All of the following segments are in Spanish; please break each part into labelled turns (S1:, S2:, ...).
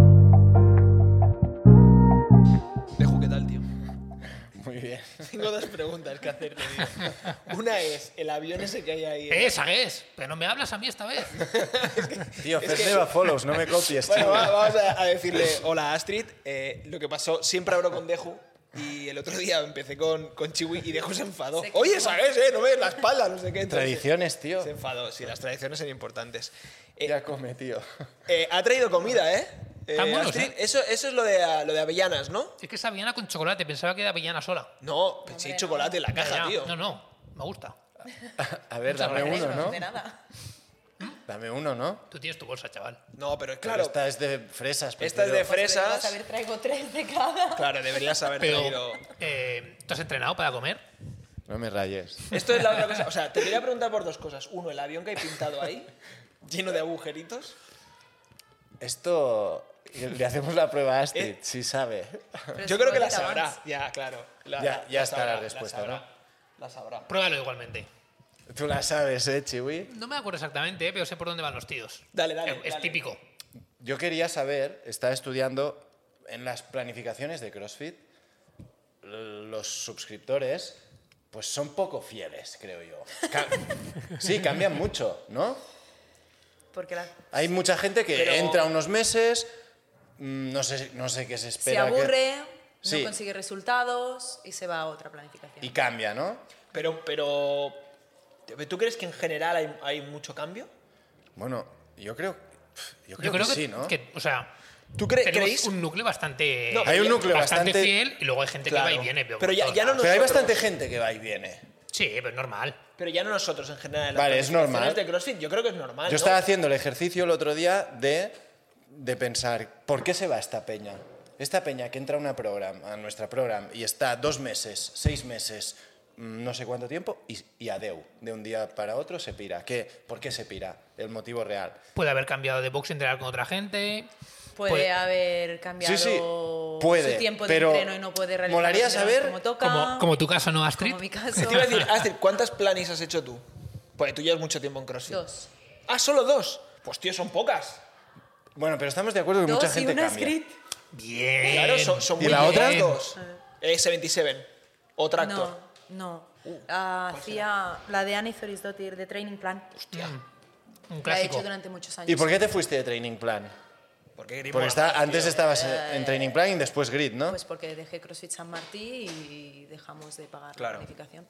S1: preguntas que hacerte. tío. Una es, el avión ese que hay ahí. ¿eh?
S2: Esa es, pero no me hablas a mí esta vez.
S3: Tío,
S1: Es que-
S3: Ferneva follows, no me copies,
S1: Bueno,
S3: tío.
S1: va- vamos a, a decirle hola Astrid. Eh, lo que pasó, siempre hablo con Deju. Y el otro día empecé con, con Chiwi y Deju se enfadó.
S4: Se quejó.
S1: Oye, ¿sabes? Eh? No me des la espalda, no sé qué. Entonces,
S3: Tradiciones, tío.
S1: Se enfadó, sí, las tradiciones son importantes. Eh,
S3: Ya come, tío.
S1: eh, ha traído comida, ¿eh? Eh,
S2: Están buenos, ¿eh?
S1: Eso, eso es lo de, ah, lo de avellanas, ¿no?
S2: Es que es avellana con chocolate, pensaba que era avellana sola.
S1: No, pues si hay
S4: Hombre,
S1: chocolate en la caja,
S2: Ya,
S1: tío.
S2: No, no, me gusta.
S3: A ver, dame
S4: Tres,
S3: uno,
S4: no
S3: ¿no?
S4: sé nada.
S3: Dame uno, ¿no?
S2: Tú tienes tu bolsa, chaval.
S1: No, pero es
S3: Claro.
S1: claro,
S3: esta es de fresas.
S1: Esta es
S3: prefiero.
S1: de
S4: Pues venga,
S1: fresas.
S4: A ver, traigo tres de cada.
S1: Claro, deberías haber
S2: Pero,
S1: traído.
S2: eh, ¿tú has entrenado para comer?
S3: No me rayes.
S1: Esto es la otra cosa. O sea, te quería preguntar por dos cosas. Uno, el avión que hay pintado ahí, lleno de agujeritos.
S3: Esto... Le hacemos la prueba a Astrid,
S1: Eh.
S3: si sabe.
S4: Pero
S1: Yo
S4: si
S1: creo que la
S4: bonita,
S1: sabrá.
S4: vamos.
S1: Ya, claro. La-
S3: Ya- ya está la
S1: sabrá,
S3: respuesta,
S1: sabrá,
S3: ¿no?
S1: La sabrá.
S2: Pruébalo igualmente.
S3: Tú la sabes, ¿eh, Chiwi?
S2: No me acuerdo exactamente, eh, pero sé por dónde van los tíos.
S1: Dale, dale,
S2: Es, es
S1: dale.
S2: típico.
S3: Yo quería saber, estaba estudiando en las planificaciones de CrossFit, los suscriptores, pues son poco fieles, creo yo. Ca- sí, cambian mucho, ¿no?
S4: Porque la-
S3: Hay mucha gente que
S1: Pero-
S3: entra unos meses, mm, no sé, no sé qué se
S4: se
S3: espera. que-
S4: aburre,
S3: Sí.
S4: no consigue resultados y se va a otra planificación.
S3: Y cambia, ¿no?
S1: Pero, pero. ¿Tú crees que en general hay, hay mucho cambio?
S3: Bueno, yo creo, pf, yo
S2: Yo
S3: creo,
S2: creo
S3: que,
S2: que,
S3: sí, ¿no?
S2: que, o sea,
S1: ¿Tú cre-
S2: tenemos
S1: creéis?
S2: un núcleo bastante,
S1: No,
S3: Hay un núcleo
S2: bastante,
S3: bastante-
S2: fiel y luego hay gente
S1: Claro.
S2: que va y viene.
S1: Pero
S2: por
S1: ya-
S2: todos
S1: ya no
S2: lados.
S3: Pero hay
S1: nosotros-
S3: bastante gente que va y viene.
S2: Sí, pero es normal.
S1: Pero ya no nosotros en general. en
S3: Vale,
S1: las
S3: es normal.
S1: planificaciones de CrossFit, yo creo que es
S4: Ah,
S1: normal.
S3: Yo
S1: ¿no?
S3: estaba haciendo el ejercicio el otro día de, de pensar, ¿por qué se va esta peña? Esta peña que entra a, una program, a nuestra program y está dos meses, seis meses, mm, no sé cuánto tiempo, y, y adeu, de un día para otro se pira. ¿Qué? ¿Por qué se pira? El motivo real.
S2: Puede haber cambiado de box, entrenar con otra gente.
S4: Puede haber cambiado
S3: Sí, sí, puede,
S4: su tiempo de
S3: pero
S4: entreno y no puede realizar
S3: molaría
S4: los entrenos
S3: saber
S4: como toca.
S2: como, como tu caso, ¿no, Astrid?
S4: Como mi caso.
S1: Te iba a decir, Astrid, ¿cuántas planis has hecho tú? Porque tú llevas mucho tiempo en CrossFit.
S4: Dos.
S1: Ah, solo dos. Pues tío, son pocas.
S3: Bueno, pero estamos de acuerdo que
S4: Dos
S3: mucha
S4: y
S3: gente
S4: una
S3: cambia.
S4: script.
S2: Bien.
S1: Claro, son, son
S3: ¿Y
S1: muy
S3: la
S1: bien
S3: otra?
S1: las dos. S27. Otra actor.
S4: No, no. Ah, hacía la de Annie Zorisdottir, de Training Plan.
S1: Hostia.
S2: Mm. Un
S4: La he hecho
S2: clásico.
S4: durante muchos años.
S3: ¿Y por qué te fuiste de Training Plan?
S1: ¿Por qué Grip
S3: Porque
S1: mola
S3: está-
S1: más,
S3: antes
S1: tío?
S3: estabas en Training Plan y después Grid, ¿no?
S4: Pues porque dejé CrossFit San Martí y dejamos de pagar
S1: Claro.
S4: la planificación.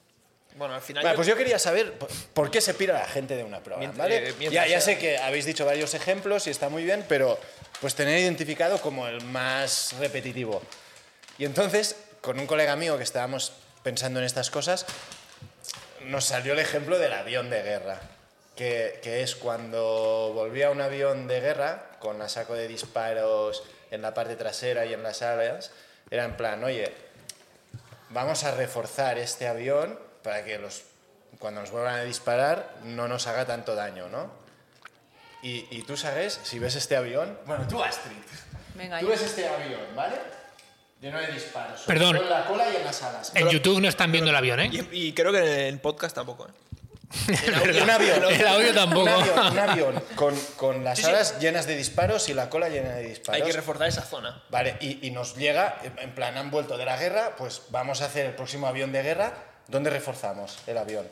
S1: Bueno, al final.
S3: Vale,
S1: yo-
S3: pues yo quería saber por- por qué se pira la gente de una prueba,
S1: Mientras-
S3: ¿vale?
S1: eh, mientras
S3: ya, ya
S1: sea-
S3: sé que habéis dicho varios ejemplos y está muy bien, pero pues tener identificado como el más repetitivo. Y entonces, con un colega mío que estábamos pensando en estas cosas, nos salió el ejemplo del avión de guerra, que, que es cuando volvía un avión de guerra con la saco de disparos en la parte trasera y en las alas, era en plan, oye, vamos a reforzar este avión para que los, cuando nos vuelvan a disparar no nos haga tanto daño, ¿no? Y, y tú sabes, si ves este avión... Bueno, tú, Astrid.
S4: Venga,
S3: Tú
S4: yo-
S3: ves este avión, ¿vale? Lleno de disparos.
S2: Perdón.
S3: Con la cola y en las alas.
S2: En YouTube no están viendo el avión, ¿eh?
S1: Y, y creo que en podcast tampoco. ¿eh?
S3: Un avión.
S2: El audio
S3: Un
S2: tampoco.
S3: avión, un avión con, con las
S1: Sí, sí.
S3: alas llenas de disparos y la cola llena de disparos.
S1: Hay que reforzar esa zona.
S3: Vale, y, y nos llega, en plan, han vuelto de la guerra, pues vamos a hacer el próximo avión de guerra. ¿Dónde reforzamos el avión?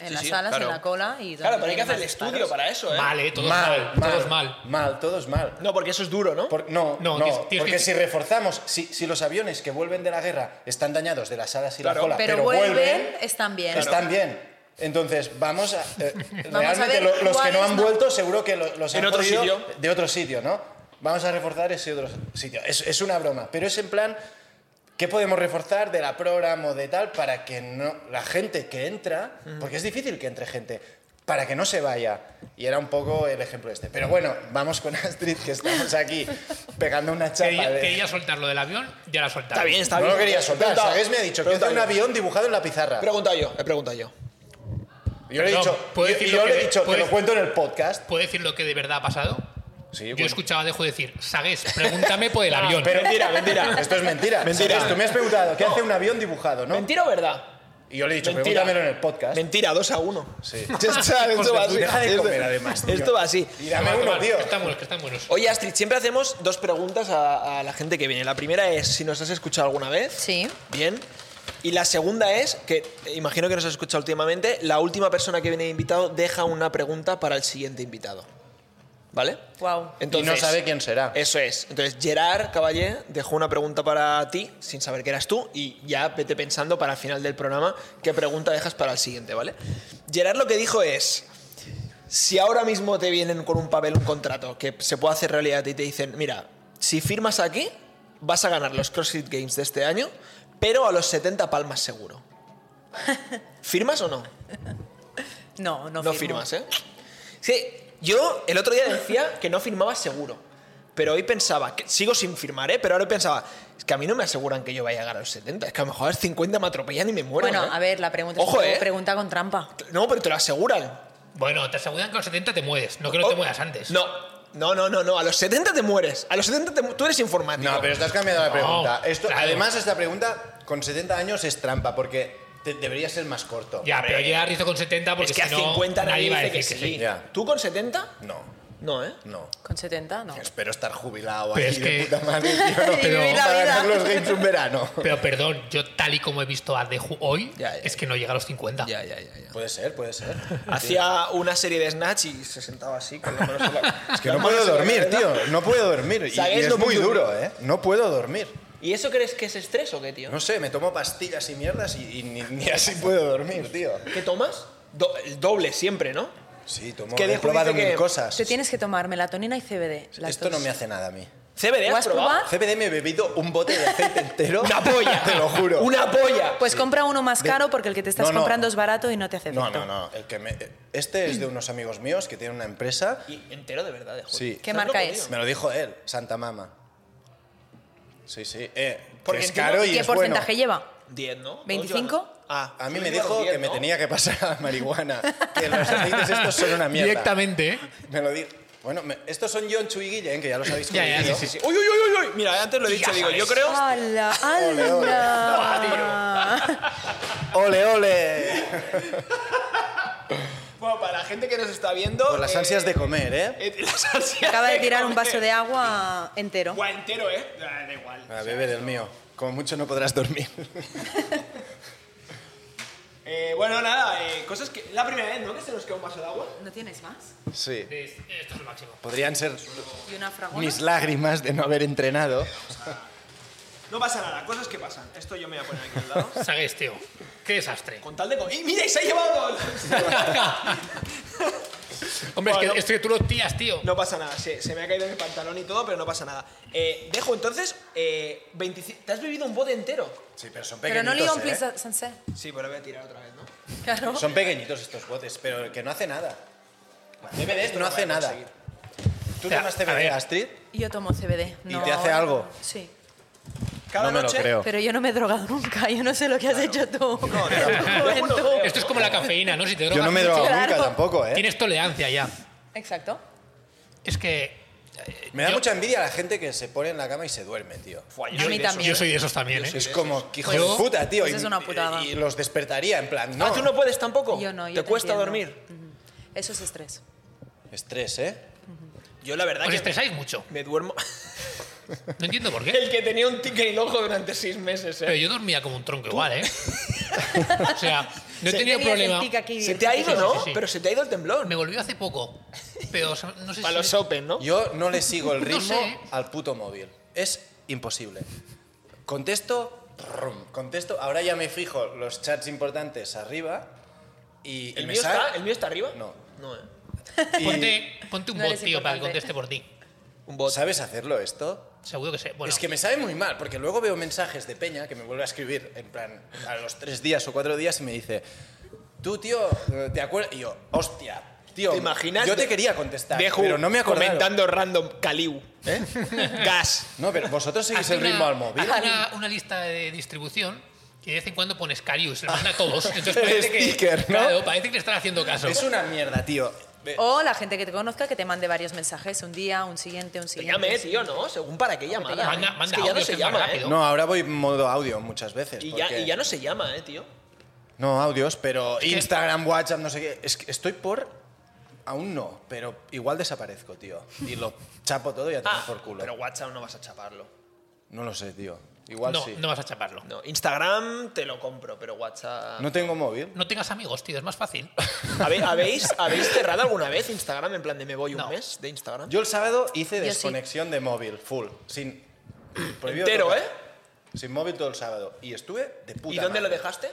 S4: en
S1: Sí,
S4: las
S1: sí,
S4: salas,
S1: claro.
S4: en la cola y...
S1: Claro, pero hay que
S4: donde
S1: hacer el
S4: más
S1: estudio
S4: disparos.
S1: para eso, ¿eh?
S2: Mal, ¿eh? Todos mal, Todos mal.
S3: Mal, todos mal.
S1: No, porque eso es duro, ¿no?
S3: Por- no, no,
S2: No, tienes- tienes
S3: porque
S2: que-
S3: si reforzamos, si, si los aviones que vuelven de la guerra están dañados de las alas y
S1: Claro.
S3: la cola,
S4: Pero,
S3: pero,
S4: vuelven, están bien.
S3: están bien. Entonces, vamos a. eh,
S4: a
S3: realmente,
S4: ver
S3: lo- los que
S4: cuáles
S3: no han
S4: no.
S3: vuelto, seguro que lo- los
S1: En
S3: han
S1: otro
S3: jodido
S1: sitio.
S3: De otro sitio, ¿no? Vamos a reforzar ese otro sitio. Es, es una broma, pero es en plan. ¿Qué podemos reforzar de la programa o de tal para que no, la gente que entra, porque es difícil que entre gente, para que no se vaya? Y era un poco el ejemplo este. Pero bueno, vamos con Astrid, que estamos aquí pegando una chapa.
S2: Quería,
S3: de-
S2: quería soltar lo del avión, ya la soltaba.
S1: Está bien, está
S3: no
S1: bien.
S3: lo quería soltar.
S1: Pregunta-
S3: Sagués me ha dicho que
S1: pregunta
S3: hace un
S1: yo.
S3: avión dibujado en la pizarra.
S1: He preguntado yo, he preguntado yo.
S3: Yo le he
S2: Perdón,
S3: dicho,
S2: ¿puedo
S3: yo-
S2: decir
S3: y
S2: lo
S3: yo
S2: que-
S3: le he dicho, te
S2: puedes-
S3: lo cuento en el podcast.
S2: ¿Puedo decir lo que de verdad ha pasado?
S3: Sí,
S2: Yo
S3: bueno.
S2: escuchaba a Dejo decir, Sagues, pregúntame por el avión.
S3: pero-
S1: Mentira, mentira.
S3: Esto es mentira.
S1: Mentira.
S3: Sabes, Tú me has preguntado, ¿qué hace un avión dibujado, no?
S1: ¿Mentira o verdad?
S3: Y yo le he dicho,
S1: Mentira.
S3: pregúntamelo en el podcast.
S1: Mentira, dos a uno.
S3: Sí. Pues
S1: Ya está, esto va así.
S3: Deja de
S1: Esto-
S3: comer, además, tío.
S1: Esto va así.
S3: Y dame uno,
S2: Tomar,
S3: tío.
S2: que Están buenos, que están buenos.
S1: Oye, Astrid, siempre hacemos dos preguntas a, a la gente que viene. La primera es si nos has escuchado alguna vez.
S4: Sí.
S1: Bien. Y la segunda es, que eh, imagino que nos has escuchado últimamente, la última persona que viene de invitado deja una pregunta para el siguiente invitado. ¿Vale?
S4: Wow.
S1: Entonces,
S3: y no sabe quién será.
S1: Eso es. Entonces, Gerard Caballé dejó una pregunta para ti, sin saber que eras tú, y ya vete pensando para el final del programa qué pregunta dejas para el siguiente, ¿vale? Gerard lo que dijo es, si ahora mismo te vienen con un papel, un contrato, que se puede hacer realidad y te dicen, mira, si firmas aquí, vas a ganar los CrossFit Games de este año, pero a los 70 palmas seguro. ¿Firmas o no?
S4: No, no,
S1: No
S4: firmo.
S1: firmas, ¿eh? Sí, yo el otro día decía que no firmaba seguro. Pero hoy pensaba, que sigo sin firmar, ¿eh? Pero ahora pensaba, es que a mí no me aseguran que yo vaya a llegar a los 70. Es que a lo mejor a los 50 me atropellan y me muero.
S4: Bueno,
S1: ¿eh?
S4: a ver, la pregunta
S1: Ojo,
S4: es una
S1: ¿eh?
S4: pregunta con trampa.
S1: No, pero te lo aseguran.
S2: Bueno, te aseguran que a los 70 te mueres. No que no te
S1: Oh,
S2: mueras antes.
S1: No, no, no, no, no. A los 70 te mueres. A los 70 te mu- tú eres informático.
S3: No, pero estás cambiando la pregunta.
S2: No,
S3: Esto,
S2: claro.
S3: Además, esta pregunta con 70 años es trampa porque te- debería ser más corto.
S2: Ya, pero ya hizo con 70 porque
S1: es que
S2: si
S1: a
S2: no,
S1: 50 nadie
S2: nadie va a
S1: dice que
S2: decir
S1: sí.
S2: que sí.
S3: Ya.
S1: ¿Tú con 70?
S3: No,
S1: No, ¿eh?
S3: no.
S4: ¿Con 70? No.
S3: Espero estar jubilado
S2: Pero
S3: ahí
S2: es
S3: de
S2: que-
S3: puta madre, tío, no,
S4: Y
S2: pero-
S4: vivir la
S3: para
S4: vida.
S3: ganar los games un verano.
S2: Pero perdón, yo tal y como he visto a Deju hoy,
S1: Ya, ya,
S2: es que no llega a los 50.
S1: Ya, ya, ya. ya.
S3: Puede ser, puede ser.
S1: Hacía una serie de snatch y se sentaba así con las manos en la-
S3: Es que no
S1: las manos
S3: puedo
S1: en la
S3: dormir,
S1: cabeza.
S3: tío. No puedo dormir. Y,
S1: Sagues
S3: y es
S1: no
S3: muy
S1: puede
S3: duro,
S1: dormir.
S3: ¿eh? No puedo dormir.
S1: ¿Y eso crees que es estrés o qué, tío?
S3: No sé, me tomo pastillas y mierdas y, y ni, ni así puedo dormir, tío.
S1: ¿Qué tomas? Do- el doble siempre, ¿no?
S3: Sí, tomo,
S1: Que
S3: he
S1: Deju
S3: probado
S1: dice
S3: mil
S1: que
S3: cosas.
S4: Te tienes que tomar melatonina y CBD. las
S3: Esto no
S4: dos.
S3: me hace nada a mí.
S1: ¿CBD
S4: ¿Lo
S1: has
S4: has
S1: probado?
S4: probado?
S3: CBD me he bebido un bote de aceite entero.
S1: ¡Una polla!
S3: Te lo juro.
S1: ¡Una polla!
S4: Pues compra uno más
S3: De-
S4: caro porque el que te estás
S3: No, no.
S4: comprando es barato y no te hace
S3: No, no,
S4: efecto.
S3: no. El que me- Este es de unos amigos míos que tienen una empresa.
S1: Y entero de verdad, de joder.
S3: Sí.
S4: ¿Qué
S1: ¿Estás
S4: marca
S1: loco,
S4: es?
S1: tío?
S3: Me lo dijo él, Santa Mama. Sí, sí. Eh,
S1: Porque
S3: que es
S1: entiendo
S3: caro y
S4: ¿Qué
S3: es bueno.
S4: porcentaje lleva?
S1: 10, ¿no? Todos
S4: 25?
S1: llevan- Ah,
S3: A mí
S1: tú
S3: me
S1: llevas
S3: dijo
S1: 10,
S3: que me
S1: ¿no?
S3: tenía que pasar a la marihuana. Que los aceites estos son una mierda.
S2: Directamente, ¿eh?
S3: Me lo dijo. Bueno, me- estos son John Chuy Guillén, que ya los habéis
S2: Ya, ya,
S3: conocido.
S2: sí,
S1: Sí. Uy, uy, uy, uy, uy. Mira, antes lo he
S2: Ya
S1: dicho, digo, yo
S2: sabes.
S4: Ah.
S1: creo.
S4: ¡Hala!
S3: Ole, ole.
S4: ¡Hala!
S3: ¡Ole, ole!
S1: Bueno, para la gente que nos está viendo.
S3: Por las
S1: eh,
S3: ansias de comer, ¿eh?
S1: eh, las ansias
S4: Acaba de tirar un
S1: comer.
S4: vaso de agua entero.
S1: Buah, entero, ¿eh? Da da igual.
S3: A beber el mío. Como mucho no podrás dormir.
S1: Eh, bueno, nada, eh, cosas que. La primera vez, ¿no? Que se nos queda un vaso de agua.
S4: ¿No tienes más?
S3: Sí.
S2: Es- Esto es lo máximo.
S3: Podrían ser
S4: ¿Y una fragona?
S3: mis lágrimas de no haber entrenado.
S1: No pasa nada, cosas que pasan. Esto yo me voy a poner aquí al lado.
S2: Sagues, tío. Qué desastre.
S1: Con tal de. co- ¡Y mira! Y se ha llevado todo
S2: Hombre, es,
S1: Bueno.
S2: que, es que tú lo tiras, tío.
S1: No pasa nada, se, se me ha caído mi pantalón y todo, pero no pasa nada. Eh, dejo entonces. Eh, 25 ¿Te has bebido un bote entero?
S3: Sí, pero son
S4: Pero no le un
S3: ¿eh?
S4: please sunset.
S1: Sí, pero lo voy a tirar otra vez, ¿no?
S4: Claro.
S3: Son pequeñitos estos botes, pero el que no hace nada. CBD no
S1: lo voy
S3: hace
S1: a
S3: nada.
S1: conseguir.
S3: ¿Tú
S2: O sea,
S3: tomas
S2: a
S3: CBD,
S2: ver.
S3: Astrid?
S4: Yo tomo CBD.
S3: ¿Y
S4: no
S3: te hace
S4: ahora.
S3: algo?
S4: Sí.
S1: Cada
S3: No me lo
S1: noche-
S3: creo.
S4: Pero yo no me he drogado nunca. Yo no sé lo que has hecho tú.
S1: No,
S4: en tu
S1: no, yo no
S4: juventud.
S1: creo.
S2: Esto es como la cafeína, ¿no? Si te drogas
S3: Yo no me he
S2: mucho,
S3: drogado
S4: Claro.
S3: nunca tampoco, ¿eh?
S2: Tienes tolerancia ya.
S4: Exacto.
S2: Es que.
S3: Me da
S2: Yo-
S3: mucha envidia la gente que se pone en la cama y se duerme, tío.
S1: Fua,
S4: A
S1: soy
S4: mí
S1: de esos,
S4: también.
S2: Yo soy de esos también, ¿eh?
S3: Es como, que hijo
S2: Pues-
S3: de puta, tío.
S4: Pues es
S3: y-
S4: una putada.
S3: Y los despertaría, en plan, no.
S1: Ah, tú no puedes tampoco.
S4: Yo no. Yo
S1: te, cuesta
S4: entiendo.
S1: dormir.
S4: Ujú. Eso es estrés.
S3: Estrés, ¿eh?
S1: Yo la verdad
S2: Os
S1: que
S2: estresáis mucho.
S1: me duermo.
S2: No entiendo por qué.
S1: El que tenía un tic en el ojo durante seis meses,
S2: Pero
S1: ¿eh?
S2: yo dormía como un tronco igual, ¿eh? O sea, no he tenido
S4: Tenías el
S2: problema.
S4: tic aquí
S1: Se te ha ido, ¿no?
S2: Sí, sí, sí.
S1: Pero se te ha ido el temblor.
S2: Me volvió hace poco. Pero o sea, no sé
S1: Para
S2: si.
S1: los Open, ¿no? ¿eh?
S3: Yo no le sigo el
S2: No
S3: ritmo
S2: sé.
S3: al puto móvil. Es imposible. Contesto, prum, contesto. Ahora ya me fijo los chats importantes arriba y, y
S1: ¿El
S3: me
S1: mío,
S3: sale-
S1: está, ¿El mío está arriba?
S3: No.
S1: No, ¿eh?
S3: y-
S2: Ponte, ponte un
S4: No
S2: bot,
S4: eres
S2: tío, para que
S4: importante.
S2: conteste por ti.
S1: Un bot.
S3: ¿Sabes hacerlo esto?
S2: Seguro que sé. Bueno,
S3: Es que me sabe muy mal, porque luego veo mensajes de Peña que me vuelve a escribir, en plan, a los tres días o cuatro días y me dice, tú, tío, ¿te acuerdas? Y yo, hostia, tío,
S1: ¿Te imaginas?
S3: yo te
S1: De-
S3: quería contestar,
S1: Dejo
S3: pero no me acordaba.
S1: comentando random Caliu. ¿Eh? Gas.
S3: No, pero vosotros seguís
S2: hazte
S3: el ritmo
S2: una,
S3: al móvil.
S2: hazte Una, una lista de distribución que de vez en cuando pones Carius, se lo manda a todos. Entonces
S3: El
S2: parece que,
S3: sticker, ¿no?
S2: Claro, parece que le están haciendo caso.
S3: Es una mierda, tío. Ve-
S2: Oh.
S4: O la gente que te conozca que te mande varios mensajes, un día, un siguiente, un
S1: Te
S4: siguiente.
S1: llame, ¿eh? tío, ¿no? Según para qué llamada.
S2: llame. Manda-
S1: es
S2: manda
S1: que ya no
S2: audios,
S1: se
S2: que es más
S1: llama, ¿eh?
S2: rápido.
S3: No, ahora voy modo audio muchas veces.
S1: Y ya,
S3: porque-
S1: y ya no se llama, ¿eh, tío?
S3: No, audios, pero Instagram, WhatsApp, no sé qué. Es que estoy por... Aún no, pero igual desaparezco,
S1: Ah.
S2: Ah,
S3: tío. Y lo chapo todo y a tomar por culo.
S1: pero WhatsApp no vas a chaparlo.
S3: No lo sé, tío. Igual
S2: no,
S3: sí.
S2: no vas a chaparlo.
S1: No, Instagram te lo compro, pero WhatsApp.
S3: No tengo móvil.
S2: No tengas amigos, tío, es más fácil.
S1: ¿Habe- ¿Habéis, ¿Habéis cerrado alguna vez Instagram? En plan de me voy un
S2: No.
S1: mes de Instagram.
S3: Yo el sábado hice
S4: Yo sí.
S3: desconexión de móvil, full. Sin. prohibido
S1: Entero,
S3: tocar.
S1: ¿eh?
S3: Sin móvil todo el sábado. Y estuve de puta
S1: ¿Y dónde lo
S3: madre.
S1: dejaste?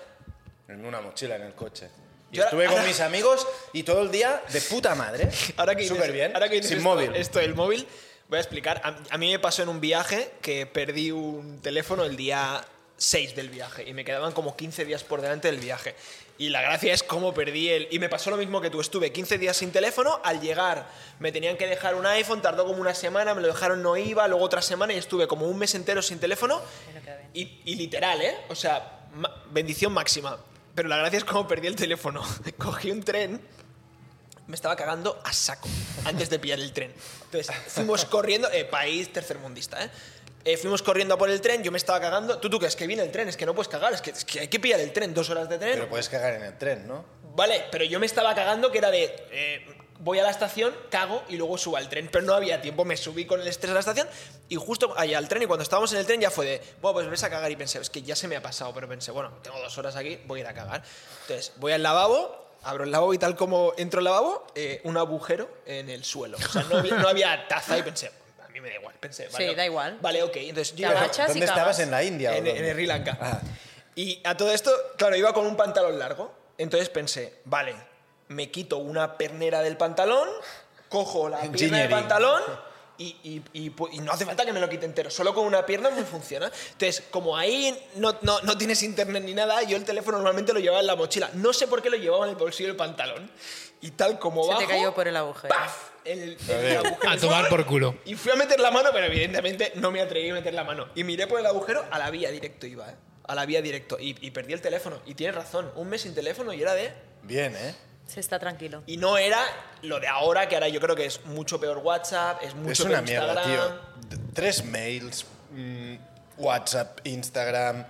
S3: En una mochila en el coche. Y
S1: Yo ahora-
S3: estuve con
S1: ahora-
S3: mis amigos y todo el día de puta madre.
S1: Ahora que dices-
S3: Súper bien.
S1: ahora que dices
S3: sin
S1: esto- este
S3: móvil.
S1: Esto del móvil, voy a explicar. A, a mí me pasó en un viaje que perdí un teléfono el día 6 del viaje y me quedaban como 15 días por delante del viaje. Y la gracia es cómo perdí el... Y me pasó lo mismo que tú. Estuve 15 días sin teléfono. Al llegar me tenían que dejar un iPhone. Tardó como una semana. Me lo dejaron, no iba. Luego otra semana y estuve como un mes entero sin teléfono. Y, y literal, ¿eh? O sea, ma- bendición máxima. Pero la gracia es cómo perdí el teléfono. Cogí un tren me estaba cagando a saco antes de pillar el tren. Entonces fuimos corriendo, eh, país tercermundista, ¿eh? Eh, Fuimos corriendo a por el tren, yo me estaba cagando. Tú, tú, que es que viene el tren, es que no puedes cagar, es que, es que hay que pillar el tren, dos horas de tren.
S3: Pero puedes cagar en el tren, ¿no?
S1: Vale, pero yo me estaba cagando que era de... eh, voy a la estación, cago y luego subo al tren. Pero no había tiempo, me subí con el estrés a la estación y justo allá al tren. Y cuando estábamos en el tren ya fue de... Bueno, pues ves a cagar y pensé, es que ya se me ha pasado. Pero pensé, bueno, tengo dos horas aquí, voy a ir a cagar. Entonces, voy al lavabo, abro el lavabo y tal como entro al lavabo, eh, un agujero en el suelo. O sea, no había, no había taza y pensé... A mí me da igual, pensé. Vale,
S4: Sí, da igual.
S1: Vale, ok. Entonces, yo
S4: Te
S1: iba-
S4: agachas Chas y
S3: ¿Dónde
S4: cagas.
S3: estabas? ¿En la India? o
S1: en,
S3: dónde?
S1: en Sri Lanka.
S3: Ah.
S1: Y a todo esto, claro, iba con un pantalón largo. Entonces pensé, vale, me quito una pernera del pantalón, cojo la pierna del
S3: Engineering.
S1: pantalón y, y- y pu- y no hace falta que me lo quite entero. Solo con una pierna me funciona. Entonces, como ahí no, no- no tienes internet ni nada, yo el teléfono normalmente lo llevaba en la mochila. No sé por qué lo llevaba en el bolsillo del pantalón. Y tal como
S4: Se te
S1: bajo,
S4: cayó pues. por el agujero.
S1: ¡Paf! El, el
S3: ver.
S1: agujero.
S2: A tomar por culo.
S1: Y fui a meter la mano, pero evidentemente no me atreví a meter la mano. Y miré por el agujero, a la vía directo iba, ¿eh? A la vía directo. Y, y perdí el teléfono. Y tienes razón, un mes sin teléfono y era de...
S3: Bien, ¿eh?
S4: Se está tranquilo.
S1: Y no era lo de ahora, que ahora yo creo que es mucho peor WhatsApp, es mucho
S3: es
S1: peor
S3: una mierda,
S1: Instagram.
S3: tío. D- Tres mails, mm, WhatsApp, Instagram,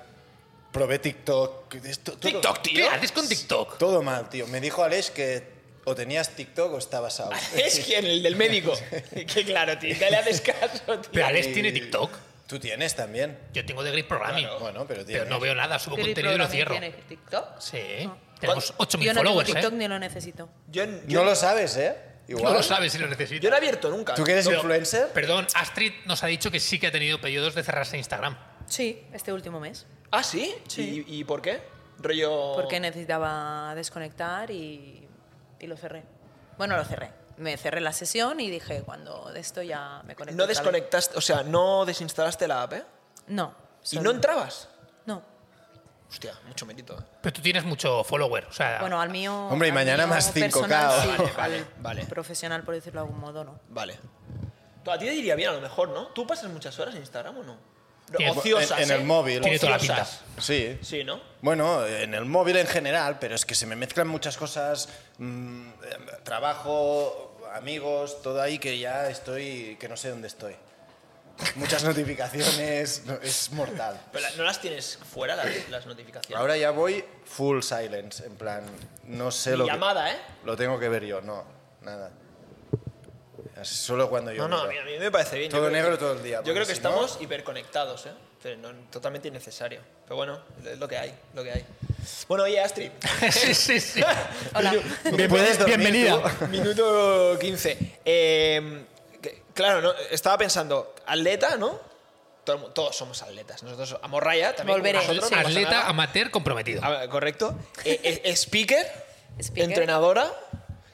S3: probé TikTok. esto- todo-
S1: TikTok, tío.
S2: ¿Qué haces con TikTok?
S3: Todo mal, tío. Me dijo Alex que o tenías TikTok o estabas out.
S1: Es quien, el del médico. que claro, tío, ya le haces caso, tío.
S2: Pero Alex
S3: Y-
S2: tiene TikTok.
S3: Tú tienes también.
S2: Yo tengo The Great Programming.
S3: Claro. Bueno, pero
S2: pero
S3: tienes.
S2: no veo nada, subo
S4: ¿Qué
S2: contenido y lo
S4: programming
S2: cierro.
S4: tiene? ¿TikTok?
S2: Sí.
S1: Tenemos
S2: Tenemos
S4: Yo
S2: 8.000
S4: no tengo
S2: followers,
S4: TikTok
S2: ¿eh?
S4: ni lo necesito.
S1: Yo, yo-
S3: No lo sabes, ¿eh? Igual.
S2: No lo sabes si lo necesitas.
S1: yo no he abierto nunca.
S3: ¿Tú que eres
S1: No,
S3: influencer?
S2: Perdón, Astrid nos ha dicho que sí que ha tenido periodos de cerrarse Instagram.
S4: Sí, este último mes.
S1: ¿Ah, sí?
S4: Sí.
S1: ¿Y, y por qué? Rollo...
S4: Porque necesitaba desconectar y, y lo cerré. Bueno, lo cerré. Me cerré la sesión y dije, cuando de esto ya me conecto.
S1: No
S4: otra vez.
S1: desconectaste, o sea, no desinstalaste la app, ¿eh?
S4: No.
S1: Y
S4: solo-
S1: no entrabas.
S4: No.
S1: Hostia, mucho mérito. ¿eh?
S2: Pero tú tienes mucho follower. O sea,
S4: Bueno, al mío.
S3: Hombre, y
S4: al
S3: mañana
S4: mío
S3: más 5K.
S4: personal, sí,
S1: Vale, vale,
S4: al
S1: vale.
S4: Profesional, por decirlo de algún modo, no.
S1: Vale. Tú, A ti te diría bien, a lo mejor, ¿no? ¿Tú pasas muchas horas en Instagram o no?
S2: Tiene-
S1: Ociosas,
S3: en- en
S1: ¿eh?
S3: el móvil.
S2: tiene toda la pinta.
S1: Ociosas.
S3: Sí.
S1: Sí, ¿no?
S3: Bueno, en el móvil en general, pero es que se me mezclan muchas cosas, mm, eh, trabajo, amigos, todo ahí que ya estoy, que no sé dónde estoy. Muchas notificaciones, no, es mortal.
S1: Pero la- no las tienes fuera las, las notificaciones.
S3: Ahora ya voy full silence, en plan, no sé
S1: Ni
S3: lo
S1: llamada,
S3: que...
S1: ¿eh?
S3: Lo tengo que ver yo, no, nada. Es Solo cuando yo...
S1: No, no, a
S3: miro.
S1: mí, a mí me parece bien. Yo
S3: Todo
S1: creo
S3: negro
S1: que-
S3: todo el
S1: Yo
S3: día, porque
S1: creo que
S3: si no-
S1: estamos hiperconectados, ¿eh? Pero no- totalmente innecesario. Pero bueno, es lo que hay, lo que hay. Bueno, oye, Astrid.
S2: sí, sí, sí.
S4: Hola.
S3: Bienvenida- puedes dormir, bienvenida.
S1: Minuto 15. Eh, que- claro, ¿no? estaba pensando, atleta, ¿no? Todo el mu- todos somos atletas. Nosotros, Amorraya también. como
S4: Volveré.
S1: nosotros, no pasa
S2: Atleta
S1: nada.
S2: amateur comprometido.
S1: Ah, Correcto. Eh, eh, eh, speaker,
S4: Speaker.
S1: entrenadora.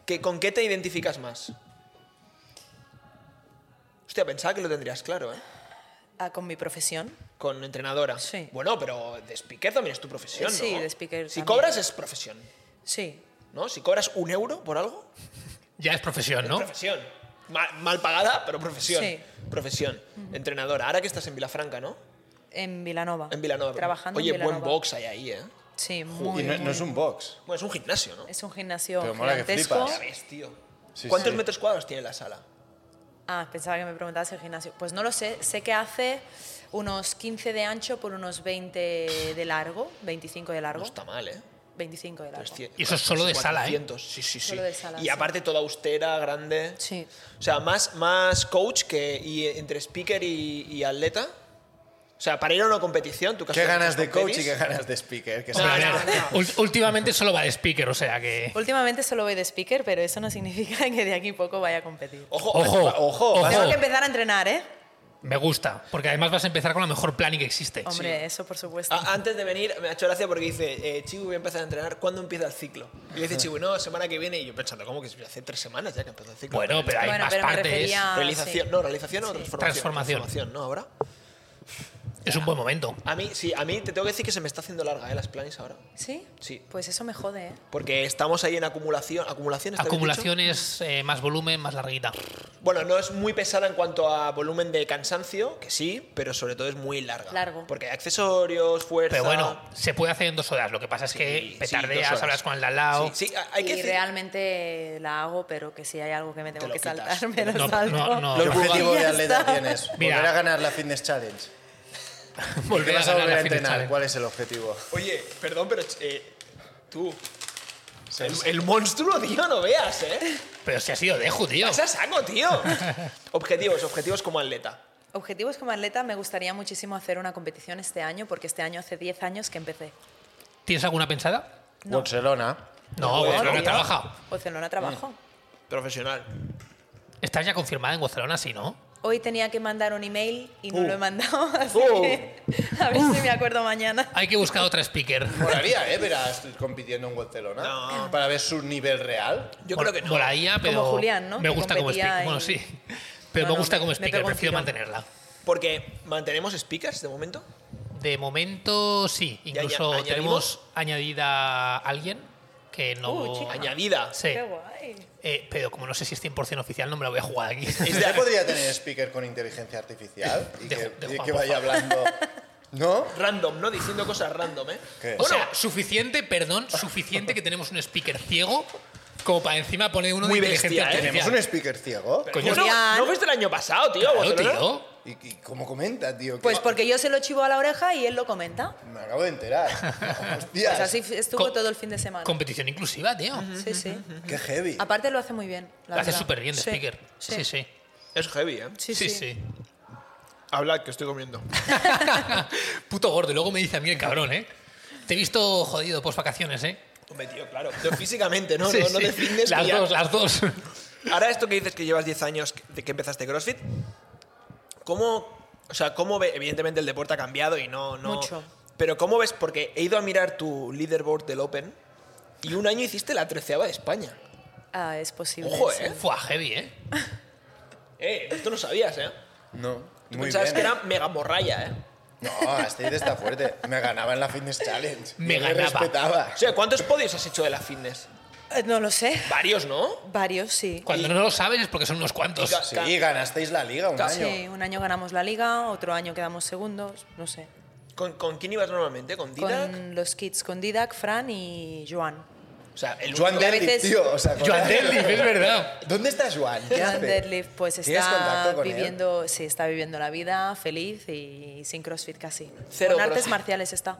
S1: que- ¿Con qué te identificas más? Hostia, pensaba que lo tendrías claro, ¿eh?
S4: Ah, con mi profesión.
S1: Con entrenadora.
S4: Sí.
S1: Bueno, pero de speaker también es tu profesión, ¿no?
S4: Sí, de speaker
S1: Si
S4: también.
S1: cobras es profesión,
S4: Sí.
S1: ¿no? Si cobras un euro por algo,
S2: Ya es profesión, ¿no?
S1: Profesión. Ma- Mal, pagada, pero profesión.
S4: Sí.
S1: Profesión. Entrenadora. Ahora que estás en Vilafranca, ¿no?
S4: En Vilanova.
S1: En Vilanova.
S4: Trabajando
S1: Oye,
S4: en Vilanova.
S1: buen box hay ahí, ¿eh?
S4: Sí,
S3: Y
S4: muy,
S3: no,
S4: muy-
S3: no es un box.
S1: Bueno, es un gimnasio, ¿no?
S4: es un gimnasio
S3: Pero mola que
S4: gigantesco.
S3: flipas.
S1: Ya ves, tío.
S3: Sí,
S1: ¿Cuántos
S3: sí.
S1: metros cuadrados tiene la sala?
S4: Ah, pensaba que me preguntabas el gimnasio. Pues no lo sé. Sé que hace unos 15 de ancho por unos 20 de largo. 25 de
S1: No
S4: largo.
S1: está mal, ¿eh?
S4: 25 de largo.
S1: 300,
S2: Y eso es solo de sala, ¿eh?
S1: 400. Sí, sí, sí.
S4: Solo de sala,
S1: y
S4: sí.
S1: aparte toda austera, grande.
S4: Sí.
S1: O sea, más, más coach que y entre speaker y, y atleta. O sea, para ir a una competición, tú que has
S3: Qué
S1: jugado
S3: ganas de
S1: muchos
S3: coach y
S1: competis,
S3: qué ganas de speaker. Que
S2: No,
S3: sabes-
S2: no, no. Ul- Últimamente solo va de speaker, o sea que.
S4: Últimamente solo voy de speaker, pero eso no significa que de aquí poco vaya a competir.
S1: Ojo,
S2: Ojo,
S3: ojo, vas
S4: Tengo que empezar a entrenar, ¿eh?
S2: Me gusta, porque además vas a empezar con la mejor planning que existe.
S4: Hombre, eso por supuesto.
S1: A- antes de venir me ha hecho gracia porque dice, eh, Chiwi voy a empezar a entrenar, ¿cuándo empieza el ciclo? Y le dice Chiwi, no, semana que viene. Y yo pensando, ¿cómo que si hace tres semanas ya que empezó el ciclo?
S2: Bueno, pero hay
S4: Bueno,
S2: más
S4: pero me
S2: partes.
S4: refería- Ah,
S1: Realización,
S4: sí.
S1: no, realización o
S4: Sí.
S1: transformación.
S2: Transformación.
S1: ¿no? Ahora.
S2: Es un buen momento.
S1: A mí, sí, a mí te tengo que decir que se me está haciendo larga, ¿eh? Las planes ahora.
S4: ¿Sí?
S1: Sí.
S4: Pues eso me jode, ¿eh?
S1: Porque estamos ahí en acumulación. ¿Acumulación está bien dicho?
S2: Acumulaciones, eh, más volumen, más larguita.
S1: Bueno, no es muy pesada en cuanto a volumen de cansancio, que sí, pero sobre todo es muy larga.
S4: Largo.
S1: Porque hay accesorios, fuerza.
S2: Pero bueno, se puede hacer en dos horas. Lo que pasa es
S1: Sí,
S2: que
S1: sí, dos
S2: petardeas,
S1: horas.
S2: hablas con el de al lado.
S1: Sí, sí, hay que
S4: y
S1: decir-
S4: realmente la hago, pero que si hay algo que me tengo
S1: lo
S4: que
S1: quitas.
S4: saltar, me lo
S2: No,
S4: salto.
S2: no, no.
S1: Los
S3: ¿Qué objetivo de
S4: Ya
S3: atleta
S4: está.
S3: tienes?
S2: Mira.
S3: Volver a ganar la Fitness Challenge. ¿Por qué
S2: Volver a
S3: vas a
S2: ganar
S3: volver
S2: la
S3: a
S2: Fitness
S3: entrenar?
S2: Challenge.
S3: ¿Cuál es el objetivo?
S1: Oye, perdón, pero eh, tú. El, el monstruo, tío, no veas, ¿eh?
S2: Pero si ha sido Deju, tío.
S1: Vas a saco, tío. objetivos, objetivos como atleta.
S4: Objetivos como atleta, me gustaría muchísimo hacer una competición este año, porque este año hace 10 años que empecé.
S2: ¿Tienes alguna pensada?
S3: Barcelona.
S2: No,
S1: Bueno, Mm.
S2: Barcelona
S1: tío.
S2: trabaja.
S4: Barcelona trabajo.
S1: Profesional.
S2: Estás ya confirmada en Barcelona, sí, ¿no?
S4: Hoy tenía que mandar un email y no
S1: Uh.
S4: lo he mandado, así
S1: Uh.
S4: que a ver si me acuerdo mañana.
S2: Hay que buscar otra speaker.
S3: Molaría, ¿eh? Ver a Astrid compitiendo en Barcelona.
S1: No.
S3: Para ver su nivel real.
S1: Yo
S2: Mol-
S1: creo que no.
S2: Molaría, pero.
S4: Julián, ¿no?
S2: Me
S4: Que
S2: gusta como
S4: competía
S2: speaker.
S4: y-
S2: Bueno, sí. Pero
S4: No,
S2: me
S4: no,
S2: gusta
S4: me-
S2: como
S4: me
S2: speaker,
S4: pegó un
S2: prefiero
S4: tirón.
S2: mantenerla.
S1: Porque mantenemos speakers de momento.
S2: De momento, sí.
S1: Ya, ya,
S2: Incluso
S1: ¿añadimos?
S2: tenemos añadida a alguien que no.
S4: Uh, chica.
S1: Añadida.
S2: Sí.
S4: Qué guay.
S2: Eh, pero como no sé si es 100% oficial, no me la voy a jugar aquí.
S3: Pues Ya podría tener speaker con inteligencia artificial y
S2: De-
S3: que,
S2: de
S3: y
S2: Juan,
S3: que
S2: por
S3: vaya hablando. ¿No?
S1: Random, ¿no? Diciendo cosas random, ¿eh?
S3: ¿Qué?
S2: O
S1: Bueno,
S2: sea, suficiente, perdón, suficiente que tenemos un speaker ciego como para encima poner uno
S1: Muy
S2: de
S1: bestia,
S2: inteligencia
S1: ¿eh?
S2: artificial.
S3: ¿Tenemos un speaker ciego?
S2: Coño,
S1: bueno,
S4: Julián.
S1: ¿no fuiste el año pasado, tío? a
S2: claro,
S1: Barcelona?
S2: tío.
S3: ¿Y, y cómo comenta, tío?
S4: Pues
S2: Ah.
S3: Que-
S4: porque yo se lo chivo a la oreja y él lo comenta.
S3: Me acabo de enterar. Hostias,
S4: Pues así f- estuvo
S2: Co-
S4: todo el fin de semana.
S2: Competición inclusiva, tío.
S4: Sí, sí.
S3: qué heavy.
S4: Aparte lo hace muy bien. la
S2: Lo hace
S4: verdad.
S2: súper bien de
S4: Sí,
S2: speaker. Sí, sí. Sí,
S1: Es heavy, ¿eh?
S4: Sí,
S2: sí.
S4: sí.
S1: Hablad, que estoy comiendo.
S2: Puto gordo. y Luego me dice a mí el cabrón, ¿eh? Te he visto jodido post vacaciones, ¿eh?
S1: Hombre, tío, claro. Pero físicamente, ¿no?
S2: Sí,
S1: no, no
S2: sí.
S1: te fitness,
S2: Las
S1: que ya-
S2: dos, las dos.
S1: Ahora esto que dices que llevas 10 años que- de que empezaste CrossFit, ¿cómo, o sea, cómo ve, evidentemente el deporte ha cambiado y no, no
S4: Mucho.
S1: Pero ¿cómo ves? Porque he ido a mirar tu leaderboard del Open y un año hiciste la treceava de España.
S4: Ah, es posible.
S1: Ojo,
S4: sí.
S1: ¿eh?
S2: Fua, heavy, ¿eh?
S1: Eh, esto no sabías, ¿eh?
S3: No,
S1: Tú
S3: muy
S1: pensabas
S3: bien.
S1: que era mega morralla, ¿eh?
S3: No, Astrid está fuerte. Me ganaba en la Fitness Challenge.
S2: Me
S3: Yo le
S2: ganaba.
S3: respetaba.
S1: O sea, ¿cuántos podios has hecho de la fitness?
S4: Eh, No lo sé.
S1: Varios, ¿no?
S4: Varios, sí.
S2: Cuando no lo sabes es porque son unos cuantos.
S1: Diga-
S3: Sí, ganasteis la liga un
S1: Casi.
S3: año.
S4: Sí, un año ganamos la liga, otro año quedamos segundos, no sé.
S1: ¿Con, con quién ibas normalmente? ¿Con Didac?
S4: Con los kids, con Didac, Fran y Joan.
S1: O sea, el
S3: Joan
S1: único-
S4: a
S3: Derlip,
S4: veces-
S3: tío. O sea, con-
S2: Joan Derlip, es verdad.
S3: ¿Dónde está Joan? ¿Qué
S4: Joan
S3: hace?
S4: Deadlift, pues
S3: ¿Tienes
S4: está
S3: contacto con él?
S4: viviendo, sí, está viviendo la vida feliz y sin CrossFit casi.
S1: Cero
S4: con artes
S1: crossfit.
S4: marciales está.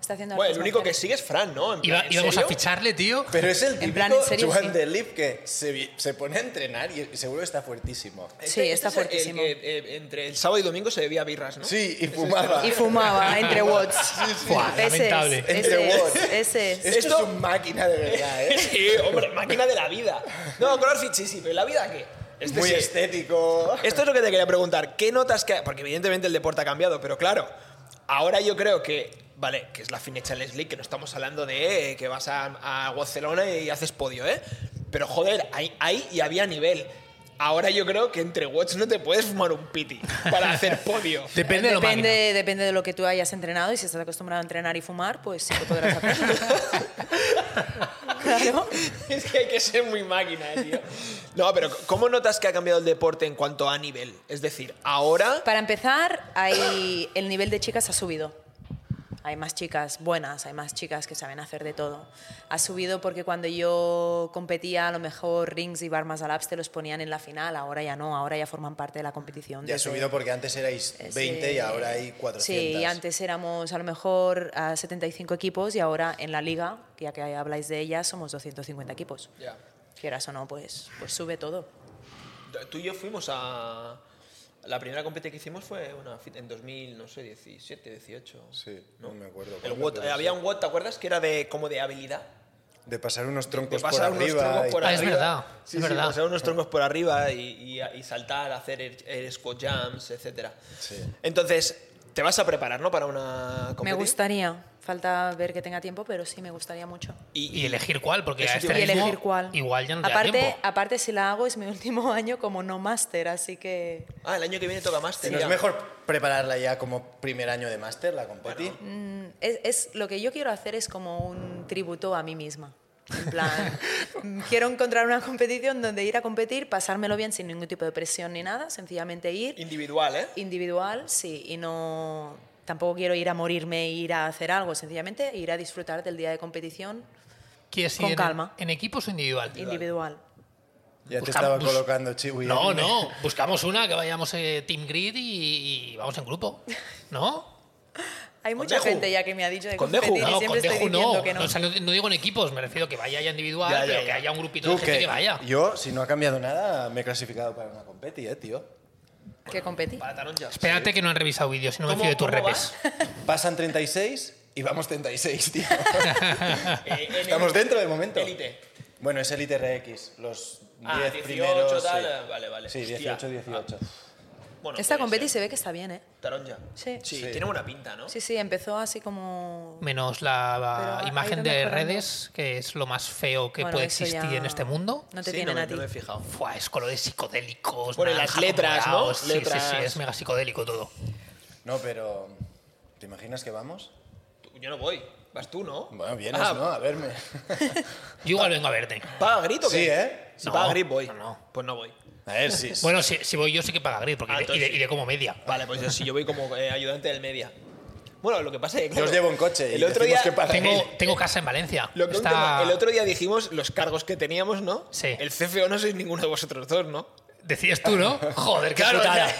S4: Está haciendo
S1: Bueno,
S4: artes
S1: el único que
S4: marciales.
S1: sigue es Fran, ¿no? En plan,
S2: Iba-
S1: ¿en
S2: íbamos a
S1: serio?
S2: ficharle, tío.
S3: Pero es el
S4: En
S3: típico
S4: plan, en serio,
S3: Joan
S4: sí.
S3: Derlip que se, vi- se pone a entrenar y y seguro está fuertísimo.
S4: Sí, está
S1: Este es el- el
S4: fuertísimo.
S1: que, eh, entre el sábado y domingo se bebía birras, ¿no?
S3: Sí, y fumaba.
S4: Y fumaba entre watts.
S2: Buah,
S4: Ese es,
S2: lamentable.
S4: ese
S3: Entre watts.
S4: es, ese es.
S3: Esto,
S1: Esto-
S3: es una máquina de verdad, ¿eh?
S1: Sí, hombre, máquina de la vida. No, CrossFit sí, sí, pero ¿y ¿la vida qué? Este
S3: Muy
S1: sí. este.
S3: estético.
S1: Esto es lo que te quería preguntar. ¿Qué notas que.? Porque evidentemente el deporte ha cambiado, pero claro, ahora yo creo que. Vale, que es la Fine Challenge League, que no estamos hablando de eh, que vas a, a Barcelona y haces podio, ¿eh? Pero joder, hay, hay y había nivel. Ahora yo creo que entre Watch no te puedes fumar un piti para hacer podio.
S2: Depende de lo
S4: depende,
S2: máquina.
S4: depende de lo que tú hayas entrenado y si estás acostumbrado a entrenar y fumar, pues sí que podrás hacerlo. claro.
S1: Es que hay que ser muy máquina, eh, tío. No, pero ¿cómo notas que ha cambiado el deporte en cuanto a nivel? Es decir, ahora.
S4: Para empezar, hay, el nivel de chicas ha subido. Hay más chicas buenas, hay más chicas que saben hacer de todo. Ha subido porque cuando yo competía, a lo mejor rings y bar más laps te los ponían en la final, ahora ya no, ahora ya forman parte de la competición.
S3: Ya ha
S4: desde-
S3: subido porque antes erais 20 y
S4: Ese-
S3: ahora hay 400.
S4: Sí, y antes éramos a lo mejor a 75 equipos y ahora en la liga, que ya que habláis de ella, somos 250 equipos.
S1: Ya.
S4: Quieras o no, pues, pues sube todo.
S1: Tú y yo fuimos a. La primera competencia que hicimos fue una fit- en 2000, no sé, 17, 18.
S3: Sí, no me acuerdo
S1: El
S3: cuándo,
S1: WOT,
S3: pero
S1: había
S3: sí.
S1: un WOT, ¿te acuerdas? Que era de como de habilidad.
S3: De pasar unos troncos
S1: De pasar
S3: por
S1: unos
S3: arriba.
S1: troncos
S3: y
S1: por
S3: tal.
S2: Ah, es
S1: arriba.
S2: verdad,
S1: Sí,
S2: es
S1: sí,
S2: verdad.
S1: pasar unos troncos por arriba y, y- y saltar, hacer air- air squat jumps, etc.
S3: Sí.
S1: Entonces, te vas a preparar, ¿no? Para una
S4: Me
S1: competir.
S4: gustaría. Falta ver que tenga tiempo, pero sí, me gustaría mucho.
S2: Y elegir cuál, porque
S1: Eso
S2: a
S1: te
S2: este
S1: iba
S4: Y
S1: a decir.
S2: ritmo
S4: elegir cuál.
S2: igual ya no te da
S4: aparte,
S2: tiempo.
S4: aparte, si la hago, es mi último año como no máster, así que
S1: Ah, el año que viene toca
S3: Sí,
S1: máster.
S3: ¿No
S1: ya.
S3: es mejor prepararla ya como primer año de máster, la competi?
S4: mm, es, es- lo que yo quiero hacer es como un tributo a mí misma. En plan, mm, quiero encontrar una competición donde ir a competir, pasármelo bien sin ningún tipo de presión ni nada, sencillamente ir
S1: Individual, ¿eh?
S4: individual, sí, y no tampoco quiero ir a morirme, e ir a hacer algo, sencillamente ir a disfrutar del día de competición
S2: ¿Quieres ir
S4: con
S2: en-
S4: calma.
S2: en equipos o individual?
S4: individual.
S3: Ya te
S2: Busca-
S3: estaba
S2: bus-
S3: colocando Chiwi.
S2: No,
S3: en-
S2: no. Buscamos una que vayamos eh, Team Grid y, y vamos en grupo. ¿No?
S4: Hay
S1: Con
S4: mucha
S1: Deju.
S4: gente ya que me ha dicho de
S1: Con
S4: competir
S1: Deju.
S4: y
S2: No,
S4: siempre
S2: con
S4: estoy
S2: Deju
S4: diciendo
S2: no.
S4: que no.
S2: No, o sea, no- no digo en equipos, me refiero que vaya ya individual,
S1: Ya, ya,
S2: pero que
S1: ya.
S2: haya un grupito de
S3: Tú,
S2: gente que,
S3: que
S2: vaya.
S3: yo, si no ha cambiado nada, me he clasificado para una competi, eh, tío.
S4: que competir.
S1: Para Taron Jazz.
S2: Espérate que no han revisado vídeos, si no me
S1: ¿Cómo-
S2: fío de tus
S1: cómo
S2: repes.
S3: Pasan 36 y vamos 36, tío.
S1: Eh, en
S3: Estamos
S1: el-
S3: dentro del momento.
S1: Elite.
S3: Bueno, es el ITRX, los 10
S1: Ah, 18,
S3: primeros.
S1: tal,
S3: sí.
S1: eh, vale, vale.
S3: Sí,
S1: Hostia. Ah.
S3: 18, 18.
S1: Bueno,
S4: Esta
S1: puede
S4: competi
S1: ser.
S4: se ve que está bien, ¿eh?
S1: Taron Jazz.
S4: Sí.
S1: Sí,
S3: Sí.
S1: tiene buena pinta, ¿no?
S4: Sí, sí, empezó así como...
S2: Menos la
S4: Pero ha
S2: imagen
S4: ido
S2: de
S4: mejorando.
S2: redes, que es lo más feo que
S4: Bueno,
S2: puede
S4: eso
S2: existir
S4: ya
S2: en este mundo.
S4: No te
S1: Sí,
S4: tienen
S1: me-
S4: a ti.
S1: me he fijado.
S2: Fua, es colores psicodélicos.
S1: Bueno, y
S2: naranja
S1: las letras,
S2: con
S1: ¿no?
S2: morados. Sí,
S1: Letras.
S2: sí, sí, es mega psicodélico todo.
S3: No, pero. ¿Te imaginas que vamos?
S1: Tú- Yo no voy. Vas tú, ¿no?
S3: Bueno, vienes,
S1: Ah,
S3: ¿no? A verme.
S2: Yo igual vengo a verte.
S1: ¿Paga grito?
S3: Sí, ¿eh?
S1: Si
S2: No,
S1: paga grip, voy.
S2: no, no.
S1: Pues no voy.
S3: A ver, sí.
S2: Bueno, si, si voy yo sí que paga gris, porque
S1: Ah,
S2: iré-
S1: entonces
S2: iré-
S1: sí.
S2: iré como media.
S1: Vale, pues yo sí, yo voy como eh, ayudante del media. Bueno, lo que pasa es que.
S3: Yo os llevo en coche y
S1: El otro día.
S3: decimos que paga.
S2: Tengo, tengo casa en Valencia.
S1: Lo que un
S2: Está-
S1: tema- el otro día dijimos los cargos que teníamos, ¿no?
S2: Sí.
S1: El CFO no sois ninguno de vosotros dos, ¿no?
S2: Decides tú, ¿no? Joder, qué
S1: o sea,
S2: putada.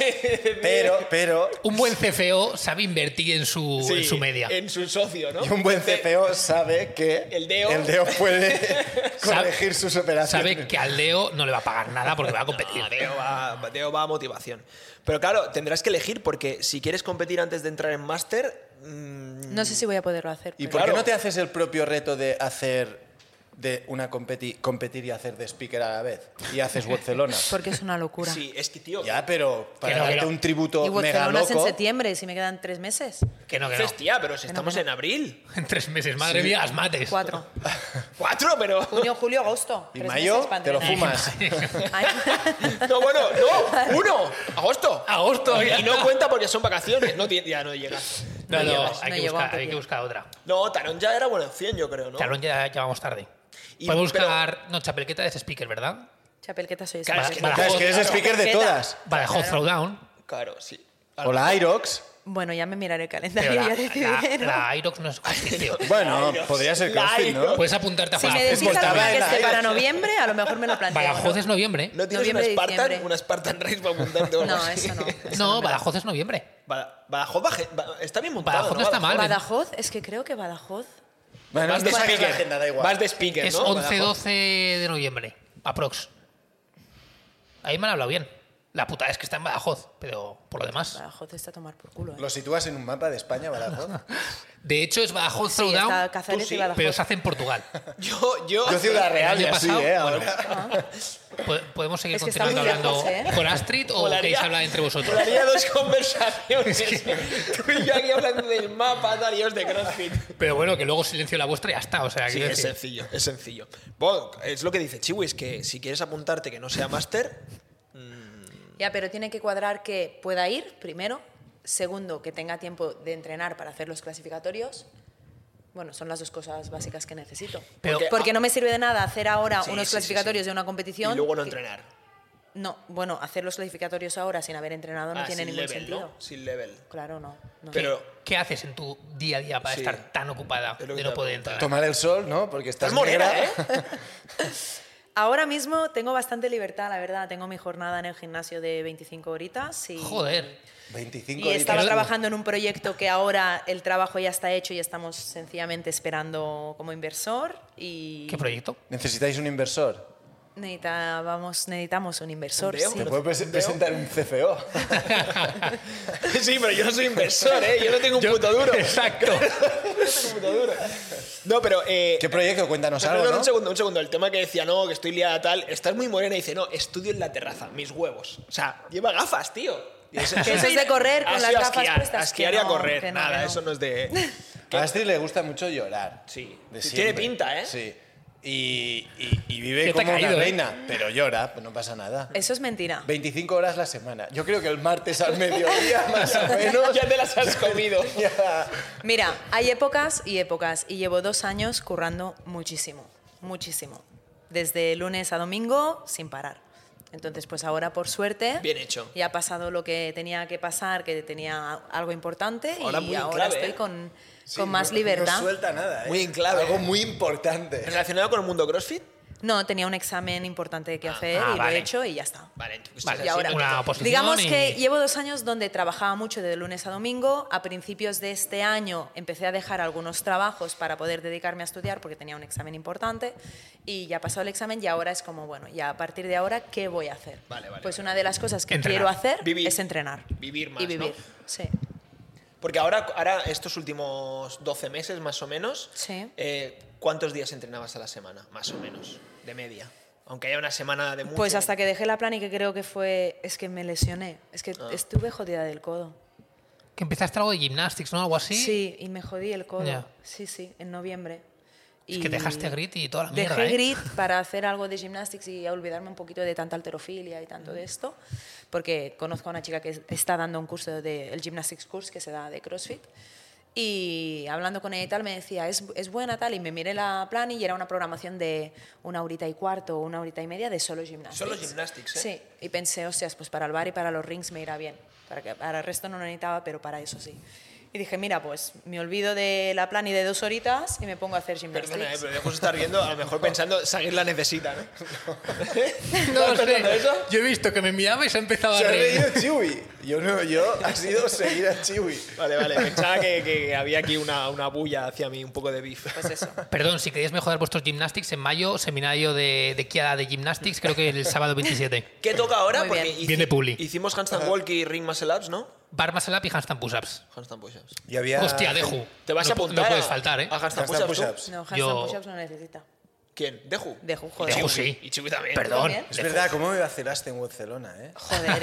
S3: Pero, pero.
S2: Un buen CFO sabe invertir en su,
S1: sí,
S2: en su media.
S1: En su socio, ¿no?
S3: Y un buen
S1: Te-
S3: CPO sabe que
S1: El DO.
S3: el puede corregir sus operaciones.
S2: Sabe que al Leo no le va a pagar nada porque va a competir.
S1: No, Deo va, Deo va a motivación. Pero claro, tendrás que elegir porque si quieres competir antes de entrar en máster, mm,
S4: No sé si voy a poderlo hacer.
S3: ¿Y
S4: pero-
S3: por
S1: Claro.
S3: qué no te haces el propio reto de hacer de una competi competir y hacer de speaker a la vez? Y haces Barcelona.
S4: Porque es una locura.
S1: sí, es que tío,
S3: ya, pero para
S2: Que no, que
S3: darte
S2: no.
S3: un
S4: Y
S3: tributo mega
S4: Barcelona es en
S3: loco.
S4: septiembre, si me quedan tres meses.
S2: que no, que no.
S1: dices, tía, pero si
S4: Que no,
S1: estamos
S4: que no.
S1: en abril.
S2: En tres meses, madre mía, las mates.
S4: Cuatro.
S1: Cuatro, pero.
S4: Junio, julio, agosto.
S3: Y
S4: Tres
S3: mayo
S4: meses pa'
S3: te lo
S4: entrenar.
S3: fumas.
S4: Ay,
S1: No, bueno, no, uno, agosto.
S2: Agosto. ya
S1: Y no
S2: está.
S1: cuenta porque son vacaciones, no, tie- ya no llega.
S2: No, no,
S4: llegas,
S2: hay,
S4: no
S2: que
S4: llegó
S2: buscar,
S4: a
S2: hay que
S4: competir.
S2: buscar otra.
S1: No, Tarón ya era bueno en 100, yo creo, ¿no?
S2: Talón ya, ya vamos tarde.
S1: Y-
S2: Podemos
S1: pero-
S2: buscar. No, Chapelqueta es speaker, ¿verdad?
S4: Chapelqueta soy
S2: Claro, es que
S4: española.
S2: no-
S3: Claro, es que eres
S1: Claro.
S3: speaker de
S4: Jeta.
S3: todas.
S2: Badajoz
S4: Claro.
S2: Throwdown.
S1: Claro, sí.
S3: O la Irox.
S4: Bueno, ya me miraré el
S2: Pero
S4: calendario
S2: la,
S4: y ya
S2: la-
S4: decidiré. ¿no?
S2: la Irox no es competición.
S3: Bueno,
S1: Irox.
S3: podría ser
S1: La
S3: CrossFit, ¿no?
S1: Irox.
S2: Puedes apuntarte a
S4: pues Si
S2: jugar.
S4: me
S2: a
S4: decís
S2: fútbol.
S3: Escoltaba
S4: alguna que
S3: en la
S4: esté para
S3: era.
S4: noviembre, a lo mejor me lo planteo.
S2: Badajoz es noviembre.
S1: ¿No tienes
S4: Noviembre,
S1: una Spartan?
S4: diciembre.
S1: ¿Una Spartan Race para apuntarte? o algo
S4: No,
S1: así?
S4: eso no. eso
S2: No,
S4: me da.
S2: Badajoz es noviembre.
S1: Ba- Badajoz baje- ba- está bien montado.
S2: Badajoz no está mal.
S4: Badajoz, es que creo que Badajoz...
S3: Bueno,
S1: Vas de
S3: no saques la
S1: speaker.
S3: agenda, da igual.
S1: Vas de speaker,
S2: Es
S1: ¿no? 11-2.
S2: 11-12 de noviembre, aprox. Ahí me han hablado bien. La puta es que está en Badajoz, pero por lo demás.
S4: Badajoz está a tomar por culo. ¿eh?
S3: ¿Lo sitúas en un mapa de España, Badajoz?
S2: De hecho, es Badajoz
S4: Sí, está
S2: Throwdown,
S4: Cazares
S1: sí,
S4: y Badajoz.
S2: pero se hace en Portugal.
S1: Yo, yo...
S3: Yo Ciudad Real y
S2: año
S3: así,
S2: pasado,
S3: ¿eh? Ahora.
S2: Po- ¿Podemos seguir
S4: Es que está
S2: continuando hablando
S4: muy lejos, ¿eh?
S2: con Astrid o
S1: Molaría-
S2: queréis hablar entre vosotros?
S1: molaría dos conversaciones. Tú y yo aquí hablando del mapa, tal, y os de CrossFit.
S2: Pero bueno, que luego silencio la vuestra y ya está. O sea,
S1: Sí,
S2: quiero
S1: es
S2: decir,
S1: sencillo, es sencillo. Bueno, es lo que dice Chiwi, es que si quieres apuntarte que no sea máster,
S4: Ya, pero tiene que cuadrar que pueda ir, primero. Segundo, que tenga tiempo de entrenar para hacer los clasificatorios. Bueno, son las dos cosas básicas que necesito.
S2: Pero-
S4: porque, porque no me sirve de nada hacer ahora
S1: Sí,
S4: unos
S1: sí, sí,
S4: clasificatorios
S1: sí.
S4: de una competición.
S1: y luego no
S4: que-
S1: entrenar.
S4: No, bueno, hacer los clasificatorios ahora sin haber entrenado no
S1: Ah,
S4: tiene
S1: sin
S4: ningún
S1: level,
S4: sentido.
S1: ¿no? Sin level.
S4: Claro, no. no.
S2: ¿qué,
S1: Pero-
S2: qué haces en tu día a día para
S1: Sí.
S2: estar tan ocupada
S1: Es
S2: de
S1: lo que
S2: no
S1: te
S2: poder
S1: iba a
S2: entrar?
S3: Tomar el sol, ¿no? Porque estás
S1: Estás morena,
S3: negra.
S1: ¿eh?
S4: Ahora mismo tengo bastante libertad, la verdad. Tengo mi jornada en el gimnasio de 25 horitas y...
S2: Joder.
S3: 25
S4: Y estaba
S3: horitas.
S4: trabajando en un proyecto que ahora el trabajo ya está hecho y estamos sencillamente esperando como inversor. Y
S2: ¿Qué proyecto?
S3: ¿Necesitáis un inversor?
S4: Necesitábamos, necesitamos un inversor.
S1: Pues ¿Veo?
S4: sí.
S1: Pero-
S3: Puedo pres- presentar un CFO.
S1: Sí, pero yo no soy inversor, ¿eh? Yo no tengo un puto duro.
S2: Exacto.
S1: No, pero... eh,
S3: ¿Qué proyecto? Cuéntanos
S1: No,
S3: algo,
S1: no, no,
S3: ¿no?
S1: un segundo, un segundo. El tema que decía, no, que estoy liada tal, estás muy morena y dice, no, estudio en la terraza, mis huevos. O sea, lleva gafas, tío. Y
S4: Que eso es de correr con
S1: Ha
S4: las
S1: sido a
S4: gafas
S1: esquiar,
S4: puestas,
S1: A esquiar
S4: que
S1: y a
S4: no,
S1: correr,
S4: que no,
S1: nada,
S4: que no.
S1: eso no es de...
S3: A Astrid le gusta mucho llorar.
S1: Sí.
S3: de
S1: Tiene
S3: siempre.
S1: pinta, ¿eh?
S3: Sí. Y, y- y
S2: Ya
S3: vive
S2: te ha
S3: como
S2: caído,
S3: una
S2: ¿eh?
S3: reina, pero llora, pues no pasa nada.
S4: Eso es mentira.
S3: 25 horas la semana. Yo creo que el martes al mediodía, más o menos.
S1: ya te las has comido.
S3: ya-
S4: Mira, hay épocas y épocas. Y llevo dos años currando muchísimo, muchísimo. Desde lunes a domingo sin parar. Entonces, pues ahora, por suerte,
S1: Bien hecho.
S4: ya ha pasado lo que tenía que pasar, que tenía algo importante
S1: Ahora muy
S4: y
S1: en
S4: ahora
S1: clave,
S4: estoy
S1: ¿eh?
S4: con,
S3: Sí,
S4: con más
S3: no-
S4: libertad.
S3: No suelta nada, ¿eh?
S1: Muy en clave.
S3: Algo muy importante.
S1: ¿Relacionado con el mundo CrossFit?
S4: No, tenía un examen importante que hacer
S2: ah,
S4: y lo
S2: vale.
S4: he hecho y ya está.
S1: Vale, entonces,
S2: Vale,
S1: así
S4: Y ahora,
S1: no-
S2: una oposición
S4: digamos
S2: y-
S4: que llevo dos años donde trabajaba mucho de lunes a domingo. A principios de este año empecé a dejar algunos trabajos para poder dedicarme a estudiar porque tenía un examen importante y ya pasó el examen y ahora es como, bueno, ya a partir de ahora, ¿qué voy a hacer?
S1: Vale, vale,
S4: pues una de las cosas que
S2: Entrenar.
S4: quiero hacer
S1: Vivir.
S4: es entrenar.
S1: Vivir más,
S4: Y vivir,
S1: ¿no?
S4: sí.
S1: Porque ahora, ahora, estos últimos 12 meses más o menos,
S4: Sí.
S1: eh, ¿cuántos días entrenabas a la semana? Más o menos, de media. Aunque haya una semana de mucho.
S4: Pues hasta que dejé la plan y que creo que fue, es que me lesioné, es que estuve jodida del codo.
S2: Que empezaste algo de gymnastics, ¿no? Algo así.
S4: Sí, y me jodí el codo.
S2: Ya.
S4: Sí, sí, en noviembre.
S2: Es que dejaste grit y toda la
S4: Dejé
S2: mierda, ¿eh?
S4: grit para hacer algo de gymnastics y olvidarme un poquito de tanta alterofilia y tanto de esto, porque conozco a una chica que está dando un curso del gymnastics course que se da de CrossFit y hablando con ella y tal me decía, es, es buena tal, y me miré la plan y era una programación de una horita y cuarto o una horita y media de solo gymnastics.
S1: Solo gymnastics, ¿eh?
S4: Sí, y pensé, hostias, pues para el bar y para los rings me irá bien. Para, que, para el resto no lo necesitaba, pero para eso sí. Y dije, mira, pues me olvido de la plan y de dos horitas y me pongo a hacer gymnastics.
S1: Perdona, eh, pero dejo de estar riendo, a lo mejor pensando, Saguir la necesita, ¿no?
S2: No lo
S1: ¿Estás pensando
S2: sé.
S1: eso?
S2: Yo he visto que me miraba y se ha empezado a
S3: Se ha
S2: reír.
S3: reído Chiwi. Yo no, yo ha sido seguir a Chiwi.
S1: Vale, vale, pensaba que, que había aquí una, una bulla hacia mí, un poco de beef.
S4: Pues eso.
S2: Perdón, si queréis mejorar vuestros gymnastics, en mayo, seminario de, de Kiara de gymnastics, creo que el sábado 27.
S1: ¿Qué toca ahora?
S4: Muy
S1: Porque
S4: bien.
S1: hici-
S2: Viene Publi.
S1: Hicimos handstand walk y ring muscle ups, ¿no?
S2: Bar muscle up y handstand push-ups.
S1: Handstand push-ups.
S3: Y había.
S2: Hostia, Deju.
S1: Te vas
S2: no,
S1: a
S2: pu-
S1: apuntar
S2: No
S1: a-
S2: puedes faltar, ¿eh?
S1: a handstand
S3: Handstand
S1: push-ups. tú?
S3: push-ups.
S4: No, handstand
S2: Yo-
S4: push-ups no necesita.
S1: ¿Quién? Deju.
S4: Deju, joder.
S2: Deju sí.
S1: Y Chiwi también.
S2: Perdón.
S3: Es verdad, ¿cómo me vacilaste en Barcelona, eh?
S4: Joder,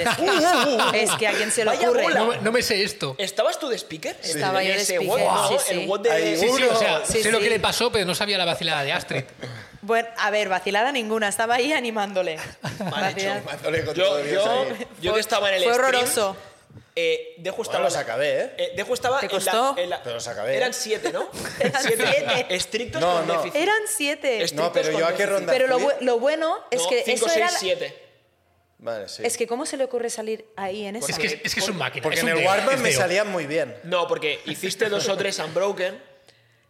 S4: es que, es que a quien se le
S1: Vaya
S4: ocurre.
S1: bola.
S2: No, me- no me sé esto.
S1: ¿Estabas tú de speaker?
S4: Estaba
S1: En
S4: yo de
S1: ese
S4: speaker,
S1: what,
S4: sí,
S1: ¿no?
S4: sí.
S1: El what de...
S3: Ahí,
S1: Sí, sí,
S2: Sí, o sea,
S4: Sí,
S2: sé lo
S4: sí.
S2: que le pasó, pero no sabía la vacilada de Astrid.
S4: Bueno, a ver, vacilada ninguna, estaba ahí animándole.
S1: Mal hecho,
S4: Vacilada.
S3: Matándole con
S1: Yo,
S3: todo el
S1: yo,
S3: Dios ahí.
S1: yo que estaba en el
S4: Fue
S1: stream,
S4: horroroso.
S1: eh, Deju estaba...
S3: los acabé, ¿eh?
S1: Deju estaba
S4: ¿Te
S1: en la-
S4: costó?
S1: en la,
S3: Pero los acabé, ¿eh?
S1: Eran siete, ¿no?
S4: Eran siete.
S1: Estrictos
S3: No,
S1: con
S3: no.
S1: déficit.
S4: Eran siete.
S1: Estrictos
S3: No, pero
S1: con
S3: yo a qué
S1: déficit.
S3: ronda.
S4: Pero lo,
S3: fui?
S4: bu- lo bueno es que
S1: Este cinco,
S4: eso
S1: seis,
S4: era...
S1: siete.
S3: Vale, sí.
S4: Es que cómo se le ocurre salir ahí en esa...
S2: Es que es, es que es un máquina.
S3: Porque
S2: es
S3: en
S2: un
S3: el
S2: deo,
S3: Warman
S2: es
S3: me
S2: deo.
S3: salían muy bien.
S1: No, porque hiciste dos o tres unbroken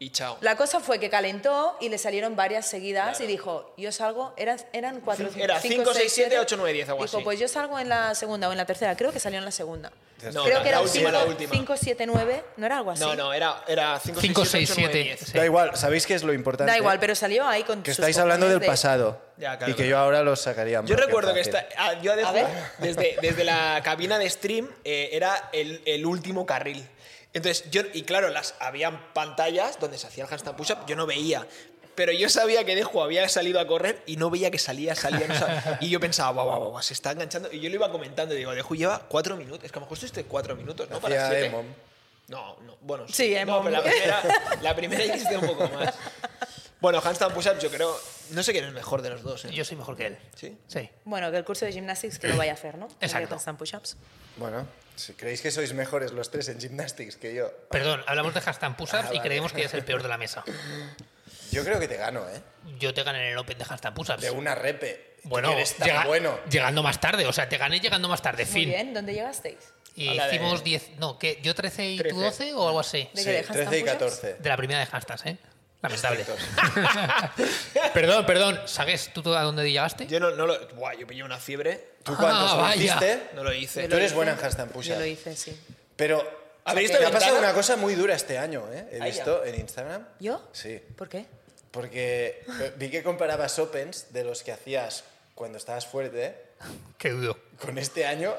S1: y chao.
S4: La cosa fue que calentó y le salieron varias seguidas y dijo, yo salgo, eran, eran cuatro,
S1: Era cinco, seis, siete,
S4: siete.
S1: ocho, nueve, diez, algo
S4: Dijo,
S1: así.
S4: pues yo salgo en la segunda o en la tercera, creo que salió en la segunda.
S1: No,
S4: creo
S1: la-
S4: que era
S1: la
S4: un
S1: última,
S4: cinco-
S1: la última.
S4: cinco, siete, nueve, ¿no era algo así?
S1: No, no, era, era 5,
S2: 5,
S1: 6,
S2: 6,
S1: 7, 8, 9,
S2: 7.
S1: 10.
S3: Da igual, ¿sabéis qué es lo importante?
S4: Da igual, pero salió ahí con
S3: Que
S4: sus
S3: estáis hablando del
S4: cojones de-
S3: pasado.
S1: Ya, claro,
S3: y que
S1: claro.
S3: yo ahora lo sacaría.
S1: Yo
S3: más
S1: recuerdo que
S3: fácil.
S1: esta, ah, yo dejo-
S4: A ver.
S1: desde, desde la cabina de stream eh, era el, el último carril. Entonces, yo, y claro, las, habían pantallas donde se hacía el handstand push-up, yo no veía. Pero yo sabía que Dejo había salido a correr y no veía que salía, salía, no salía. Y yo pensaba, guau, guau, guau, guau, se está enganchando. Y yo le iba comentando, y digo, Dejo lleva cuatro minutos. Es que a lo mejor estuviste cuatro minutos, ¿no? Para
S3: Hacía
S1: siete.
S3: Emom.
S1: No, no, bueno, sí.
S4: Sí,
S1: no,
S4: Emom.
S1: pero la primera, la primera hiciste un poco más. Bueno, handstand push-up, yo creo, no sé quién es mejor de los dos. ¿eh?
S2: Yo soy mejor que él.
S1: ¿Sí?
S2: Sí.
S4: Bueno, que el curso de gymnastics que lo vaya a hacer, ¿no? El de
S2: Exacto.
S4: handstand push-ups.
S3: Bueno, si creéis que sois mejores los tres en gymnastics que yo,
S2: Perdón, hablamos de handstand push-ups y
S3: Ah, vale.
S2: creemos que es el peor de la mesa.
S3: yo creo que te gano, ¿eh?
S2: Yo te gané en el Open de handstand push-ups.
S3: De una repe.
S2: Bueno,
S3: Que eres tan
S2: llega-
S3: bueno.
S2: llegando más tarde. O sea, te gané llegando más tarde.
S4: Muy
S2: Fin.
S4: bien, ¿dónde llegasteis?
S2: Y
S1: Habla de-
S2: hicimos 10. No, ¿qué? ¿Yo 13 y tú
S1: 13.
S2: 12 o algo así?
S4: ¿De
S3: Sí,
S4: qué? ¿De handstand
S3: 13 y
S4: push-ups?
S3: 14.
S2: De la primera de hashtags, ¿eh? Lamentable. perdón, perdón. ¿Sabes tú a dónde llegaste?
S1: Yo no, no lo. Buah, yo pillé una fiebre.
S3: ¿Tú cuántos
S2: Ah,
S3: lo
S2: vaya.
S3: hiciste?
S1: No lo hice.
S3: Tú eres buena en handstand
S4: Yo lo
S3: push-up.
S4: hice, sí.
S3: Pero
S1: ¿Abriste
S3: me
S1: la
S3: ha pasado
S1: ventana?
S3: una cosa muy dura este año, ¿eh? He
S1: Ah, ya.
S3: visto en Instagram.
S4: ¿Yo?
S3: Sí.
S4: ¿Por qué?
S3: Porque eh, vi que comparabas opens de los que hacías cuando estabas fuerte
S2: Qué dudo.
S3: con este año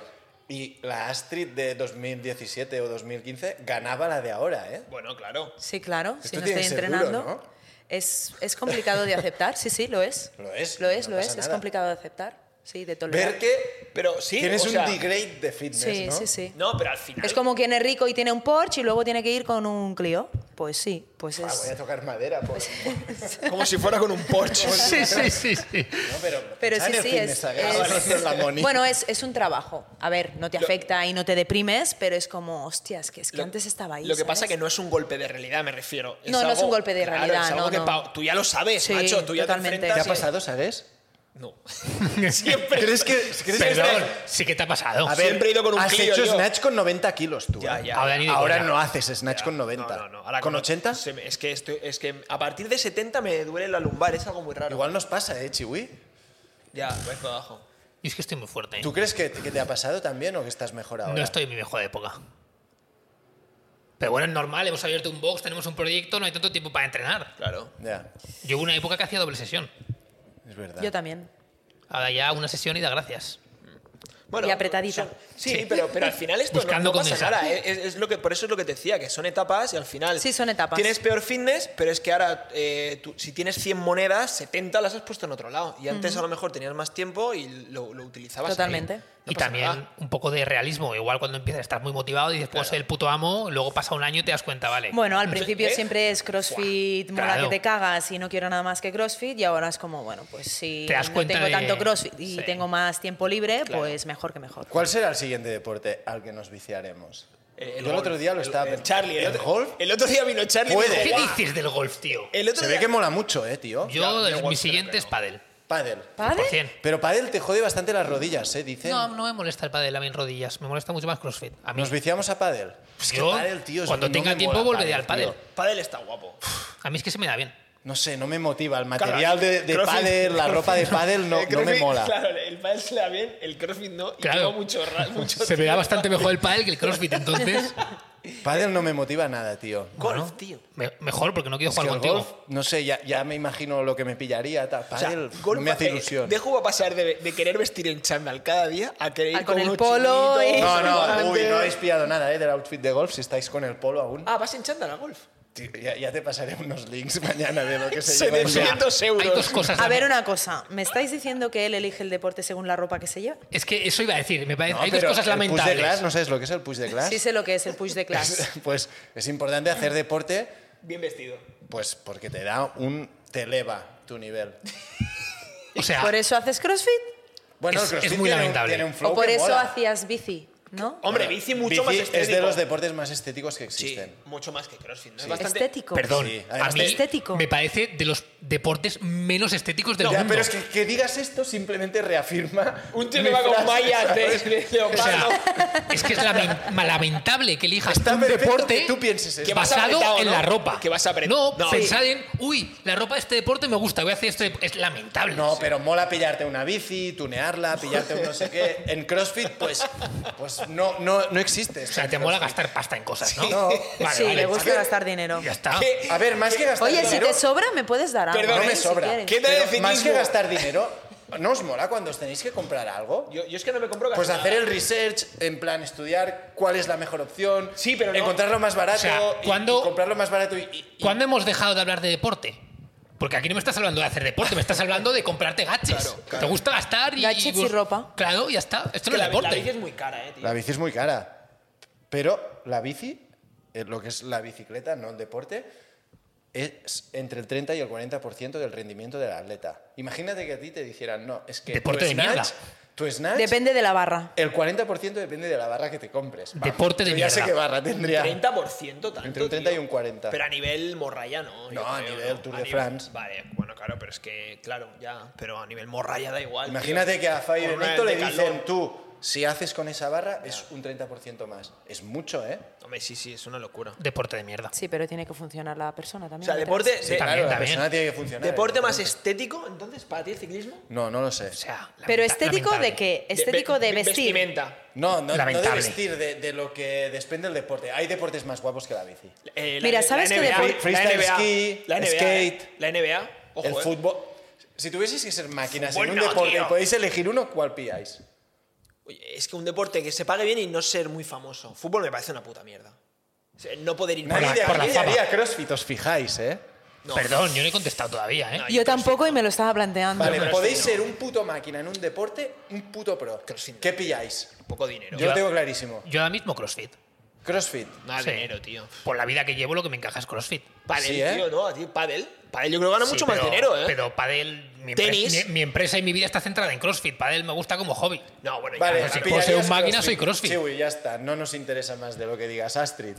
S3: y la Astrid de 2017 o 2015 ganaba la de ahora, ¿eh?
S1: Bueno, claro.
S4: Sí, claro, si
S3: Esto
S4: no
S3: tiene
S4: estoy
S3: que ser duro,
S4: entrenando.
S3: ¿no?
S4: es, es complicado de aceptar, sí, sí, lo es.
S3: Lo es,
S4: Lo es,
S3: no
S4: lo
S3: pasa
S4: es. Es
S3: nada.
S4: complicado de aceptar, sí, de tolerar.
S3: Ver que
S1: Pero sí,
S3: tienes
S1: o sea,
S3: un degrade de fitness,
S4: sí,
S3: ¿no?
S4: sí, sí.
S1: No, pero al final.
S4: Es como quien es rico y tiene un Porsche y luego tiene que ir con un Clio. Pues sí, pues
S3: Ah, voy
S4: es.
S3: a tocar madera, pues.
S1: como si fuera con un Porsche.
S2: Sí, sí, sí, sí.
S3: No, pero,
S4: Pero
S3: pensad
S4: sí,
S3: en el
S4: sí,
S3: fitness Ah,
S4: es,
S3: sagrado,
S4: es-
S3: no en la moni.
S4: Bueno, es, es un trabajo. A ver, no te afecta y no te deprimes, pero es como, hostias, que es que
S1: Lo-
S4: antes estaba ahí.
S1: Lo que pasa
S4: ¿sabes?
S1: que no es un golpe de realidad, me refiero.
S4: No, no es un golpe de
S1: claro,
S4: realidad,
S1: es algo
S4: no,
S1: que
S4: no.
S1: pa- tú ya lo sabes,
S4: Sí,
S1: macho. Tú ya
S4: totalmente.
S1: te
S4: ¿Te
S1: enfrentas.
S4: ha pasado?
S3: sabes?
S1: No. Siempre.
S3: ¿Crees que, crees que
S2: Perdón, sí que te ha pasado.
S3: A ver,
S1: Siempre he ido con un
S3: has
S1: Clio
S3: hecho
S1: yo.
S3: snatch con 90 kilos tú.
S1: Ya,
S3: ¿eh?
S1: ya.
S2: Ahora ni de
S3: Ahora
S2: coña.
S3: no haces snatch con 90.
S1: No, no, no. Ahora
S3: ¿Con
S1: como-
S3: 80?
S1: se me- es, que estoy- es que a partir de 70 me duele la lumbar, es algo muy raro.
S3: Igual nos pasa, ¿eh, Chiwi?
S1: Ya, vais para abajo.
S2: Y es que estoy muy fuerte. ¿eh?
S3: ¿Tú crees que, que te ha pasado también o que estás mejor ahora?
S2: No estoy en mi mejor época. Pero bueno, es normal, hemos abierto un box, tenemos un proyecto, no hay tanto tiempo para entrenar.
S1: Claro.
S3: Ya,
S2: Yo hubo una época que hacía doble sesión.
S3: es verdad.
S4: Yo también.
S2: Ahora ya una sesión y da gracias.
S1: Bueno,
S4: Y apretadita.
S1: son- sí, Pero, pero al final esto no-
S2: Buscando
S1: no, pasa
S2: condensar.
S1: nada. eh, Es, es lo que, por eso es lo que te decía, que son etapas y al final.
S4: Sí, son etapas.
S1: Tienes peor fitness, pero es que ahora eh, tú- si tienes 100 monedas, 70 las has puesto en otro lado. Y antes a lo mejor tenías más tiempo y lo, lo utilizabas. ahí.
S4: Totalmente.
S1: No
S2: y
S1: pasa
S2: también
S1: nada.
S2: un poco de realismo. Igual cuando empiezas a estar muy motivado y después
S1: Claro.
S2: soy el puto amo, luego pasa un año y te das cuenta, vale.
S4: Bueno, al
S1: Sí,
S4: principio
S1: ¿eh?
S4: siempre es CrossFit,
S2: Buah,
S4: mola
S2: claro.
S4: que te cagas y no quiero nada más que CrossFit y ahora es como, bueno, pues si
S2: Te das
S4: no
S2: cuenta
S4: tengo
S2: de-
S4: tanto CrossFit y
S2: sí.
S4: tengo más tiempo libre, pues mejor que mejor.
S3: ¿Cuál será el siguiente deporte al que nos viciaremos?
S1: El- Eh, el
S3: Yo el otro
S1: golf.
S3: día lo
S1: El-
S3: estaba
S1: el
S3: pensando.
S1: Charlie, el,
S3: ¿El
S1: otro,
S3: golf?
S1: el otro día vino Charlie. y
S3: Puede.
S1: dijo,
S2: ¿Qué
S1: "Guau".
S2: dices del golf, tío?
S1: El otro
S3: Se
S1: día-
S3: ve que mola mucho, ¿eh, tío?
S1: Eh, yo
S2: Yo,
S1: igual
S2: mi
S1: creo
S2: siguiente
S1: que
S2: es
S1: no.
S2: pádel.
S3: Pádel.
S4: ¿Padre?
S2: 100%.
S3: Pero pádel te jode bastante las rodillas, ¿eh? Dicen.
S2: No, no me molesta el pádel a mí en rodillas. Me molesta mucho más CrossFit. A mí,
S3: Nos viciamos a pádel.
S1: Pues
S3: Es que
S2: Yo,
S3: pádel, tío, es-
S2: cuando
S3: no
S2: tenga
S3: me
S2: tiempo,
S3: mola
S2: volveré al pádel.
S3: tío.
S1: Padel está guapo.
S2: a mí es que se me da bien.
S3: No sé, no me motiva. El material
S1: Claro,
S3: de, de
S1: crossfit-
S3: pádel, la ropa de pádel, no,
S1: El
S3: no me
S1: crossfit,
S3: mola.
S1: Claro, el pádel se le da bien, el crossfit no. Y
S2: Claro.
S1: lleva mucho, ra- mucho
S2: Se me da
S1: tiempo.
S2: bastante mejor el pádel que el CrossFit, entonces.
S3: Pádel no me motiva nada, tío.
S1: Golf,
S2: Bueno,
S1: tío.
S2: me- mejor, porque no quiero
S3: Es que
S2: jugar
S3: el
S2: contigo.
S3: golf, no sé, ya, ya me imagino lo que me pillaría. Tal.
S1: O sea,
S3: Pádel pf,
S1: golf,
S3: no me hace
S1: eh,
S3: ilusión.
S1: Dejo va a pasar de, de querer vestir en chándal cada día a querer
S4: A
S1: ir con,
S4: Ah, con el
S1: unos
S4: polo
S1: chinitos,
S4: y-
S3: no,
S1: solamente-
S3: no, uy, no habéis pillado nada eh, del outfit de golf si estáis con el polo aún.
S1: Ah, vas en chándal a golf.
S3: Tío, ya, ya te pasaré unos links mañana de lo que se lleva.
S1: 700 euros.
S2: Hay dos cosas.
S4: A ver
S2: también.
S4: una cosa, ¿me estáis diciendo que él elige el deporte según la ropa que se lleva?
S2: Es que eso iba a decir. Me parece,
S3: No,
S2: hay dos
S3: pero
S2: cosas
S3: el push de
S2: lamentables.
S3: class, ¿no sabes lo que es el push de class?
S4: Sí sé lo que es el push de class.
S3: pues es importante hacer deporte
S1: Bien vestido.
S3: pues porque te da un... te eleva tu nivel.
S2: O sea,
S4: ¿Por eso haces CrossFit?
S3: Bueno,
S2: Es-
S3: el CrossFit
S2: es muy
S3: tiene un-
S2: lamentable.
S3: tiene un flow
S4: ¿O por
S3: que
S4: eso
S3: mola.
S4: hacías bici? ¿No?
S2: Oh,
S1: Hombre, bici mucho
S3: Bici
S1: más estético.
S3: es de los deportes más estéticos que
S1: Sí,
S3: existen.
S1: mucho más que crossfit. ¿no? Es
S3: Sí.
S1: bastante-
S4: Estético.
S2: perdón.
S3: Sí,
S2: a
S3: además
S2: mí
S4: te- Estético.
S2: me parece de los deportes menos estéticos del
S3: Ya,
S2: mundo.
S3: pero es que que digas esto simplemente reafirma
S1: Un tío
S3: mi
S1: que va con
S3: frase,
S1: mallas de,
S3: ¿sabes?
S1: de
S2: O
S1: leopardo.
S2: sea, es que es lamen- ma- lamentable que elijas
S3: Está
S2: un
S3: perfecto
S2: deporte
S3: que tú pienses eso.
S1: Que vas
S2: basado
S1: apretado,
S2: en
S1: ¿no?
S2: la ropa.
S1: Que vas apretado.
S2: No,
S1: No,
S2: pensad en, uy, la ropa de este deporte me gusta, voy a hacer este dep-". Es lamentable.
S3: No, pero mola pillarte una bici, tunearla, pillarte un no sé qué. En CrossFit, pues, pues no, no, no existe.
S2: o sea, te mola gastar pasta en cosas, ¿no?
S3: No.
S2: Vale,
S4: sí,
S2: vale.
S4: le gusta gastar dinero.
S2: Ya está.
S1: ¿Qué?
S3: Ah, A ver, más que gastar
S4: Oye, si
S3: dinero,
S4: te sobra, me puedes dar algo.
S1: Perdón,
S3: no
S4: ¿eh?
S3: me
S4: Si
S3: sobra.
S4: quieres.
S1: ¿Qué tal
S3: Pero
S1: el ciclismo?
S3: más que gastar dinero, ¿no os mola cuando os tenéis que comprar algo?
S1: Yo, yo es que no me compro
S3: Pues
S1: casi
S3: hacer
S1: nada.
S3: el research, en plan estudiar cuál es la mejor opción.
S1: Sí, pero no-
S3: Encontrarlo más barato.
S2: O sea,
S3: y-
S2: ¿cuándo-
S3: y comprarlo más barato y. y- y-
S2: ¿Cuándo hemos dejado de hablar de deporte? Porque aquí no me estás hablando de hacer deporte, me estás hablando de comprarte gaches. Te gusta gastar y.
S4: Gadgets y ropa.
S2: Claro, ya está. Esto
S1: Que
S2: no
S1: la,
S2: es
S1: la
S2: deporte.
S1: bici es muy cara, eh, tío.
S3: La bici es muy cara. Pero la bici, eh, lo que es la bicicleta, no el deporte, es entre el 30 y el 40% del rendimiento del atleta. Imagínate que a ti te dijeran, no, es que
S2: Deporte
S3: tu
S2: de
S3: snatch,
S2: mierda.
S3: tu snatch,
S4: Depende de la barra.
S3: el 40% depende de la barra que te compres.
S2: Deporte de
S3: yo ya sé
S2: mierda.
S3: qué barra tendría.
S1: 30% tanto.
S3: Entre un 30 y
S1: tío.
S3: un 40.
S1: Pero a nivel morraya no. yo
S3: No, a
S1: creo,
S3: nivel Tour de France.
S1: Vale, bueno, claro, pero es que, claro, ya, pero a nivel morra ya da igual. tío.
S3: Imagínate que a Fai
S1: Por una
S3: Benito le
S1: vez de
S3: dicen
S1: calor.
S3: tú, si haces con esa barra es un 30% más. Es mucho, ¿eh?
S1: Hombre, sí, sí, es una locura.
S2: Deporte de mierda.
S4: Sí, pero tiene que funcionar la persona
S1: O
S4: también.
S1: sea,
S4: detrás.
S1: deporte, de-
S2: También,
S3: claro, la
S2: también.
S3: persona tiene que funcionar.
S1: deporte más
S3: evidentemente.
S1: estético, entonces, para ti el ciclismo.
S3: No, no lo sé.
S2: O sea,
S4: Pero
S2: lamenta-
S4: estético
S2: lamentable.
S4: de qué?
S1: ve-
S4: Estético de,
S1: ve-
S4: vestir.
S1: Vestimenta.
S3: No, no, no de
S2: Lamentable.
S3: vestir, de, de lo que depende el deporte. Hay deportes más guapos que la bici.
S1: Eh,
S4: Mira, ¿sabes qué
S1: NBA,
S4: deporte-
S3: Freestyle
S1: la NBA,
S3: ski,
S1: la NBA,
S3: skate,
S1: eh, la NBA, ojo,
S3: el
S1: eh.
S3: fútbol. Si tuvieseis que ser máquinas
S1: Fútbol
S3: en un
S1: no,
S3: deporte
S1: tío.
S3: y podéis elegir uno, ¿cuál pilláis?
S1: Oye, es que un deporte que se pague bien y no ser muy famoso. Fútbol me parece una puta mierda. O sea, no poder ir
S3: Nadie
S2: la-
S3: de
S2: por la
S3: aquí
S2: fama.
S3: haría crossfit, os fijáis, ¿eh?
S1: No.
S2: Perdón, yo no he contestado todavía, ¿eh?
S1: No,
S4: Yo tampoco y me lo estaba planteando.
S3: Vale,
S1: pero
S3: podéis
S1: esto no.
S3: ser un puto máquina en un deporte, un puto pro.
S1: Crossfit.
S3: ¿Qué pilláis?
S1: poco dinero.
S3: Yo lo tengo clarísimo.
S2: Yo ahora mismo CrossFit.
S3: Crossfit.
S1: Nada
S2: Sí.
S1: dinero, tío.
S2: Por la vida que llevo, lo que me encaja es CrossFit.
S1: Padel,
S3: Sí, ¿eh?
S1: tío, no, a ti padel. Padel yo creo que gana
S2: Sí,
S1: mucho más
S2: pero-
S1: dinero, ¿eh?
S2: Pero Padel, mi,
S1: Tenis.
S2: empre- mi, mi empresa y mi vida está centrada en CrossFit. Padel me gusta como hobby.
S1: no, bueno, ya,
S3: Vale,
S1: claro.
S2: si
S3: pillarías
S2: poseo un máquina, soy CrossFit.
S3: Sí, uy, ya está. No nos interesa más de lo que digas, Astrid.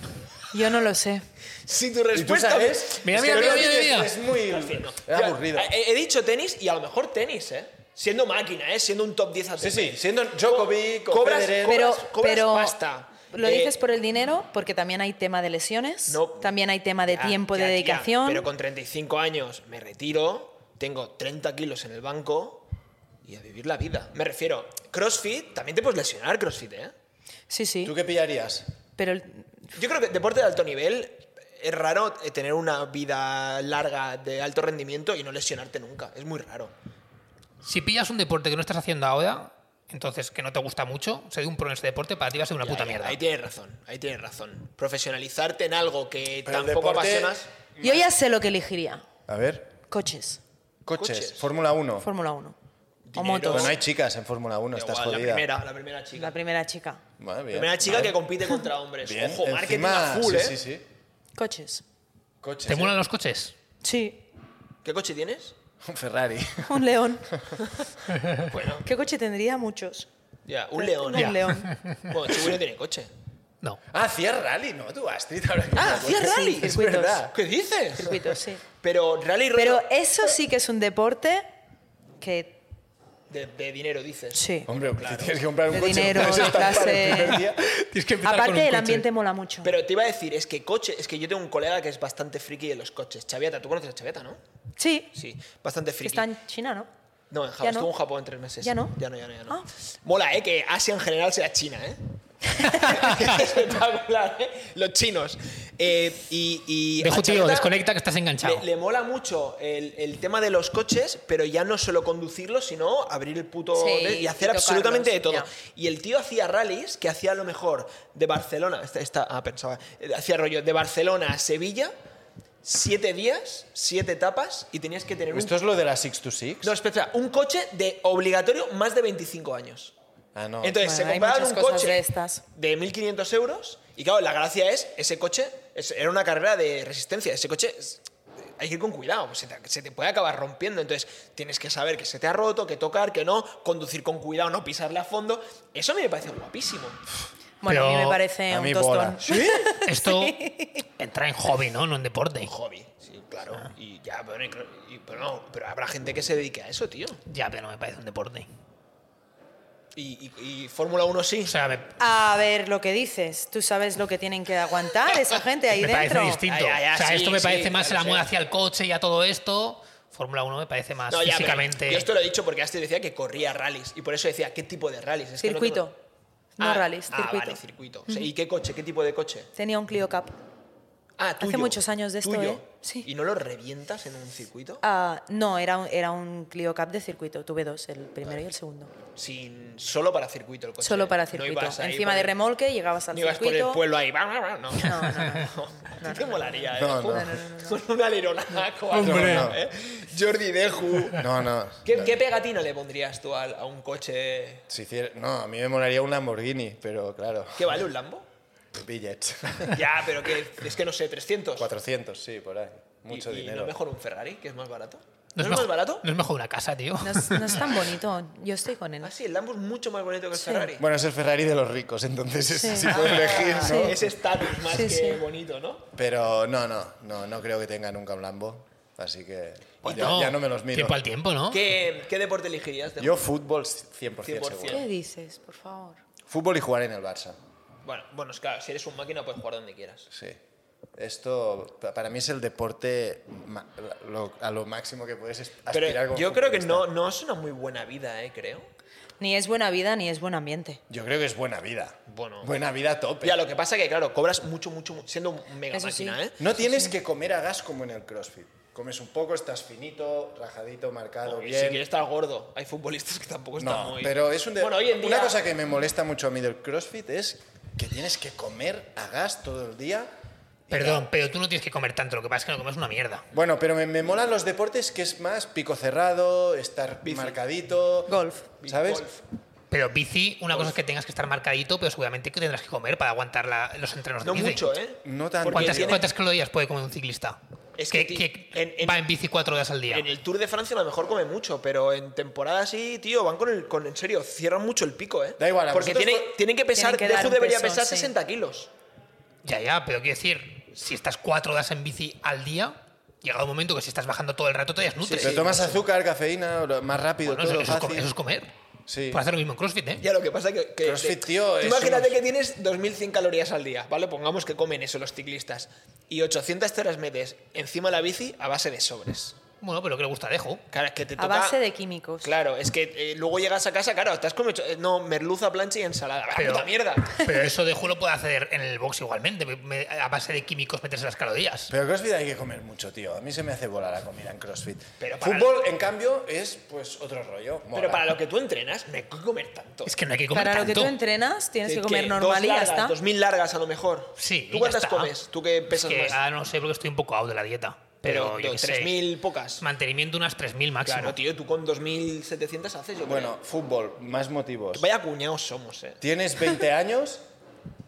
S4: Yo no lo sé.
S1: Si tu
S3: ¿Y tú
S1: respuesta
S3: sabes?
S2: Mira,
S3: Es
S2: mira,
S3: que
S2: mira,
S3: lo
S2: mira,
S3: dices,
S2: mira.
S3: Es muy es
S1: Yo, eh,
S3: aburrido.
S1: He, he dicho tenis y a lo mejor tenis, ¿eh? Siendo máquina, ¿eh? Siendo un top 10
S3: Sí,
S1: atleta.
S3: sí, siendo Djokovic, o
S1: Cobras-
S3: Federer-
S1: cobras-
S4: Pero,
S1: cobras
S4: pero
S1: pasta.
S4: lo
S1: Eh,
S4: dices por el dinero, porque también hay tema de lesiones,
S1: No.
S4: también hay tema de
S1: Ya,
S4: tiempo
S1: ya,
S4: de
S1: tía,
S4: dedicación.
S1: pero con 35 años me retiro, tengo 30 kilos en el banco y a vivir la vida. Me refiero, CrossFit, también te puedes lesionar CrossFit, ¿eh?
S4: Sí, sí.
S3: ¿Tú qué pillarías?
S4: Pero el-
S1: Yo creo que deporte de alto nivel es raro eh, tener una vida larga de alto rendimiento y no lesionarte nunca. Es muy raro.
S2: Si pillas un deporte que no estás haciendo ahora, entonces que no te gusta mucho, ser un pro en ese deporte para ti va a ser una
S1: Ya,
S2: puta
S1: ya,
S2: mierda.
S1: Ahí tienes razón, ahí tienes razón. Profesionalizarte en algo que
S3: Pero el
S1: tampoco
S3: deporte-
S1: apasionas.
S4: yo ya sé lo que elegiría.
S3: A ver.
S4: Coches,
S3: Coches,
S1: Coches.
S3: Fórmula 1.
S4: Fórmula 1. O
S1: Dinero.
S4: motos.
S3: Pero no hay chicas en Fórmula 1,
S1: da
S3: estás
S1: igual, la
S3: jodida.
S1: primera, la primera chica.
S4: La primera chica.
S3: Bueno, bien.
S1: La primera chica
S3: Vale.
S1: que compite contra hombres.
S3: Bien.
S1: Ojo, marketing
S3: Encima,
S1: a full,
S3: sí,
S1: ¿eh?
S3: Sí, sí.
S4: Coches.
S3: Coches.
S2: ¿Te
S3: ¿eh?
S2: molan los coches?
S4: Sí.
S1: ¿Qué coche tienes?
S3: Un Ferrari.
S4: Un león.
S1: Bueno,
S4: ¿Qué coche tendría? Muchos.
S1: ya, un león.
S4: Un
S2: Ya.
S4: león.
S1: Bueno, Chibu no tiene coche.
S2: No.
S3: Ah, hacía rally, ¿no? Tú, Astrid, ahora que me
S1: Ah,
S3: acuerdo.
S1: hacía rally.
S4: Sí,
S3: Es
S4: circuitos.
S3: verdad.
S1: ¿Qué dices?
S4: Circuitos, sí.
S1: Pero rally
S4: Pero
S1: rollo
S4: eso sí que es un deporte que
S1: de, de dinero, dices.
S4: sí.
S3: Hombre, porque tienes que comprar un
S4: De
S3: coche.
S4: dinero,
S3: no puedes
S4: de
S3: estar para el
S4: clase.
S3: primer día.
S2: Tienes que empezar con un
S4: Aparte el
S2: coche.
S4: ambiente mola mucho.
S1: Pero te iba a decir, es que coche, es que yo tengo un colega que es bastante friki de los coches. Chaviata, tú conoces a Chaviata, ¿no?
S4: Sí.
S1: Sí, bastante friki.
S4: Está en China, ¿no?
S1: No, en Japón,
S4: Ya no.
S1: estuvo en Japón tres meses.
S4: Ya no.
S1: Ya no, ya no, ya no.
S4: Ah.
S1: Mola, ¿eh? Que Asia en general sea China, ¿eh? Espectacular, ¿eh? Los chinos. Eh, y, y
S2: Dejo,
S1: a
S2: tío,
S1: Chaviata-
S2: desconecta que estás enganchado.
S1: Le, le mola mucho el, el tema de los coches, pero ya no solo conducirlos, sino abrir el puto
S4: Sí,
S1: de- y hacer
S4: y
S1: absolutamente de todo.
S4: tocarlos,
S1: Y el tío hacía rallies que hacía a lo mejor de Barcelona, esta, esta- ah, pensaba, eh, hacía rollo de Barcelona a Sevilla, siete días, siete etapas, y tenías que tener un,
S3: ¿Esto es lo de la 6 to 6?
S1: no, espera, espera, un coche de obligatorio más de 25 años.
S3: Ah, no.
S1: Entonces
S4: Bueno,
S1: se
S4: hay
S1: compraban
S4: muchas
S1: un
S4: cosas
S1: coche
S4: de estas.
S1: de 1.500 euros y claro, la gracia es, ese coche es- era una carrera de resistencia, ese coche es- hay que ir con cuidado, pues se te, se te puede acabar rompiendo, entonces tienes que saber que se te ha roto, que tocar, que no, conducir con cuidado, no pisarle a fondo, eso a mí me parece guapísimo.
S4: Bueno, a mí
S2: Pero
S4: me parece
S3: a
S4: un
S3: mí
S4: tostón.
S3: bola. ¿Sí?
S2: Esto entra en hobby, ¿no? No en deporte.
S1: Hobby, sí, claro. Y ya, pero, y- pero no, pero habrá gente que se dedique a eso, tío.
S2: Ya, pero no me parece un deporte.
S1: Y, y- y Fórmula 1 sí.
S2: O sea, me,
S4: A ver lo que dices. Tú sabes lo que tienen que aguantar esa gente ahí
S2: me parece
S4: dentro.
S2: distinto.
S1: Ah, Ya, ya, ya,
S2: o sea,
S1: sí,
S2: esto me
S1: sí,
S2: parece más
S1: ya
S2: el
S1: lo
S2: amor
S1: sé.
S2: hacia el coche y a todo esto. Fórmula 1 me parece más
S1: No, ya, pero
S2: físicamente.
S1: Yo esto lo he dicho porque Astrid decía que corría rallies. Y por eso decía, ¿qué tipo de rallies? Es que no
S4: Circuito.
S1: tengo-
S4: No
S1: Ah,
S4: rallies,
S1: ah,
S4: circuito.
S1: vale, circuito. O sea, ¿Y qué coche? ¿Qué tipo de coche?
S4: Tenía un Clio Cup.
S1: Ah, tuyo.
S4: muchos años de esto,
S1: Tuyo.
S4: ¿eh? Sí.
S1: ¿Y no lo revientas en un circuito?
S4: Ah, no, era un, era un Clio Cup de circuito. Tuve dos, el primero y el segundo.
S1: Sin, solo para circuito el coche.
S4: Solo para
S1: No
S4: circuito.
S1: ibas ahí
S4: Encima
S1: por
S4: de
S1: el-
S4: remolque llegabas al
S1: No ibas por
S4: circuito.
S1: el pueblo ahí. va, va, va, No.
S4: No, no, no, no.
S1: ¿Qué te molaría, eh?
S3: No, no.
S1: Con-
S3: No, no,
S1: Con un aleronaco.
S3: Hombre.
S1: algo, ¿eh? Jordi Deju.
S3: No, no.
S1: ¿Qué, qué pegatina le pondrías tú al- a un coche?
S3: Si hiciera- no, a mí me molaría un Lamborghini, pero claro,
S1: ¿Qué vale un Lambo?
S3: billets.
S1: ya, pero que es que no sé, 300.
S3: 400, sí, por ahí. Mucho
S1: y,
S3: dinero.
S1: no mejor un Ferrari, que es más barato.
S2: ¿No es,
S1: más
S2: mejor,
S1: barato?
S2: no es mejor una casa, tío.
S4: No es, no es tan bonito. Yo estoy con él.
S1: Ah, sí, el Lambo es mucho más bonito que el
S4: Sí.
S1: Ferrari.
S3: Bueno, es el Ferrari de los ricos, entonces es-
S4: Sí.
S3: si puedes elegir,
S1: Ah,
S3: ¿no?
S1: Es estatus más
S4: Sí,
S1: que
S4: sí.
S1: bonito, ¿no?
S3: Pero no, no, no, no creo que tenga nunca un Lambo. Así que
S2: Bueno,
S3: ya, ya Pues no me los miro.
S2: Tiempo al tiempo, ¿no?
S1: ¿Qué, qué deporte elegirías?
S3: Yo fútbol 100%,
S1: 100%.
S3: seguro.
S4: ¿Qué dices, por favor?
S3: Fútbol y jugar en el Barça.
S1: Bueno, bueno, es claro, si eres un máquina puedes jugar donde quieras.
S3: Sí. Esto pa- para mí es el deporte ma- lo- a lo máximo que puedes es- aspirar
S1: Pero
S3: como
S1: yo creo que
S3: futbolista.
S1: no, no es una muy buena vida, ¿eh? Creo.
S4: Ni es buena vida ni es buen ambiente.
S3: Yo creo que es buena vida.
S1: Bueno.
S3: buena vida a tope.
S1: Ya, lo que pasa que, claro, cobras mucho, mucho, mu- siendo un mega
S4: Eso sí.
S1: máquina, ¿eh?
S3: No tienes que comer a gas como en el CrossFit. Comes un poco, estás finito, rajadito, marcado,
S1: Y
S3: bien.
S1: Si quieres estar gordo, hay futbolistas que tampoco están
S3: no,
S1: muy.
S3: pero es un de-
S1: Bueno, hoy en día.
S3: una cosa que me molesta mucho a mí del CrossFit es que tienes que comer a gas todo el día.
S2: Perdón, pero tú no tienes que comer tanto, lo que pasa es que no comes una mierda.
S3: Bueno, pero me, me molan los deportes que es más pico cerrado, estar
S1: Bici.
S3: marcadito.
S4: Golf.
S3: ¿Sabes?
S1: Golf.
S2: Pero bici, una
S1: Pues
S2: cosa es que tengas que estar marcadito, pero seguramente que tendrás que comer para aguantar la- los entrenos
S1: No
S2: de bici.
S1: mucho, ¿eh?
S3: No tanto.
S1: Porque
S2: ¿Cuántas,
S1: tiene-
S2: cuántas calorías puede comer un ciclista?
S1: Es
S2: que,
S1: que ti-
S2: que
S1: en- en-
S2: va en bici cuatro horas al día.
S1: En el Tour de Francia a lo mejor come mucho, pero en temporada así, tío, van con el. Con, en serio, cierran mucho el pico, ¿eh?
S3: Da igual, a
S1: Porque
S3: vosotros
S1: tiene-
S3: fue-
S1: tienen que pesar.
S4: Tienen que dar
S1: Deju
S4: un
S1: debería
S4: peso,
S1: pesar
S4: sí.
S1: 60 kilos.
S2: Ya, ya, pero quiero decir, si estás cuatro horas en bici al día, llega un momento que si estás bajando todo el rato te desnutres.
S3: Pero tomas azúcar, cafeína, lo- más rápido,
S2: Bueno,
S3: todo
S2: eso, eso es
S3: fácil.
S2: com- eso es comer.
S3: Sí.
S2: Puedes hacer lo mismo en CrossFit, ¿eh?
S1: Ya, lo que pasa que... que
S3: CrossFit,
S1: te-
S3: tío,
S1: tú
S3: es
S1: Imagínate
S3: unos-
S1: que tienes 2.100 calorías al día, ¿vale? Pongamos que comen eso los ciclistas. Y 800 te las metes encima de la bici a base de sobres.
S2: Bueno, pero que le gusta a Dejo.
S1: Claro, es que te
S4: A
S1: toca...
S4: base de químicos.
S1: Claro, es que eh, luego llegas a casa, claro, estás como... hecho- eh, No, merluza, plancha y ensalada. ¡La
S2: Pero-
S1: Ah, puta mierda!
S2: Pero eso Dejo lo puede hacer en el box igualmente, me- me- a base de químicos meterse las calorías.
S3: Pero CrossFit hay que comer mucho, tío. A mí se me hace bola la comida en CrossFit.
S1: Pero para-
S3: Fútbol, en cambio, es pues otro rollo. mola.
S1: Pero para lo que tú entrenas, no hay que comer tanto.
S2: Es que no hay que comer
S4: Para lo que
S2: tanto.
S4: tú entrenas, tienes
S1: Que-
S4: que comer
S1: que
S4: normal
S1: dos
S4: y ya
S1: largas,
S4: está.
S1: 2.000 largas a lo mejor.
S2: Sí, y
S1: ¿Tú
S2: ya
S1: cuántas
S2: está.
S1: comes? Tú que pesas
S2: que
S1: más.
S2: ah, no sé, porque estoy un poco out de la dieta. Pero, yo
S1: dos-
S2: qué sé.
S1: 3.000 pocas.
S2: Mantenimiento unas 3.000 máximo.
S1: Claro, tío, tú con 2.700 haces, yo
S3: Bueno, fútbol, más motivos.
S1: creo. Vaya cuñados somos, eh.
S3: Tienes 20 años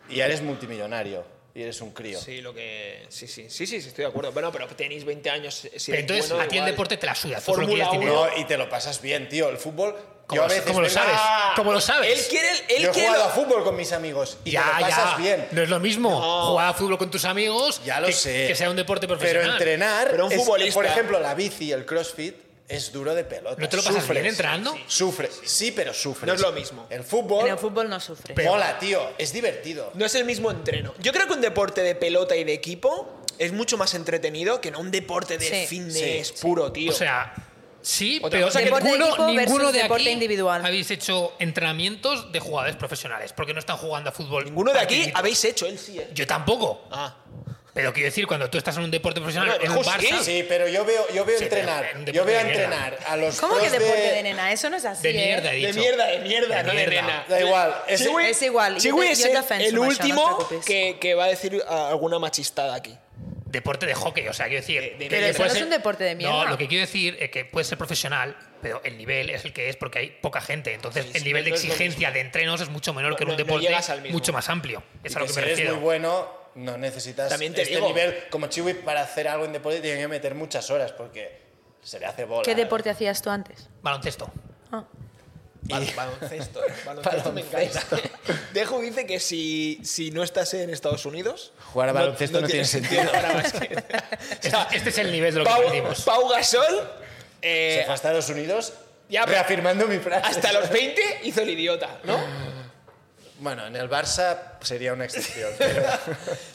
S3: y eres multimillonario. Y eres un crío.
S1: Sí, lo que. Sí, sí, sí, sí, sí, estoy de acuerdo. Bueno, pero tenéis 20 años. eh, Si eres
S2: Pero entonces
S1: bueno,
S2: a ti el
S1: igual.
S2: deporte te la suda. tú solo
S1: Fórmula
S2: quieres dinero.
S3: No, y te lo pasas bien, tío. El fútbol.
S2: ¿Cómo
S3: yo
S2: lo-
S3: a veces
S2: cómo lo
S3: vengo-
S2: sabes?
S3: ¡Ah!
S2: ¿Cómo lo sabes?
S1: Él quiere. Él
S3: Yo he
S1: quiere
S3: jugado
S1: lo-
S3: a fútbol con mis amigos y te
S2: Ya,
S3: lo pasas
S2: ya.
S3: bien.
S2: No es lo mismo jugar a fútbol con tus amigos
S3: Ya lo
S2: que,
S3: sé.
S2: que sea un deporte profesional.
S3: Pero entrenar.
S1: Pero un
S3: es-
S1: futbolista-
S3: por ejemplo, la bici, el crossfit, es duro de pelota.
S2: ¿No te lo pasas
S3: Sufres.
S2: bien entrando?
S3: Sufre, sí, pero sufre.
S1: No es lo mismo.
S3: El fútbol,
S4: En el fútbol no sufres.
S2: Pero-
S3: mola, tío, es divertido.
S1: No es el mismo entreno. Yo creo que un deporte de pelota y de equipo es mucho más entretenido que no un deporte de
S4: Sí.
S1: fitness
S3: Sí.
S1: puro, tío.
S2: O sea, sí,
S1: Otra
S2: pero
S1: cosa que-
S4: Deporte de
S2: ninguno,
S4: equipo
S2: ninguno
S4: versus
S2: de
S4: deporte
S2: aquí
S4: individual.
S2: habéis hecho entrenamientos de jugadores profesionales, porque no están jugando a fútbol.
S1: ninguno de aquí
S2: partidito.
S1: habéis hecho, él sí, eh.
S2: Yo tampoco.
S1: Ah.
S2: Pero quiero decir, cuando tú estás en un deporte profesional,
S1: Bueno,
S2: en un
S1: José,
S2: Barça,
S3: Sí, pero yo veo, yo veo
S2: Sí, pero en un
S3: entrenar.
S2: deporte
S3: Yo veo
S2: de mierda.
S3: entrenar a los.
S4: ¿Cómo que
S3: pros
S4: deporte de... nena? Eso no es así.
S2: de
S4: ¿eh?
S2: mierda, he
S1: De
S2: dicho.
S1: mierda, de mierda, no de
S2: mierda.
S1: nena.
S3: Da igual. Es,
S1: Chiwi-
S4: Es igual, yo
S1: Chiwi
S4: te-
S1: es
S4: yo te
S1: el-
S4: ofenso,
S1: el
S4: macho, no te
S1: último
S4: preocupes.
S1: que, que va a decir ah, alguna machistada aquí.
S2: Deporte de hockey, o sea, quiero decir.
S1: de-
S2: que
S1: Pero eso
S2: puede
S1: no
S4: es un deporte de mierda.
S2: No, lo que quiero decir es que puede ser profesional, pero el nivel es el que es porque hay poca gente. Entonces,
S1: Sí,
S2: el
S1: sí,
S2: nivel de
S1: no es lo
S2: exigencia de entrenos es mucho menor
S1: No,
S2: que en un
S1: no- no
S2: deporte
S1: llegas al mismo.
S2: mucho más amplio. Es a lo
S3: que
S2: que
S3: si
S2: me
S3: eres
S2: refiero.
S3: muy bueno, no necesitas
S1: También te
S3: este
S1: digo.
S3: nivel. Como Chiwi, para hacer algo en deporte, tiene que meter muchas horas porque se le hace bola.
S4: ¿Qué deporte hacías tú antes?
S2: Baloncesto.
S4: Ah.
S1: Bal- baloncesto, eh. baloncesto me encanta. Dejo dice que si, si no estás en Estados Unidos.
S3: Jugar a baloncesto no tiene
S1: ahora más que-
S2: Este, este es el nivel de lo que
S1: Pau,
S2: perdimos.
S1: Pau Gasol, eh,
S3: Se fue a Estados Unidos
S1: Ya, pero-
S3: reafirmando mi frase.
S1: hasta los 20 hizo el idiota, ¿no?
S3: Bueno, en el Barça sería una excepción. pero-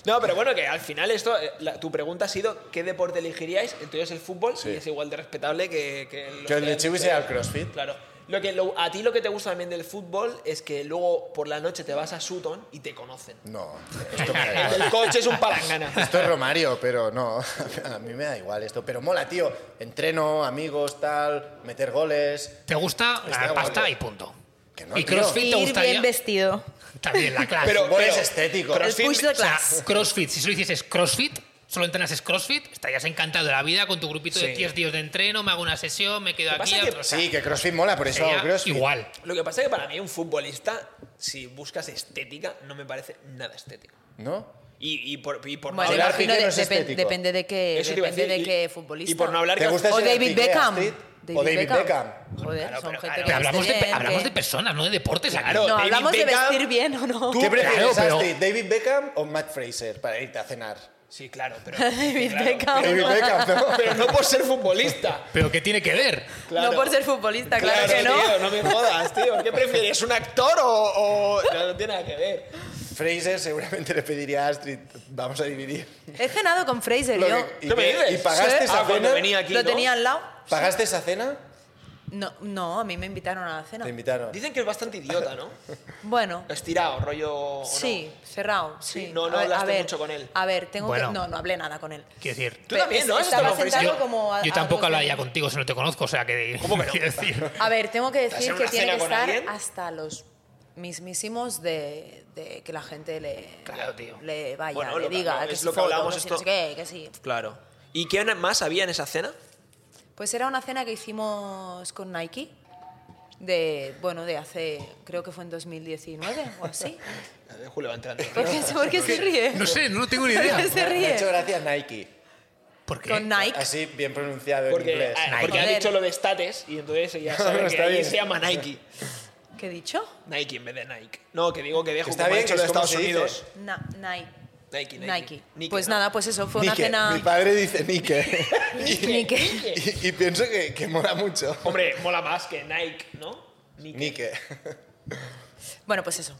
S1: No, pero bueno, que al final esto, eh, la- tu pregunta ha sido ¿qué deporte elegiríais? El tuyo es el fútbol
S3: Sí.
S1: y es igual de respetable que, que, los
S3: Que el de
S1: han-
S3: Chiwi sea el crossfit.
S1: Claro. Lo que, lo- a ti lo que te gusta también del fútbol es que luego por la noche te vas a Sutton y te conocen.
S3: No, esto me da igual.
S1: El del coche es un palangana.
S3: Esto es Romario, pero no. A mí me da igual esto. Pero mola, tío. Entreno, amigos, tal, meter goles.
S2: ¿Te gusta
S1: Este
S2: ganar
S3: guapo.
S2: pasta y punto?
S3: Que no,
S2: y
S3: tío.
S2: CrossFit te
S4: Ir
S2: gustaría.
S4: bien vestido.
S2: También la clase.
S1: Pero-
S3: Fútbol es estético.
S1: pero-
S4: El
S1: Crossfit-
S4: push de
S2: o sea,
S4: class.
S2: CrossFit, si solo hicieses CrossFit, solo entrenases CrossFit, estarías encantado de la vida con tu grupito de
S1: Sí.
S2: 10 días de entreno, me hago una sesión, me quedo
S1: Lo que
S2: aquí.
S1: pasa es que-
S2: otro- o sea,
S3: Sí, que CrossFit mola, por eso hago
S2: sería
S3: CrossFit.
S2: igual.
S1: Lo que pasa es que para mí un futbolista, si buscas estética, no me parece nada estético.
S3: ¿No?
S1: Y, y por, y por
S4: Bueno,
S1: no
S3: Gerard
S1: hablar...
S4: imagino
S3: Piqué
S4: de-
S3: no es
S4: depen-
S3: estético.
S4: depende de qué,
S1: Eso te iba a
S4: depende de
S1: decir, y-
S4: qué futbolista.
S1: Y por no hablar
S3: ¿Te
S1: que-
S3: gusta
S4: O
S3: ese
S4: David
S3: Piqué,
S4: Beckham.
S3: Astrid? O David Beckham.
S4: Joder,
S1: Claro,
S4: son
S1: pero-
S4: gente que
S2: Pero hablamos de,
S4: viste
S2: pe-
S4: bien,
S2: hablamos
S4: que-
S2: de personas, no de deportes. aquí.
S1: Claro.
S4: No,
S1: David
S4: hablamos de
S1: Beckham,
S4: vestir bien o no.
S3: ¿Qué prefieres,
S2: Claro, pero-
S3: Astrid, ¿David Beckham o Matt Fraser para irte a cenar?
S1: Sí, claro, pero.
S4: David
S1: claro,
S4: Beckham.
S1: pero-
S3: David Beckham, ¿no?
S1: Pero no por ser futbolista.
S2: ¿Pero qué tiene que ver?
S1: Claro.
S4: No por ser futbolista, claro, que no.
S1: Tío, no me jodas, tío. ¿Qué prefieres, un actor o.? o- No, no tiene nada que ver.
S3: Fraser seguramente le pediría a Astrid, vamos a dividir.
S4: He cenado con Fraser
S3: Lo
S4: yo.
S1: ¿Qué
S3: que-
S1: me
S3: qué?
S1: dices?
S3: ¿Y pagaste
S4: Sí.
S3: esa
S1: Ah, cuando
S3: cena?
S1: venía aquí,
S4: Lo
S1: ¿no?
S4: tenía al lado.
S3: ¿Pagaste esa cena?
S4: No, no, a mí me invitaron a la cena.
S3: Te invitaron.
S1: Dicen que es bastante idiota, ¿no?
S4: Bueno,
S1: Estirado, rollo. ¿o no?
S4: sí, cerrado, sí.
S1: Sí, no- no
S4: A ver-
S1: hablaste
S4: a ver,
S1: mucho con él.
S4: A ver, tengo
S2: Bueno.
S4: que... No, no hablé nada con él.
S2: Quiero decir, pues,
S1: Tú también, ¿no? Has
S4: Estaba
S1: estado con Fraser.
S4: sentado como a-
S2: yo
S4: a
S2: tampoco
S4: dos
S2: hablaría
S4: metros.
S2: contigo si no te conozco, o sea que. ¿Cómo que no? decir,
S4: A ver, tengo que
S1: ¿Hacer
S4: decir
S1: una
S4: que tiene
S1: cena
S4: que
S1: con
S4: estar
S1: alguien?
S4: hasta los mismísimos de, de que la gente le,
S2: Claro, tío.
S4: le vaya,
S1: Bueno,
S4: le
S1: lo que-
S4: diga
S1: no,
S4: que
S1: es
S4: si
S1: lo que
S4: fotos,
S1: hablamos
S4: que si
S1: esto-
S4: no sé qué, que sí.
S1: Claro. ¿Y qué más había en esa cena?
S4: Pues era una cena que hicimos con Nike de bueno de hace creo que fue en 2019 o así
S1: Julio va entrando.
S4: ¿Por qué, por qué se ríe
S2: No sé, no tengo ni
S4: ¿Por
S2: idea.
S4: qué se
S3: Me ha hecho
S4: ríe
S3: gracia Nike.
S2: ¿Por qué?
S4: con Nike
S3: Así, bien pronunciado en
S1: Porque,
S3: inglés.
S1: ah, porque ha
S4: Joder.
S1: dicho lo de status y entonces ya sabe que
S3: Está
S1: ahí
S3: bien.
S1: se llama Nike.
S4: qué he dicho
S1: Nike en vez de Nike. No, que digo que dejo
S3: Está
S1: como ha
S3: bien,
S1: hecho lo
S3: que
S1: de
S3: es como
S1: Estados
S3: se dice.
S1: Unidos.
S4: Na- Nike
S1: Nike, Nike.
S4: Nike
S1: Nike,
S4: pues
S1: ¿no?
S4: nada pues eso fue una
S3: Nike.
S4: cena
S3: Mi padre dice Nike.
S4: Nike
S3: y, y pienso que, que mola mucho.
S1: Hombre, mola más que Nike, ¿no? Nike.
S3: Nike.
S4: Bueno, pues eso.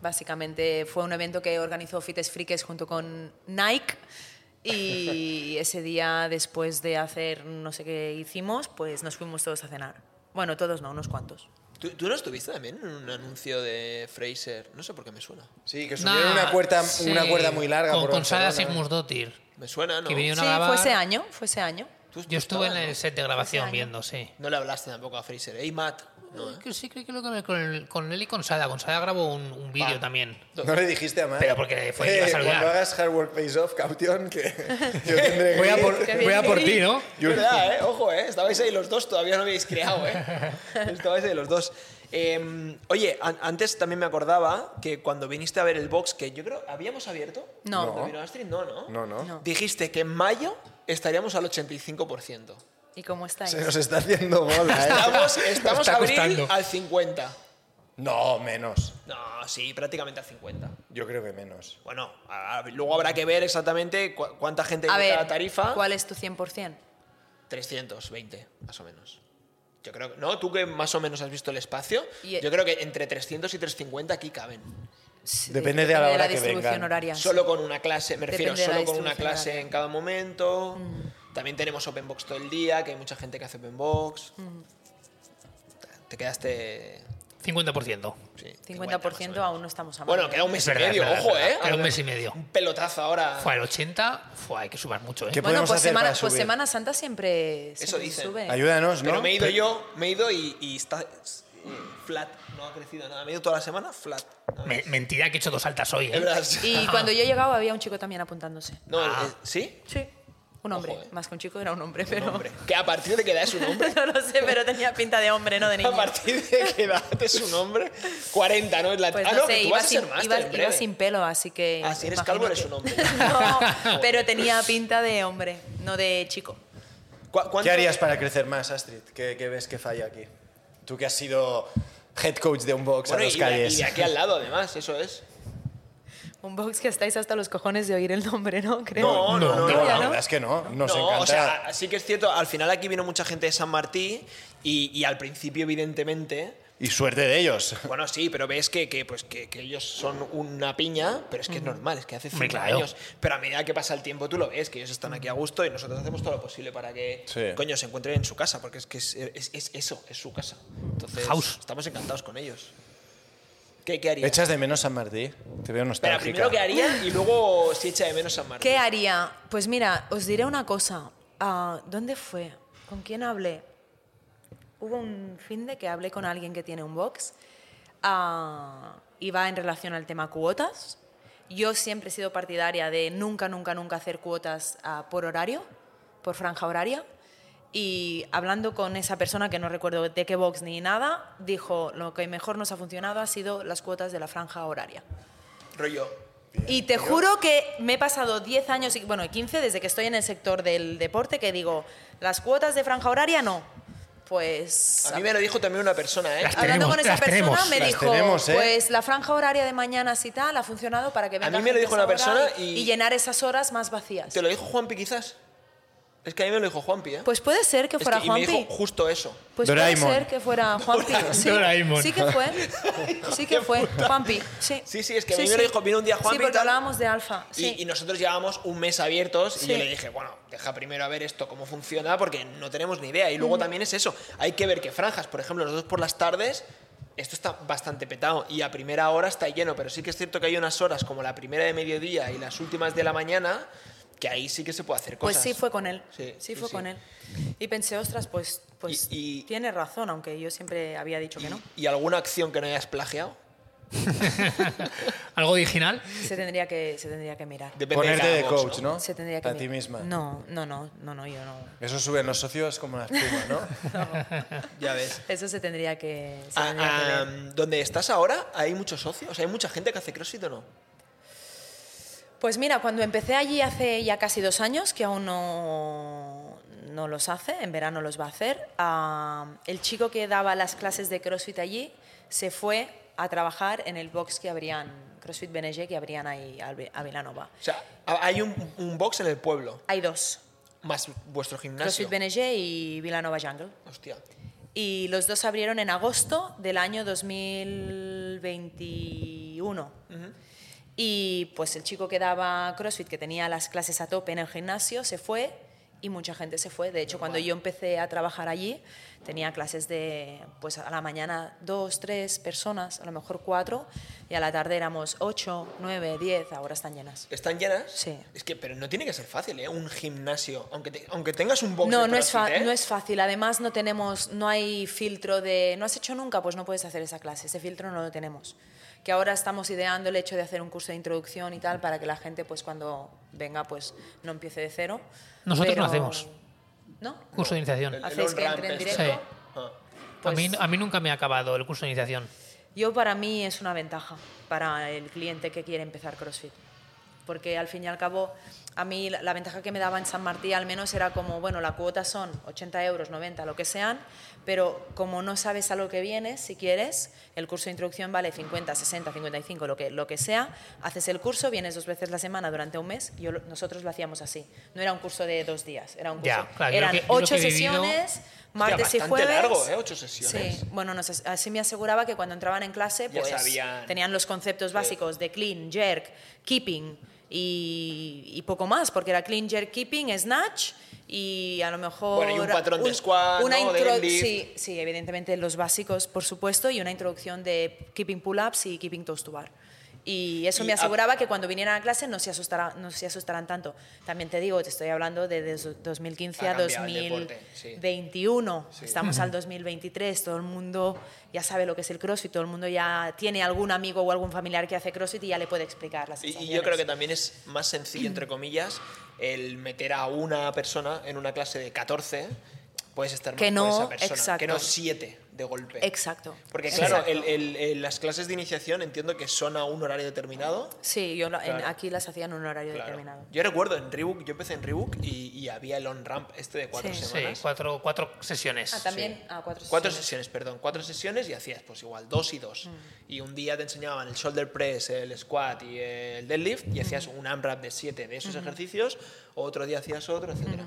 S4: Básicamente fue un evento que organizó Fites Frikes junto con Nike. Y ese día, después de hacer no sé qué hicimos, pues nos fuimos todos a cenar. Bueno, todos no, unos cuantos.
S1: ¿Tú, tú no estuviste también en un anuncio de Fraser? No sé por qué me suena.
S3: Sí, que
S2: Nah,
S3: subieron una, cuerda,
S2: sí,
S3: una cuerda muy larga
S2: Con,
S3: por
S2: con Sara
S3: Barcelona. ¿eh?
S2: Sigmundsdóttir.
S1: Me suena, ¿no?
S2: Que vinieron
S4: sí,
S2: a grabar.
S4: fue ese año, fue ese año.
S1: Tú- tú
S2: Yo estuve en
S1: estabas,
S2: el
S1: ¿no?
S2: set de grabación
S4: Este año.
S2: viendo, sí.
S1: No le hablaste tampoco a Fraser. Ey, Matt. No, ¿eh?
S2: Que sí, creo que lo que con, el- con él y con Sada. Con Sada grabó un, un vídeo también.
S3: No le dijiste a Mar.
S2: Pero porque fue que iba a
S3: Eh,
S2: saludar.
S3: Cuando hagas Hard Work Pays Off, caution, que yo tendré que ir.
S4: voy a por ti,
S2: ¿no?
S1: Es verdad, ¿eh? Ojo, ¿eh? Estabais ahí los dos, todavía no habíais creado, ¿eh? Estabais ahí los dos. Eh, oye, an- antes también me acordaba que cuando viniste a ver el box, que yo creo, ¿habíamos abierto?
S4: No.
S1: ¿Cuando vino Astrid? No, ¿no?
S3: No, no,
S4: No.
S1: Dijiste que en mayo estaríamos al 85%.
S4: ¿Y cómo estáis?
S3: Se nos está haciendo bola, ¿eh?
S1: Estamos, estamos
S2: Está
S1: abril
S2: costando.
S1: al 50.
S3: No, menos.
S1: No, sí, prácticamente al 50.
S3: Yo creo que menos.
S1: Bueno, a- a- luego habrá que ver exactamente cu- cuánta gente
S4: A
S1: hay en cada
S4: ver,
S1: tarifa.
S4: ¿cuál es tu 100%?
S1: 320, más o menos. Yo creo que, ¿no? Tú que más o menos has visto el espacio,
S4: Y-
S1: yo creo que entre 300 y 350 aquí caben.
S4: Sí,
S3: Depende de la hora que
S4: distribución
S3: vengan.
S4: horaria. sí.
S1: Solo con una clase, me refiero,
S4: Depende de la
S1: solo con una
S4: distribución
S1: clase
S4: horaria.
S1: en cada momento. También tenemos open box todo el día, que hay mucha gente que hace open box. Te quedaste... sí,
S2: 50%.
S1: 50 más o
S4: 50%
S1: menos.
S4: aún no estamos a
S1: Bueno,
S4: mano.
S1: queda un mes
S2: Es verdad,
S1: y medio,
S2: es verdad,
S1: ojo,
S2: es verdad.
S1: ¿eh?
S2: Queda un mes y medio.
S1: Un pelotazo ahora.
S2: Fue al 80, fue, hay que sumar mucho, ¿eh?
S3: ¿Qué
S4: Bueno,
S3: podemos
S4: pues
S3: hacer
S4: Semana,
S3: para
S4: pues
S3: subir?
S4: Semana Santa siempre,
S1: Eso
S4: siempre
S1: dicen.
S4: sube.
S3: Ayúdanos, ¿no?
S1: Pero me he ido
S3: Pe-
S1: yo, me he ido y, y está eh, flat, no ha crecido nada. Me he ido toda la semana flat.
S2: Me- mentira que he hecho dos altas hoy, ¿eh?
S1: Es verdad, sí.
S4: Y cuando yo llegaba había un chico también apuntándose.
S1: No, eh, ¿sí?
S4: Sí, un hombre.
S1: Ojo, eh.
S4: Más que un chico, era un hombre,
S1: Un
S4: pero.
S1: hombre. Que a partir de qué edad es un hombre.
S4: no lo sé, pero tenía pinta de hombre, no de niño.
S1: A partir de qué edad es un hombre. 40, ¿no? Es la...
S4: Pues
S1: ah,
S4: no,
S1: no,
S4: sé,
S1: que tú
S4: iba,
S1: vas a
S4: sin,
S1: ser máster
S4: iba-
S1: en
S4: iba
S1: breve.
S4: sin pelo, así que.
S1: Ah, si eres
S4: imagino
S1: calvo, eres
S4: que-
S1: un hombre.
S4: no, pero tenía pinta de hombre, no de chico.
S1: ¿Cu- cuánto-
S3: ¿Qué harías para crecer más, Astrid? ¿Qué, qué ves que falla aquí? Tú que has sido head coach de un box
S1: Bueno,
S3: a
S1: y,
S3: dos
S1: de-
S3: calles.
S1: y de aquí al lado, además, eso es.
S4: Un box que estáis hasta los cojones de oír el nombre, ¿no? Creo.
S1: No, no, no.
S3: No,
S1: no,
S4: ya
S3: la
S4: no.
S3: verdad es que no. Nos
S1: No,
S3: encanta.
S1: o sea, sí que es cierto, al final aquí vino mucha gente de San Martín y, y al principio, evidentemente,
S3: Y suerte de ellos.
S1: Bueno, sí, pero ves que, que, pues, que, que ellos son una piña, pero es que es normal, es que hace
S2: Hombre,
S1: cinco
S2: claro.
S1: años. Pero a medida que pasa el tiempo, tú lo ves, que ellos están aquí a gusto y nosotros hacemos todo lo posible para que,
S3: Sí.
S1: coño, se encuentren en su casa, porque es que es, es- es eso, es su casa. Entonces,
S2: House.
S1: estamos encantados con ellos. ¿Qué, qué haría?
S3: ¿Echas de menos San Martí? Te veo
S1: Espera,
S3: nostálgica.
S1: primero qué haría y luego si echa de menos San Martín.
S4: ¿Qué haría? Pues mira, os diré una cosa. Ah, ¿Dónde fue? ¿Con quién hablé? Hubo un fin de que hablé con alguien que tiene un box. Ah, iba en relación al tema cuotas. Yo siempre he sido partidaria de nunca, nunca, nunca hacer cuotas ah, por horario, por franja horaria. Y hablando con esa persona, que no recuerdo de qué box ni nada, dijo, lo que mejor nos ha funcionado ha sido las cuotas de la franja horaria.
S1: Rollo.
S4: Y te juro que me he pasado 10 años, y- bueno, 15 desde que estoy en el sector del deporte, que digo, las cuotas de franja horaria no. pues...
S1: A mí me lo dijo también una persona, ¿eh?
S2: Las
S4: Hablando
S2: tenemos,
S4: con esa
S2: las
S4: persona
S2: tenemos.
S4: me
S3: Las
S4: dijo,
S3: tenemos, ¿eh?
S4: pues la franja horaria de mañanas y tal ha funcionado para que venga
S1: mí me lo
S4: gente
S1: dijo
S4: a esa
S1: una
S4: hora
S1: persona y-
S4: llenar esas horas más vacías.
S1: ¿Te lo dijo Juanpi quizás? Es que a mí me lo dijo Juanpi, ¿eh?
S4: Pues puede ser que
S1: Es
S4: fuera
S1: que- y me
S4: Juanpi.
S1: dijo justo eso.
S4: Pues
S3: Doraemon.
S4: puede ser que fuera Juanpi. Sí,
S2: Doraemon.
S4: sí que fue. Sí que fue. Juanpi, sí.
S1: Sí, sí, es que a mí me lo dijo, vino un día Juanpi
S4: Sí,
S1: y
S4: porque
S1: tal.
S4: hablábamos de Alfa. Sí.
S1: Y, y nosotros llevábamos un mes abiertos
S4: Sí.
S1: y yo le dije, bueno, deja primero a ver esto cómo funciona porque no tenemos ni idea. Y luego también es eso, hay que ver qué franjas. Por ejemplo, nosotros por las tardes, esto está bastante petado y a primera hora está lleno, pero sí que es cierto que hay unas horas como la primera de mediodía y las últimas de la mañana que ahí sí que se puede hacer
S4: pues
S1: cosas.
S4: sí fue con él.
S1: Sí,
S4: Sí,
S1: sí,
S4: fue
S1: sí.
S4: con él. Y pensé, ostras, pues, pues
S1: Y- y-
S4: tiene razón, aunque yo siempre había dicho que no.
S1: ¿Y alguna acción que no hayas plagiado?
S2: ¿Algo original?
S4: Se tendría que, se tendría que mirar.
S1: Depende
S3: Ponerte
S1: cada
S3: de
S1: box,
S3: coach, ¿no?
S4: Se tendría que
S3: A
S4: mi-
S3: ti misma.
S4: No, no, no, no, no, yo no.
S3: Eso suben los socios como la espuma, ¿no?
S1: Ya ves.
S4: Eso se tendría que. se
S1: Ah,
S4: tendría que
S1: ah,
S4: ver.
S1: ¿Dónde estás ahora? ¿Hay muchos socios? ¿Hay mucha gente que hace CrossFit o no?
S4: Pues mira, cuando empecé allí hace ya casi dos años, que aún no, no los hace, en verano los va a hacer, ah, el chico que daba las clases de CrossFit allí se fue a trabajar en el box que abrían, CrossFit BNG, que abrían ahí al- a Vilanova.
S1: O sea, ha- hay un, un box en el pueblo,
S4: Hay dos,
S1: más vuestro gimnasio.
S4: CrossFit BNG y Vilanova Jungle.
S1: Hostia.
S4: Y los dos abrieron en agosto del año 2021. Y pues el chico que daba CrossFit, que tenía las clases a tope en el gimnasio, se fue y mucha gente se fue. De hecho, cuando yo empecé a trabajar allí, tenía clases de, pues a la mañana dos, tres personas, a lo mejor cuatro, y a la tarde éramos ocho, nueve, diez, ahora están llenas.
S1: ¿Están llenas?
S4: Sí.
S1: Es que, pero no tiene que ser fácil, ¿eh? Un gimnasio, aunque, te- aunque tengas un box
S4: No,
S1: de
S4: no es, fa-
S1: CrossFit, ¿eh?
S4: no es fácil. Además, no tenemos, no hay filtro de no has hecho nunca, pues no puedes hacer esa clase. Ese filtro no lo tenemos. Que ahora estamos ideando el hecho de hacer un curso de introducción y tal para que la gente, pues cuando venga, pues no empiece de cero.
S2: Nosotros no
S4: Pero-
S2: hacemos.
S4: ¿No?
S2: Curso de iniciación.
S1: El- el
S4: ¿Hacéis que
S1: on-ramp
S4: entre en
S1: este.
S4: directo?
S2: Sí.
S1: Ah.
S2: A
S4: Pues-
S2: mí, a mí nunca me ha acabado el curso de iniciación.
S4: Yo para mí es una ventaja para el cliente que quiere empezar CrossFit. Porque al fin y al cabo, a mí la, la ventaja que me daba en San Martí al menos era como, bueno, la cuota son 80 euros, 90, lo que sean, pero como no sabes a lo que vienes, si quieres, el curso de introducción vale 50, 60, 55, lo que, lo que sea, haces el curso, vienes dos veces la semana durante un mes, yo, lo- nosotros lo hacíamos así. No era un curso de dos días, era un curso.
S2: Ya, claro, yo lo
S4: eran
S2: que- yo lo
S4: ocho
S2: que he vivido-
S4: sesiones, martes y
S1: bastante
S4: jueves.
S1: largo, ¿eh? Ocho sesiones.
S4: Sí, bueno, nos as- así me aseguraba que cuando entraban en clase,
S1: Ya
S4: pues
S1: sabían.
S4: tenían los conceptos básicos de clean, jerk, keeping y, y poco más, porque era clean, jerk, keeping, snatch y a lo mejor.
S1: Bueno, y un patrón de squat, ¿no? De
S4: intro-
S1: deadlift.
S4: sí, sí, evidentemente los básicos, por supuesto, y una introducción de keeping pull-ups y keeping toes to bar. Y eso
S1: Y
S4: me
S1: a-
S4: aseguraba que cuando vinieran a clase no se, asustara, no se asustaran tanto. También te digo, te estoy hablando de desde 2015
S1: Ha
S4: a
S1: cambiado el deporte, sí.
S4: 2021. Estamos al 2023, todo el mundo ya sabe lo que es el CrossFit, todo el mundo ya tiene algún amigo o algún familiar que hace CrossFit y ya le puede explicar las
S1: Y-
S4: cosas.
S1: Y, yo creo que también es más sencillo, entre comillas, el meter a una persona en una clase de 14, puedes estar más
S4: Que
S1: con
S4: no,
S1: esa persona, que
S4: exacto.
S1: no 7 de golpe.
S4: Exacto.
S1: Porque
S4: exacto.
S1: claro, el- el- el- las clases de iniciación entiendo que son a un horario determinado.
S4: Sí, yo la- en-
S1: Claro.
S4: aquí las hacían en un horario
S1: Claro.
S4: determinado.
S1: Yo recuerdo en Reebok, yo empecé en Reebok y, y había el on-ramp este de cuatro
S4: Sí.
S2: Sí,
S1: semanas.
S2: cuatro, cuatro sesiones.
S4: Ah, también a cuatro,
S1: Cuatro sesiones, perdón, cuatro sesiones y hacías pues igual dos y dos.
S4: Mm.
S1: Y un día te enseñaban el shoulder press, el squat y el deadlift y hacías
S4: Mm.
S1: un AMRAP de siete de esos ejercicios, otro día hacías otro,
S4: Mm.
S1: etcétera.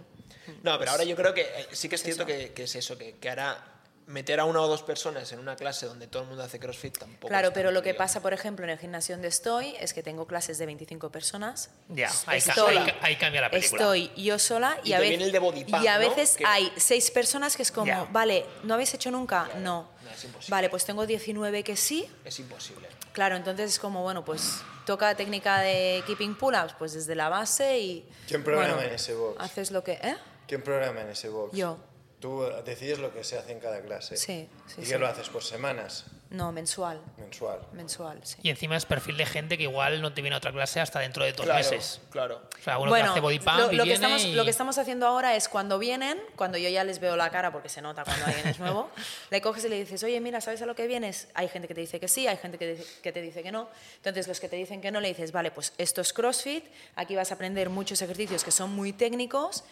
S1: No, pero ahora yo creo que eh, sí que es cierto que, que es eso, que, que ahora meter a una o dos personas en una clase donde todo el mundo hace crossfit tampoco.
S4: Claro,
S1: es
S4: pero
S1: tan
S4: lo que
S1: complicado.
S4: pasa, por ejemplo, en el gimnasio donde estoy es que tengo clases de 25 personas.
S2: Ya,
S4: S-
S2: ahí ca- ahí ca- ahí cambia la película.
S4: Estoy yo sola y,
S1: Y
S4: a
S1: te
S4: veces,
S1: viene el de body pump,
S4: y a
S1: ¿no?
S4: veces
S1: Que-
S4: hay seis personas que es como,
S2: Ya.
S4: vale, ¿no habéis hecho nunca? no.
S1: no, es imposible.
S4: vale, pues tengo 19 que sí.
S1: Es imposible.
S4: Claro, entonces es como, bueno, pues toca técnica de keeping pull-ups, pues desde la base y...
S3: ¿Quién programa
S4: bueno,
S3: en ese box?
S4: Haces lo que... ¿eh?
S3: ¿Quién programa en ese box?
S4: Yo.
S3: Tú decides lo que se hace en cada clase.
S4: Sí, sí,
S3: ¿Y
S4: sí.
S3: qué lo haces por semanas?
S4: No, mensual.
S3: Mensual.
S4: Mensual, sí.
S2: Y encima es perfil de gente que igual no te viene a otra clase hasta dentro de dos
S1: Claro,
S2: meses.
S1: claro.
S2: O sea, uno que
S4: Bueno,
S2: hace body pump
S4: lo,
S2: y
S4: lo que
S2: viene
S4: estamos,
S2: y-
S4: lo que estamos haciendo ahora es cuando vienen, cuando yo ya les veo la cara, porque se nota cuando alguien es nuevo, le coges y le dices, oye, mira, ¿sabes a lo que vienes? Hay gente que te dice que sí, hay gente que, dice- que te dice que no. Entonces, los que te dicen que no, le dices, vale, pues esto es CrossFit, aquí vas a aprender muchos ejercicios que son muy técnicos,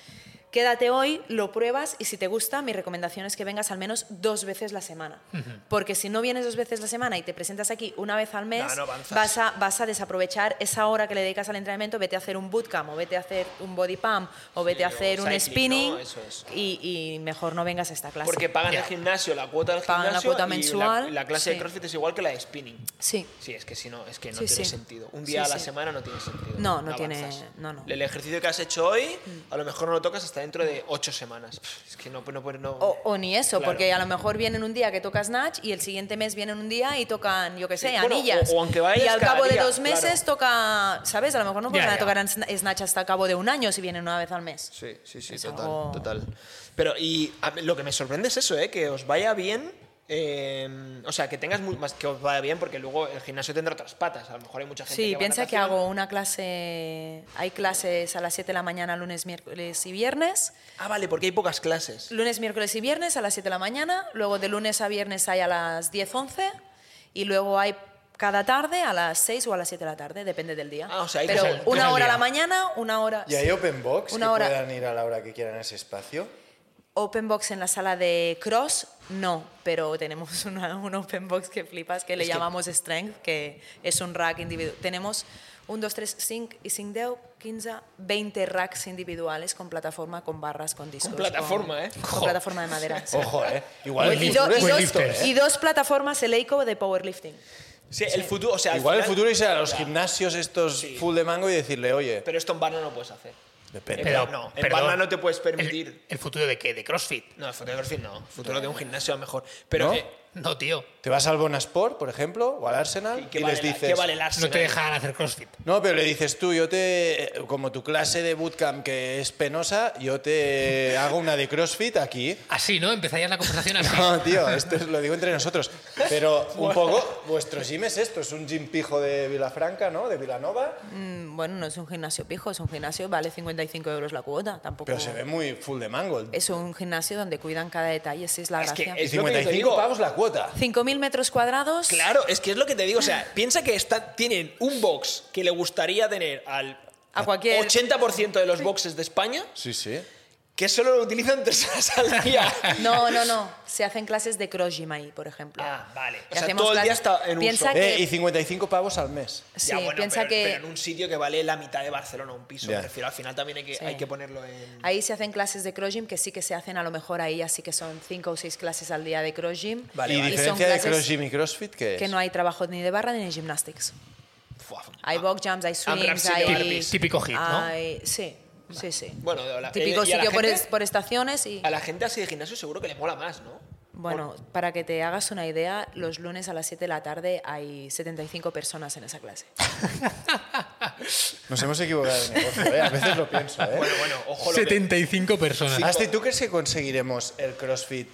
S4: Quédate hoy, lo pruebas y si te gusta, mi recomendación es que vengas al menos dos veces la semana. Porque si no vienes dos veces la semana y te presentas aquí una vez al mes,
S1: No, no avanzas.
S4: vas, a, vas a desaprovechar esa hora que le dedicas al entrenamiento, vete a hacer un bootcamp o vete a hacer un body pump o vete a
S1: o
S4: hacer un
S1: cycling,
S4: spinning
S1: ¿no? Eso es.
S4: y, y mejor no vengas a esta clase.
S1: Porque pagan el gimnasio, la cuota del
S4: Pagan la
S1: gimnasio
S4: cuota
S1: y
S4: mensual,
S1: la, clase
S4: sí.
S1: de CrossFit es igual que la de spinning.
S4: Sí.
S1: Sí, es que si no, es que no
S4: Sí,
S1: tiene
S4: sí.
S1: sentido. Un día
S4: Sí,
S1: a la
S4: sí.
S1: semana no tiene sentido.
S4: No, no tiene-
S1: avanzas.
S4: no, Mm. no.
S1: El ejercicio que has hecho hoy, a lo mejor no lo tocas hasta dentro de ocho semanas. Pff, Es que no puede... No, puede- no,
S4: O, o ni eso,
S1: Claro.
S4: porque a lo mejor vienen un día que tocas Snatch y el siguiente mes vienen un día y tocan, yo qué sé,
S1: Sí, bueno,
S4: anillas.
S1: o- o aunque vayas
S4: y al
S1: cada
S4: cabo de
S1: día,
S4: dos meses toca, ¿sabes? A lo mejor no
S2: Ya,
S4: van a
S2: ya.
S4: tocar sna- Snatch hasta el cabo de un año si vienen una vez al mes.
S1: Sí, sí, sí,
S4: Es
S1: total,
S4: algo-
S1: total. Pero y a mí lo que me sorprende es eso, ¿eh? que os vaya bien. eh, o sea, que tengas muy, más que os vaya bien porque luego el gimnasio tendrá otras patas. A lo mejor hay mucha gente
S4: Sí,
S1: que va a
S4: piensa que
S1: natación.
S4: hago una clase, hay clases a las 7 de la mañana lunes, miércoles y viernes.
S1: Ah, vale, porque hay pocas clases.
S4: Lunes, miércoles y viernes a las 7 de la mañana, luego de lunes a viernes hay a las 10, 11 y luego hay cada tarde a las 6 o a las 7 de la tarde, depende del día.
S1: Ah, o sea, hay
S4: Pero
S1: dos al-
S2: dos
S4: una
S2: al
S4: hora a la
S2: día.
S4: mañana, una hora...
S3: ¿Y hay open box
S4: Una
S3: que
S4: hora.
S3: puedan ir a la hora que quieran a ese espacio?
S4: Open box en la sala de cross, no, pero tenemos una- un open box que flipas, que le
S1: Es que-
S4: llamamos strength, que es un rack individual. Tenemos 1, 2, 3, 5 y 5 deu, 15, 20 racks individuales con plataforma, con barras, con discos.
S1: plataforma,
S4: con-
S1: ¿eh?
S4: Con plataforma de madera. sí.
S3: Ojo, ¿eh?
S4: Y,
S3: Igual el
S4: y
S3: futuro
S4: do- y
S3: es
S4: dos,
S3: esto, ¿eh?
S4: y dos plataformas Eleico de powerlifting.
S1: Sí, el futuro, o sea, al
S3: Igual el
S1: final-
S3: futuro es ir a los gimnasios estos
S1: Sí.
S3: full de mango y decirle, oye,
S1: Pero esto en Barna no puedes hacer.
S3: depende.
S1: Pero- no, en Barna no te puedes permitir.
S2: ¿El, el futuro de qué? ¿De CrossFit?
S1: No, el futuro del fin no. El futuro de un gimnasio a lo mejor. Pero
S3: ¿No?
S1: que,
S2: No, tío.
S3: Te vas al Bonasport, por ejemplo, o al Arsenal,
S1: que
S3: y
S1: vale
S3: les
S1: la-
S3: dices...
S1: que vale el Arsenal.
S2: No te dejan hacer CrossFit.
S3: No, pero le dices tú, yo te, como tu clase de bootcamp que es penosa, yo te hago una de CrossFit aquí.
S2: Así, ¿no? Empezarías la conversación así.
S3: No, tío, esto es- lo digo entre nosotros. Pero un poco, vuestro gym es esto, es un gym pijo de Vilafranca, ¿no? De Vilanova.
S4: Mm, Bueno, no es un gimnasio pijo, es un gimnasio, vale 55 euros la cuota, tampoco...
S3: Pero se ve muy full de mango. el-
S4: Es un gimnasio donde cuidan cada detalle, sí es la
S1: Es que
S4: gracia.
S3: Y
S1: es lo que te
S3: 55
S1: digo.
S3: pavos la cuota.
S4: 5.000 metros cuadrados.
S1: Claro, es que es lo que te digo. O sea, piensa que está, tienen un box que le gustaría tener al
S4: A cualquier-
S1: 80% de los boxes de España
S3: Sí, sí.
S1: que solo lo utilizan tres horas al día.
S4: No, no, no. Se hacen clases de cross gym ahí, por ejemplo.
S1: Ah, vale.
S4: Y
S1: O sea,
S4: hacemos
S1: todo el día
S4: clases-
S1: está en
S4: piensa
S1: uso.
S4: que-
S3: Eh, y 55 pavos al mes.
S4: Sí,
S1: Ya, bueno,
S4: piensa
S1: pero,
S4: que
S1: pero en un sitio que vale la mitad de Barcelona un piso.
S3: Ya.
S1: Me refiero, al final también hay que,
S4: Sí.
S1: hay que ponerlo en...
S4: ahí se hacen clases de cross gym que sí que se hacen a lo mejor ahí, así que son cinco o seis clases al día de cross gym.
S1: Vale,
S3: y
S1: vale.
S4: son
S3: diferencia de
S4: clases
S3: cross gym y crossfit, ¿qué es?
S4: Que no hay trabajo ni de barra ni de gymnastics.
S1: Fua.
S4: Hay box jumps, hay
S1: Amraps
S4: swings,
S1: y de
S4: hay...
S1: Barbies.
S2: Típico hit, ¿no?
S4: hay- Sí, sí, sí.
S1: Bueno, de la-
S4: Típico
S1: eh, ¿y a la
S4: sitio por,
S1: gente?
S4: es- por estaciones y...
S1: A la gente así de gimnasio seguro que le mola más, ¿no?
S4: Bueno, para que te hagas una idea, los lunes a las 7 de la tarde hay 75 personas en esa clase.
S3: Nos hemos equivocado de negocio, ¿eh? A veces lo pienso, ¿eh?
S1: Bueno, bueno, ojo lo que...
S2: 75 personas.
S3: Asti, ¿tú crees que conseguiremos el CrossFit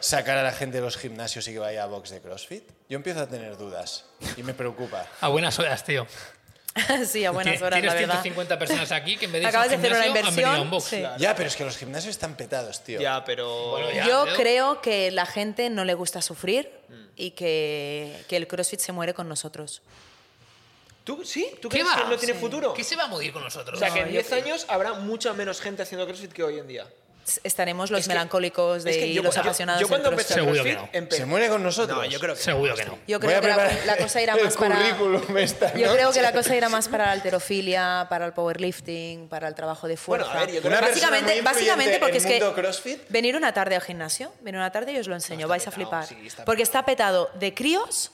S3: sacar a la gente de los gimnasios y que vaya a box de CrossFit? Yo empiezo a tener dudas y me preocupa.
S2: A buenas horas, tío.
S4: sí, a buenas
S2: Tienes
S4: horas, la verdad.
S2: 150 personas aquí que en vez de
S4: Acabas
S2: irse
S4: de
S2: a un
S4: hacer una
S2: gimnasio, han venido a un
S4: inversión.
S2: box.
S4: sí.
S3: Ya, pero es que los gimnasios están petados, tío.
S1: Ya, pero...
S2: Bueno, ya.
S4: Yo
S2: creo-
S4: creo que la gente no le gusta sufrir
S1: Mm.
S4: y que, que el CrossFit se muere con nosotros.
S1: ¿Tú sí? ¿Tú
S2: ¿Qué
S1: crees
S2: va?
S1: que no tiene
S4: Sí.
S1: futuro?
S2: ¿Qué se va a morir con
S1: O
S2: nosotros?
S1: sea, que en
S4: yo
S1: 10 años habrá mucha menos gente haciendo CrossFit que hoy en día.
S4: S- Estaremos los
S1: Es que-
S4: melancólicos de,
S1: es que
S4: y
S1: yo-
S4: los
S1: yo-
S4: apasionados
S1: Yo,
S4: del
S1: cuando
S4: CrossFit.
S1: empecé a
S2: Seguro
S1: CrossFit,
S2: que no.
S1: empe-
S3: ¿Se muere con nosotros?
S1: No, yo creo que
S2: Seguro que no.
S4: Yo
S3: Voy
S4: creo
S3: a
S4: que la,
S3: preparar
S4: la cosa irá
S3: el
S4: más para...
S3: currículum esta
S4: Yo creo que la
S3: noche.
S4: cosa irá más para la alterofilia, para el powerlifting, para el trabajo de
S1: Bueno,
S4: fuerza.
S1: a ver, yo creo que-
S3: Una persona muy
S4: básicamente,
S3: influyente
S4: básicamente
S3: en
S4: porque es que
S3: mundo CrossFit.
S4: venir una tarde al gimnasio, venir una tarde y os lo enseño,
S1: está
S4: vais a
S1: petado,
S4: flipar.
S1: sí, está
S4: porque está petado de críos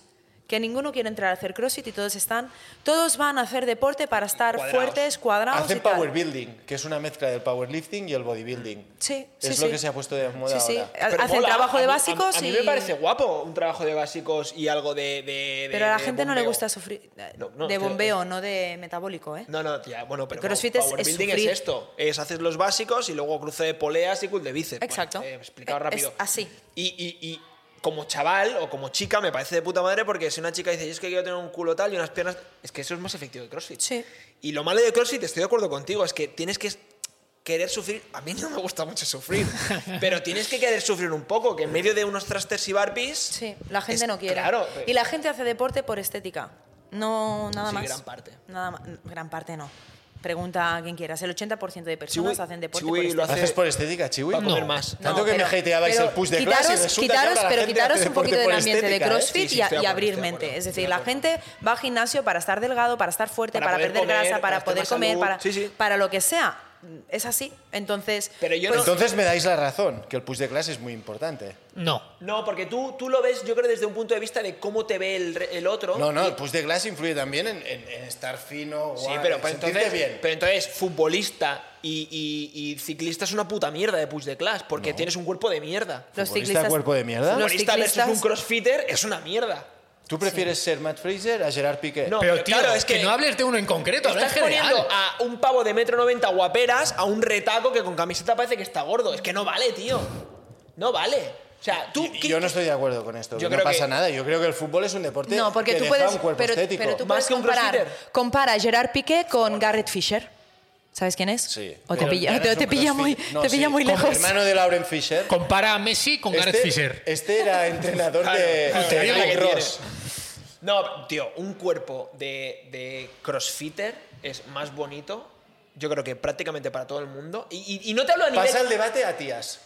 S4: que ninguno quiere entrar a hacer CrossFit y todos están, todos van a hacer deporte para estar
S1: Cuadraos.
S4: fuertes, cuadrados y
S3: Hacen
S4: tal.
S3: powerbuilding, que es una mezcla del powerlifting y el bodybuilding.
S4: Sí, sí,
S3: Es lo
S4: sí.
S3: que se ha puesto de moda
S4: Sí, sí.
S3: ahora.
S4: Ha-
S1: Pero
S4: Hacen
S1: mola,
S4: trabajo
S1: a
S4: de
S1: mí- a-
S4: básicos
S1: a, mí
S4: y
S1: me parece guapo un trabajo de básicos y algo de. de- de-
S4: pero a la
S1: de
S4: gente no le
S1: bombeo.
S4: gusta sufrir
S1: No, no,
S4: de
S1: es que-
S4: bombeo, no de metabólico, ¿eh?
S1: No, no, ya, bueno, pero.
S4: El CrossFit es- es
S1: powerbuilding es,
S4: sufrir.
S1: esto: es haces los básicos y luego cruce de poleas y curl de bíceps.
S4: Exacto.
S1: Bueno, eh, explicado
S4: Es-
S1: rápido.
S4: es así.
S1: Y, y- y como chaval o como chica me parece de puta madre porque si una chica dice, yo es que quiero tener un culo tal y unas piernas. Es que eso es más efectivo que CrossFit.
S4: Sí.
S1: Y lo malo de CrossFit, estoy de acuerdo contigo, es que tienes que querer sufrir. A mí no me gusta mucho sufrir, pero tienes que querer sufrir un poco, que en medio de unos thrusters y barbies.
S4: Sí, la gente
S1: es-
S4: no quiere.
S1: Claro. eh.
S4: y la gente hace deporte por estética. No, nada
S1: Sí,
S4: más.
S1: gran parte.
S4: Nada ma- Gran parte no. Pregunta a quien quieras. El 80% de personas
S1: Chiwi-
S4: hacen deporte
S1: Chiwi
S4: por
S1: lo
S4: estrés.
S3: ¿Lo
S1: hace-
S3: haces por estética, Chiwi?
S1: Va a comer más.
S4: No,
S3: Tanto que me
S4: pero-
S3: hateabais
S4: pero
S3: el push de
S4: quitaros,
S3: clase. resulta
S4: quitaros,
S3: que ahora la
S4: pero
S3: gente
S4: quitaros
S3: hace
S4: un poquito
S3: deporte
S4: del
S3: por
S4: ambiente de
S3: estética, ¿eh?
S4: CrossFit
S1: Sí, sí,
S4: y, a-
S1: estoy de
S4: y
S1: acuerdo,
S4: abrir
S1: estoy de
S4: mente.
S1: acuerdo,
S4: es
S1: estoy
S4: decir,
S1: de
S4: la
S1: acuerdo.
S4: gente va al gimnasio para estar delgado, para estar fuerte,
S1: Para
S4: para,
S1: poder
S4: perder
S1: comer,
S4: grasa,
S1: para
S4: para
S1: estar
S4: poder
S1: más
S4: comer,
S1: salud.
S4: para,
S1: Sí, sí.
S4: para lo que sea. Es así. Entonces, pues,
S1: Pero yo no-
S3: Entonces me dais la razón, que el push de clase es muy importante.
S2: No.
S1: No, porque tú, tú lo ves, yo creo, desde un punto de vista de cómo te ve el, re- el otro.
S3: No, no,
S1: Y-
S3: el push de clase influye también en, en- en estar fino,
S1: Sí,
S3: guay,
S1: pero,
S3: en
S1: pero
S3: sentirte
S1: entonces,
S3: bien.
S1: pero entonces futbolista y, y- y ciclista es una puta mierda de push de class porque tienes un cuerpo de mierda.
S4: los
S3: ¿Futbolista
S4: ciclistas.
S3: cuerpo de mierda?
S4: Los
S1: Futbolista versus
S4: ciclistas.
S1: un crossfitter es una mierda.
S3: ¿Tú prefieres ser Matt Fraser a Gerard Piqué?
S1: No,
S2: Pero,
S1: pero
S2: tío,
S1: claro,
S2: es
S1: es
S2: que,
S1: que
S2: no hables de uno en concreto, habla en
S1: Estás
S2: general.
S1: poniendo a un pavo de metro noventa guaperas a un retaco que con camiseta parece que está gordo. Es que no vale, tío. No vale. O sea, tú.
S3: Y-
S1: ¿qué-
S3: Yo no estoy de acuerdo con esto.
S1: Yo
S3: no
S1: creo
S3: pasa
S1: que-
S3: nada. Yo creo que el fútbol es un deporte
S4: No, porque
S3: que
S4: tú
S3: deja
S4: puedes.
S3: un cuerpo
S4: Pero,
S3: estético.
S4: pero tú
S1: Más
S4: puedes
S1: que un
S4: comparar.
S1: crossfitter.
S4: Compara Gerard Piqué con Garrett Fisher. ¿Sabes quién es?
S3: Sí.
S4: O te
S3: pero ya
S4: pilla,
S3: no es
S4: te, te
S3: un
S4: pilla muy,
S3: crossfit. No,
S4: te
S3: sí,
S4: pilla muy
S3: como
S4: lejos.
S3: hermano de Lauren Fisher.
S2: Compara a Messi con Gareth Fisher.
S3: este era entrenador de,
S1: Claro,
S3: de
S1: claro,
S2: digo
S1: la
S3: Rick
S1: que
S3: Ross.
S1: tiene. No, tío, un cuerpo de, de crossfitter es más bonito, yo creo que prácticamente para todo el mundo. Y, y- y no te hablo a nivel
S3: Pasa el debate a tías.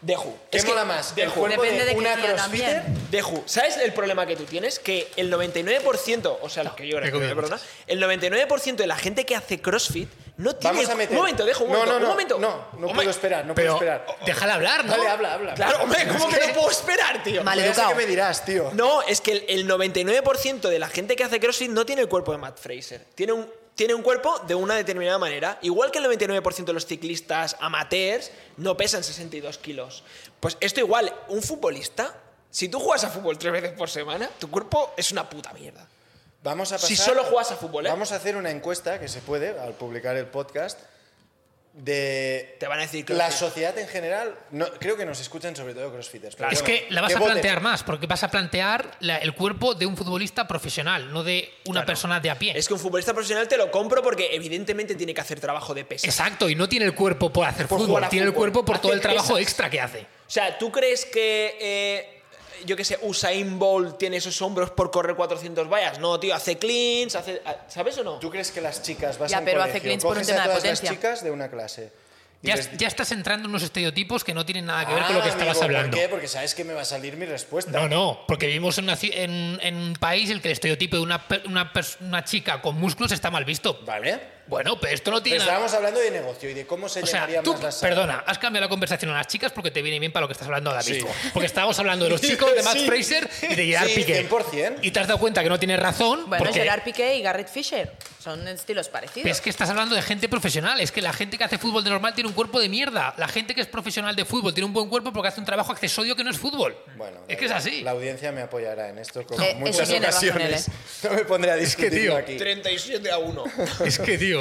S1: de Ju.
S3: ¿Qué
S1: Es que-
S3: mola más?
S1: de
S3: ¿El
S1: Ju.
S3: cuerpo
S4: Depende
S3: de
S4: de qué
S3: una
S4: tía
S3: crossfitter?
S4: también.
S1: Deju, ¿sabes el problema que tú tienes? Que el 99%, o sea, lo que yo
S2: he
S1: creo,
S2: comido
S1: perdona, el 99% de la gente que hace CrossFit no tiene...
S3: Vamos a meter.
S1: Un momento, Deju, un
S3: No,
S1: momento,
S3: no, no,
S1: un momento.
S3: No, no
S1: Hombre,
S3: puedo esperar, no
S2: pero
S3: puedo esperar.
S2: déjala hablar, ¿no?
S3: Vale, habla, habla.
S1: Claro, hombre, ¿cómo que no puedo esperar, tío?
S4: Mal
S3: Ya sé
S4: educado.
S3: qué me dirás, tío.
S1: No, es que el, el 99% de la gente que hace CrossFit no tiene el cuerpo de Matt Fraser. Tiene un, tiene un cuerpo de una determinada manera. Igual que el 99% de los ciclistas amateurs no pesan 62 kilos. Pues esto igual, un futbolista, si tú juegas a fútbol tres veces por semana, tu cuerpo es una puta mierda.
S3: Vamos a pasar,
S1: Si solo juegas a fútbol, ¿eh?
S3: Vamos a hacer una encuesta que se puede al publicar el podcast de
S1: Te van a decir que...
S3: la sociedad en general. No, creo que nos escuchan sobre todo crossfitters. pero
S2: Es
S3: bueno,
S2: que la vas a
S3: voten.
S2: plantear más, porque vas a plantear la- el cuerpo de un futbolista profesional, no de una persona de a pie.
S1: es que un futbolista profesional te lo compro porque evidentemente tiene que hacer trabajo de pesas.
S2: Exacto, y no tiene el cuerpo por hacer
S1: Por jugar
S2: fútbol,
S1: a
S2: tiene el
S1: fútbol.
S2: cuerpo por
S1: Hace
S2: todo el trabajo
S1: pesas.
S2: extra que hace.
S1: O sea, ¿tú crees que, eh, yo qué sé, Usain Bolt tiene esos hombros por correr 400 vallas? No, tío, hace cleans, hace... ah, ¿Sabes o no?
S3: ¿Tú crees que las chicas vas
S4: Ya,
S3: a un
S4: pero hace
S3: colegio,
S4: cleans por un
S3: coges
S4: tema
S3: a
S4: de
S3: todas
S4: potencia.
S3: las chicas de una clase? y
S2: Ya,
S3: les di-
S2: ya estás entrando en unos estereotipos que no tienen nada que ver con lo que
S3: Ah,
S2: estabas
S3: amigo,
S2: hablando.
S3: ¿Por qué? Porque sabes que me va a salir mi respuesta.
S2: No, no, porque vivimos en, una ci- en- en un país en el que el estereotipo de una, per- una, pers- una chica con músculos está mal visto.
S3: Vale.
S2: Bueno, pero esto no
S3: Pero
S2: tiene nada-
S3: estábamos hablando de negocio y de cómo se
S2: O sea,
S3: llenaría
S2: tú,
S3: más la sala.
S2: perdona, has cambiado la conversación a las chicas porque te viene bien para lo que estás hablando ahora
S3: Sí.
S2: mismo. Porque estábamos hablando de los chicos de Matt
S3: Sí.
S2: Fraser y de Gerard
S3: Sí,
S2: Piqué.
S3: 100%.
S2: Y te has dado cuenta que no tienes razón.
S4: Bueno,
S2: porque
S4: Gerard Piqué y Garrett Fisher son estilos parecidos.
S1: Pues
S2: Es que estás hablando de gente profesional. Es que la gente que hace fútbol de normal tiene un cuerpo de mierda. La gente que es profesional de fútbol tiene un buen cuerpo porque hace un trabajo accesorio que no es fútbol.
S3: Bueno, da
S2: es que es
S3: igual.
S2: así.
S3: La audiencia me apoyará en esto como
S4: Eh, eso
S3: muchas
S4: tiene razón,
S3: ocasiones. No me pondré a
S2: que,
S3: discutir
S2: tío,
S3: aquí.
S1: 37 a 1.
S2: Es que, tío.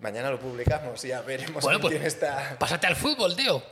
S3: Mañana lo publicamos y ya veremos
S2: Bueno,
S3: quién
S2: pues-
S3: está.
S2: Pásate al fútbol, tío.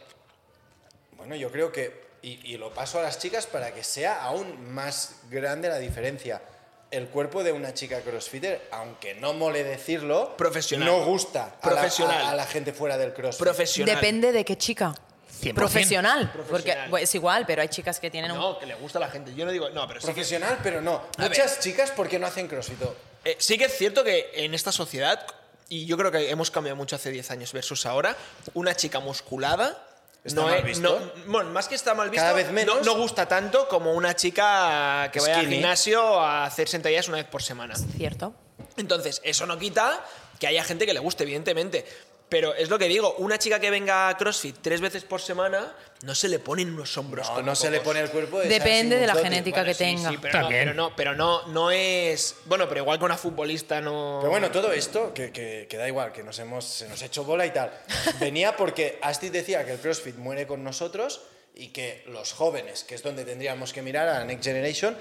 S3: Bueno, yo creo que. Y, y lo paso a las chicas para que sea aún más grande la diferencia. El cuerpo de una chica crossfitter, aunque no mole decirlo,
S1: Profesional.
S3: no gusta a la-
S1: Profesional.
S3: a a la gente fuera del crossfit.
S1: Profesional.
S4: Depende de qué chica.
S2: 100%.
S4: Profesional. Porque
S1: Profesional.
S4: bueno, es igual, pero hay chicas que tienen un...
S1: No, que le gusta a la gente. Yo no digo... No, pero sí que,
S3: Profesional, pero no.
S1: A
S3: Muchas chicas, ¿por qué no hacen crossfit?
S1: eh, sí que es cierto que en esta sociedad, y yo creo que hemos cambiado mucho hace 10 años versus ahora, una chica musculada...
S3: ¿Está
S1: no
S3: mal
S1: es-
S3: visto?
S1: no- bueno, más que está mal visto,
S3: Cada vez menos.
S1: No, no gusta tanto como una chica que vaya
S3: Skinny.
S1: al gimnasio a hacer sentadillas una vez por semana.
S4: Cierto.
S1: Entonces, eso no quita que haya gente que le guste, evidentemente. Pero es lo que digo, una chica que venga a CrossFit tres veces por semana, no se le ponen unos hombros.
S3: No,
S1: como
S3: no se le
S1: pocos.
S3: pone el cuerpo de
S4: Depende
S3: Sarah
S4: de la
S3: Simonsdottir.
S4: genética que
S1: Sí,
S4: tenga.
S1: sí, pero
S2: También.
S1: No, pero, no, pero no, no es... Bueno, pero igual que una futbolista no...
S3: Pero bueno, todo esto, que, que- que da igual, que nos hemos, se nos ha hecho bola y tal, venía porque Asti decía que el CrossFit muere con nosotros y que los jóvenes, que es donde tendríamos que mirar a la Next Generation,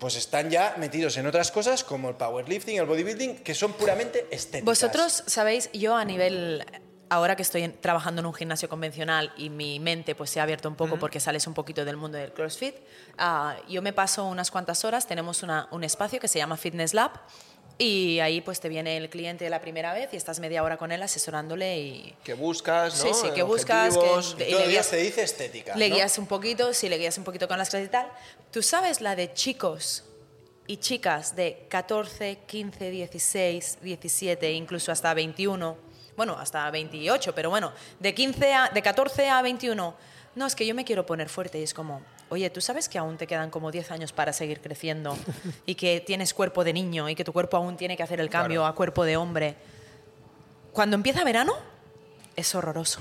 S3: pues están ya metidos en otras cosas como el powerlifting, el bodybuilding, que son puramente estéticas.
S4: Vosotros sabéis, yo a nivel, ahora que estoy en- trabajando en un gimnasio convencional y mi mente pues se ha abierto un poco porque sales un poquito del mundo del CrossFit, ah, yo me paso unas cuantas horas, tenemos una- un espacio que se llama Fitness Lab y ahí pues te viene el cliente la primera vez y estás media hora con él asesorándole y
S1: Que buscas, ¿no?
S4: Sí, sí, que buscas,
S1: Objetivos.
S4: que-
S3: Y
S4: y
S3: todo
S4: le
S3: día
S4: guías-
S3: se dice estética.
S4: le
S3: ¿no?
S4: guías un poquito, si le guías un poquito con las clases y tal. Tú sabes la de chicos y chicas de 14, 15, 16, 17, incluso hasta 21, bueno, hasta 28, pero bueno, de, 15 a, de 14 a 21, no, es que yo me quiero poner fuerte y es como, oye, tú sabes que aún te quedan como 10 años para seguir creciendo y que tienes cuerpo de niño y que tu cuerpo aún tiene que hacer el cambio a cuerpo de hombre. Cuando empieza verano, es horroroso.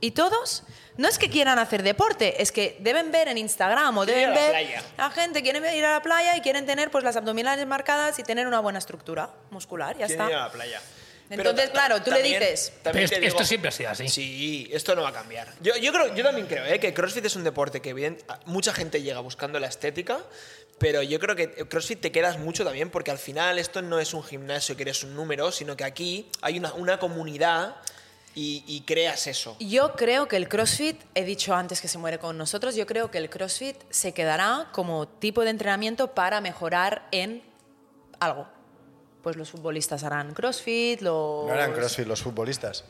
S4: Y todos, no es que quieran hacer deporte, es que deben ver en Instagram o
S1: Quieren
S4: deben
S1: ir a la
S4: ver
S1: playa.
S4: a gente, quieren ir a la playa y quieren tener pues las abdominales marcadas y tener una buena estructura muscular, ya
S1: Quieren ir a
S4: está.
S1: la playa.
S4: Entonces,
S1: ta- ta-
S4: claro, tú le
S1: también-
S4: dices-
S2: Pero
S1: también
S2: es-
S1: te
S2: esto
S1: digo-
S2: siempre ha sido así.
S1: Sí, esto no va a cambiar. Yo, yo, creo, yo también creo ¿eh? que CrossFit es un deporte que evident- a- mucha gente llega buscando la estética, pero yo creo que CrossFit te quedas mucho también porque al final esto no es un gimnasio que eres un número, sino que aquí hay una, una comunidad y, y creas eso.
S4: Yo creo que el CrossFit, he dicho antes que se muere con nosotros, yo creo que el CrossFit se quedará como tipo de entrenamiento para mejorar en algo. Pues los futbolistas harán CrossFit, los...
S3: No eran crossfit los futbolistas.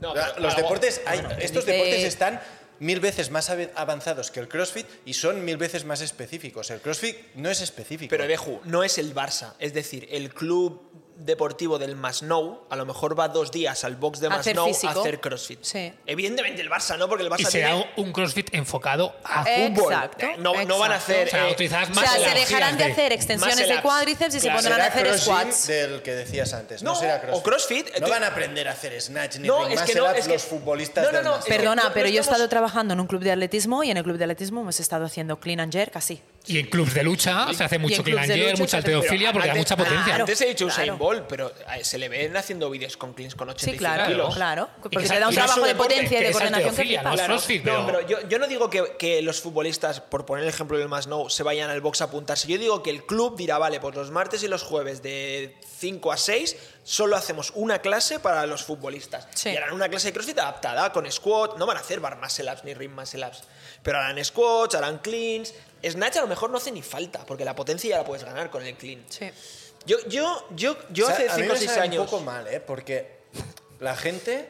S1: No,
S3: Ya,
S1: pero
S3: los
S1: algo-
S3: deportes, hay- estos
S4: dice-
S3: deportes están mil veces más ave- avanzados que el CrossFit y son mil veces más específicos. El CrossFit no es específico.
S1: Pero Deju, no es el Barça. Es decir, el club deportivo del Masnou a lo mejor va dos días al box de
S4: A hacer
S1: Masnou a
S4: físico.
S1: hacer CrossFit.
S4: Sí.
S1: Evidentemente el Barça no, porque el Barça
S2: Y
S1: tiene...
S2: será un- un crossfit enfocado
S1: Eh,
S2: a
S4: Exacto,
S2: fútbol.
S1: No, no van a hacer...
S2: O sea,
S1: eh,
S2: utilizarás
S4: O
S2: más
S4: sea, se
S2: energía,
S4: dejarán de
S2: sí.
S4: hacer extensiones de
S1: Muscle-ups.
S4: cuádriceps y se
S1: Claro.
S4: pondrán a
S3: Será
S4: hacer
S3: cross-gym
S4: squats.
S3: del que decías antes. No,
S1: No,
S3: será
S1: o
S3: CrossFit.
S1: CrossFit,
S3: No
S1: tú-
S3: van a aprender a hacer snatch ni
S1: No,
S3: ring
S1: es que
S3: muscle
S1: no,
S3: up
S1: es que-
S3: los futbolistas
S1: No, no,
S3: del
S1: no,
S3: muscle
S1: es que-
S3: up.
S4: Perdona,
S1: no- no
S4: pero yo he
S1: estamos-
S4: estado trabajando en un club de atletismo y en el club de atletismo hemos estado haciendo clean and jerk así.
S2: Y en clubs de lucha se hace
S4: en
S2: mucho
S4: clubs
S2: clean and
S4: de
S2: jerk,
S4: lucha
S2: mucha
S4: se hace-
S2: alterofilia, porque da mucha potencia.
S4: Claro.
S1: Antes he dicho Usain
S4: claro.
S1: Bolt, pero eh, se le ven haciendo vídeos con cleans con 85
S4: Sí, claro,
S1: kilos.
S4: claro.
S2: Y que
S4: Porque
S2: esa-
S4: te da un
S2: y que es
S4: trabajo
S1: un
S4: de
S1: deporte,
S4: potencia y
S2: que
S4: de
S2: es
S4: coordinación que
S2: alterofilia,
S4: flipas.
S2: no es crossfit,
S1: No,
S2: pero...
S1: pero yo, yo no digo que, que los futbolistas, por poner el ejemplo del más no, se vayan al box a apuntarse. Yo digo que el club dirá, vale, pues los martes y los jueves de 5 a 6 solo hacemos una clase para los futbolistas.
S4: Sí.
S1: Y harán una clase de CrossFit adaptada con squat. No van a hacer bar muscle ups ni rim muscle ups. Pero harán squats, harán cleans. Snatch a lo mejor no hace ni falta, porque la potencia ya la puedes ganar con el clean.
S4: Sí.
S1: Yo, yo, yo, yo
S3: O sea,
S1: hace
S3: a mí
S1: 5 o
S3: me
S1: 6
S3: sabe
S1: años...
S3: un poco mal, ¿eh? Porque la gente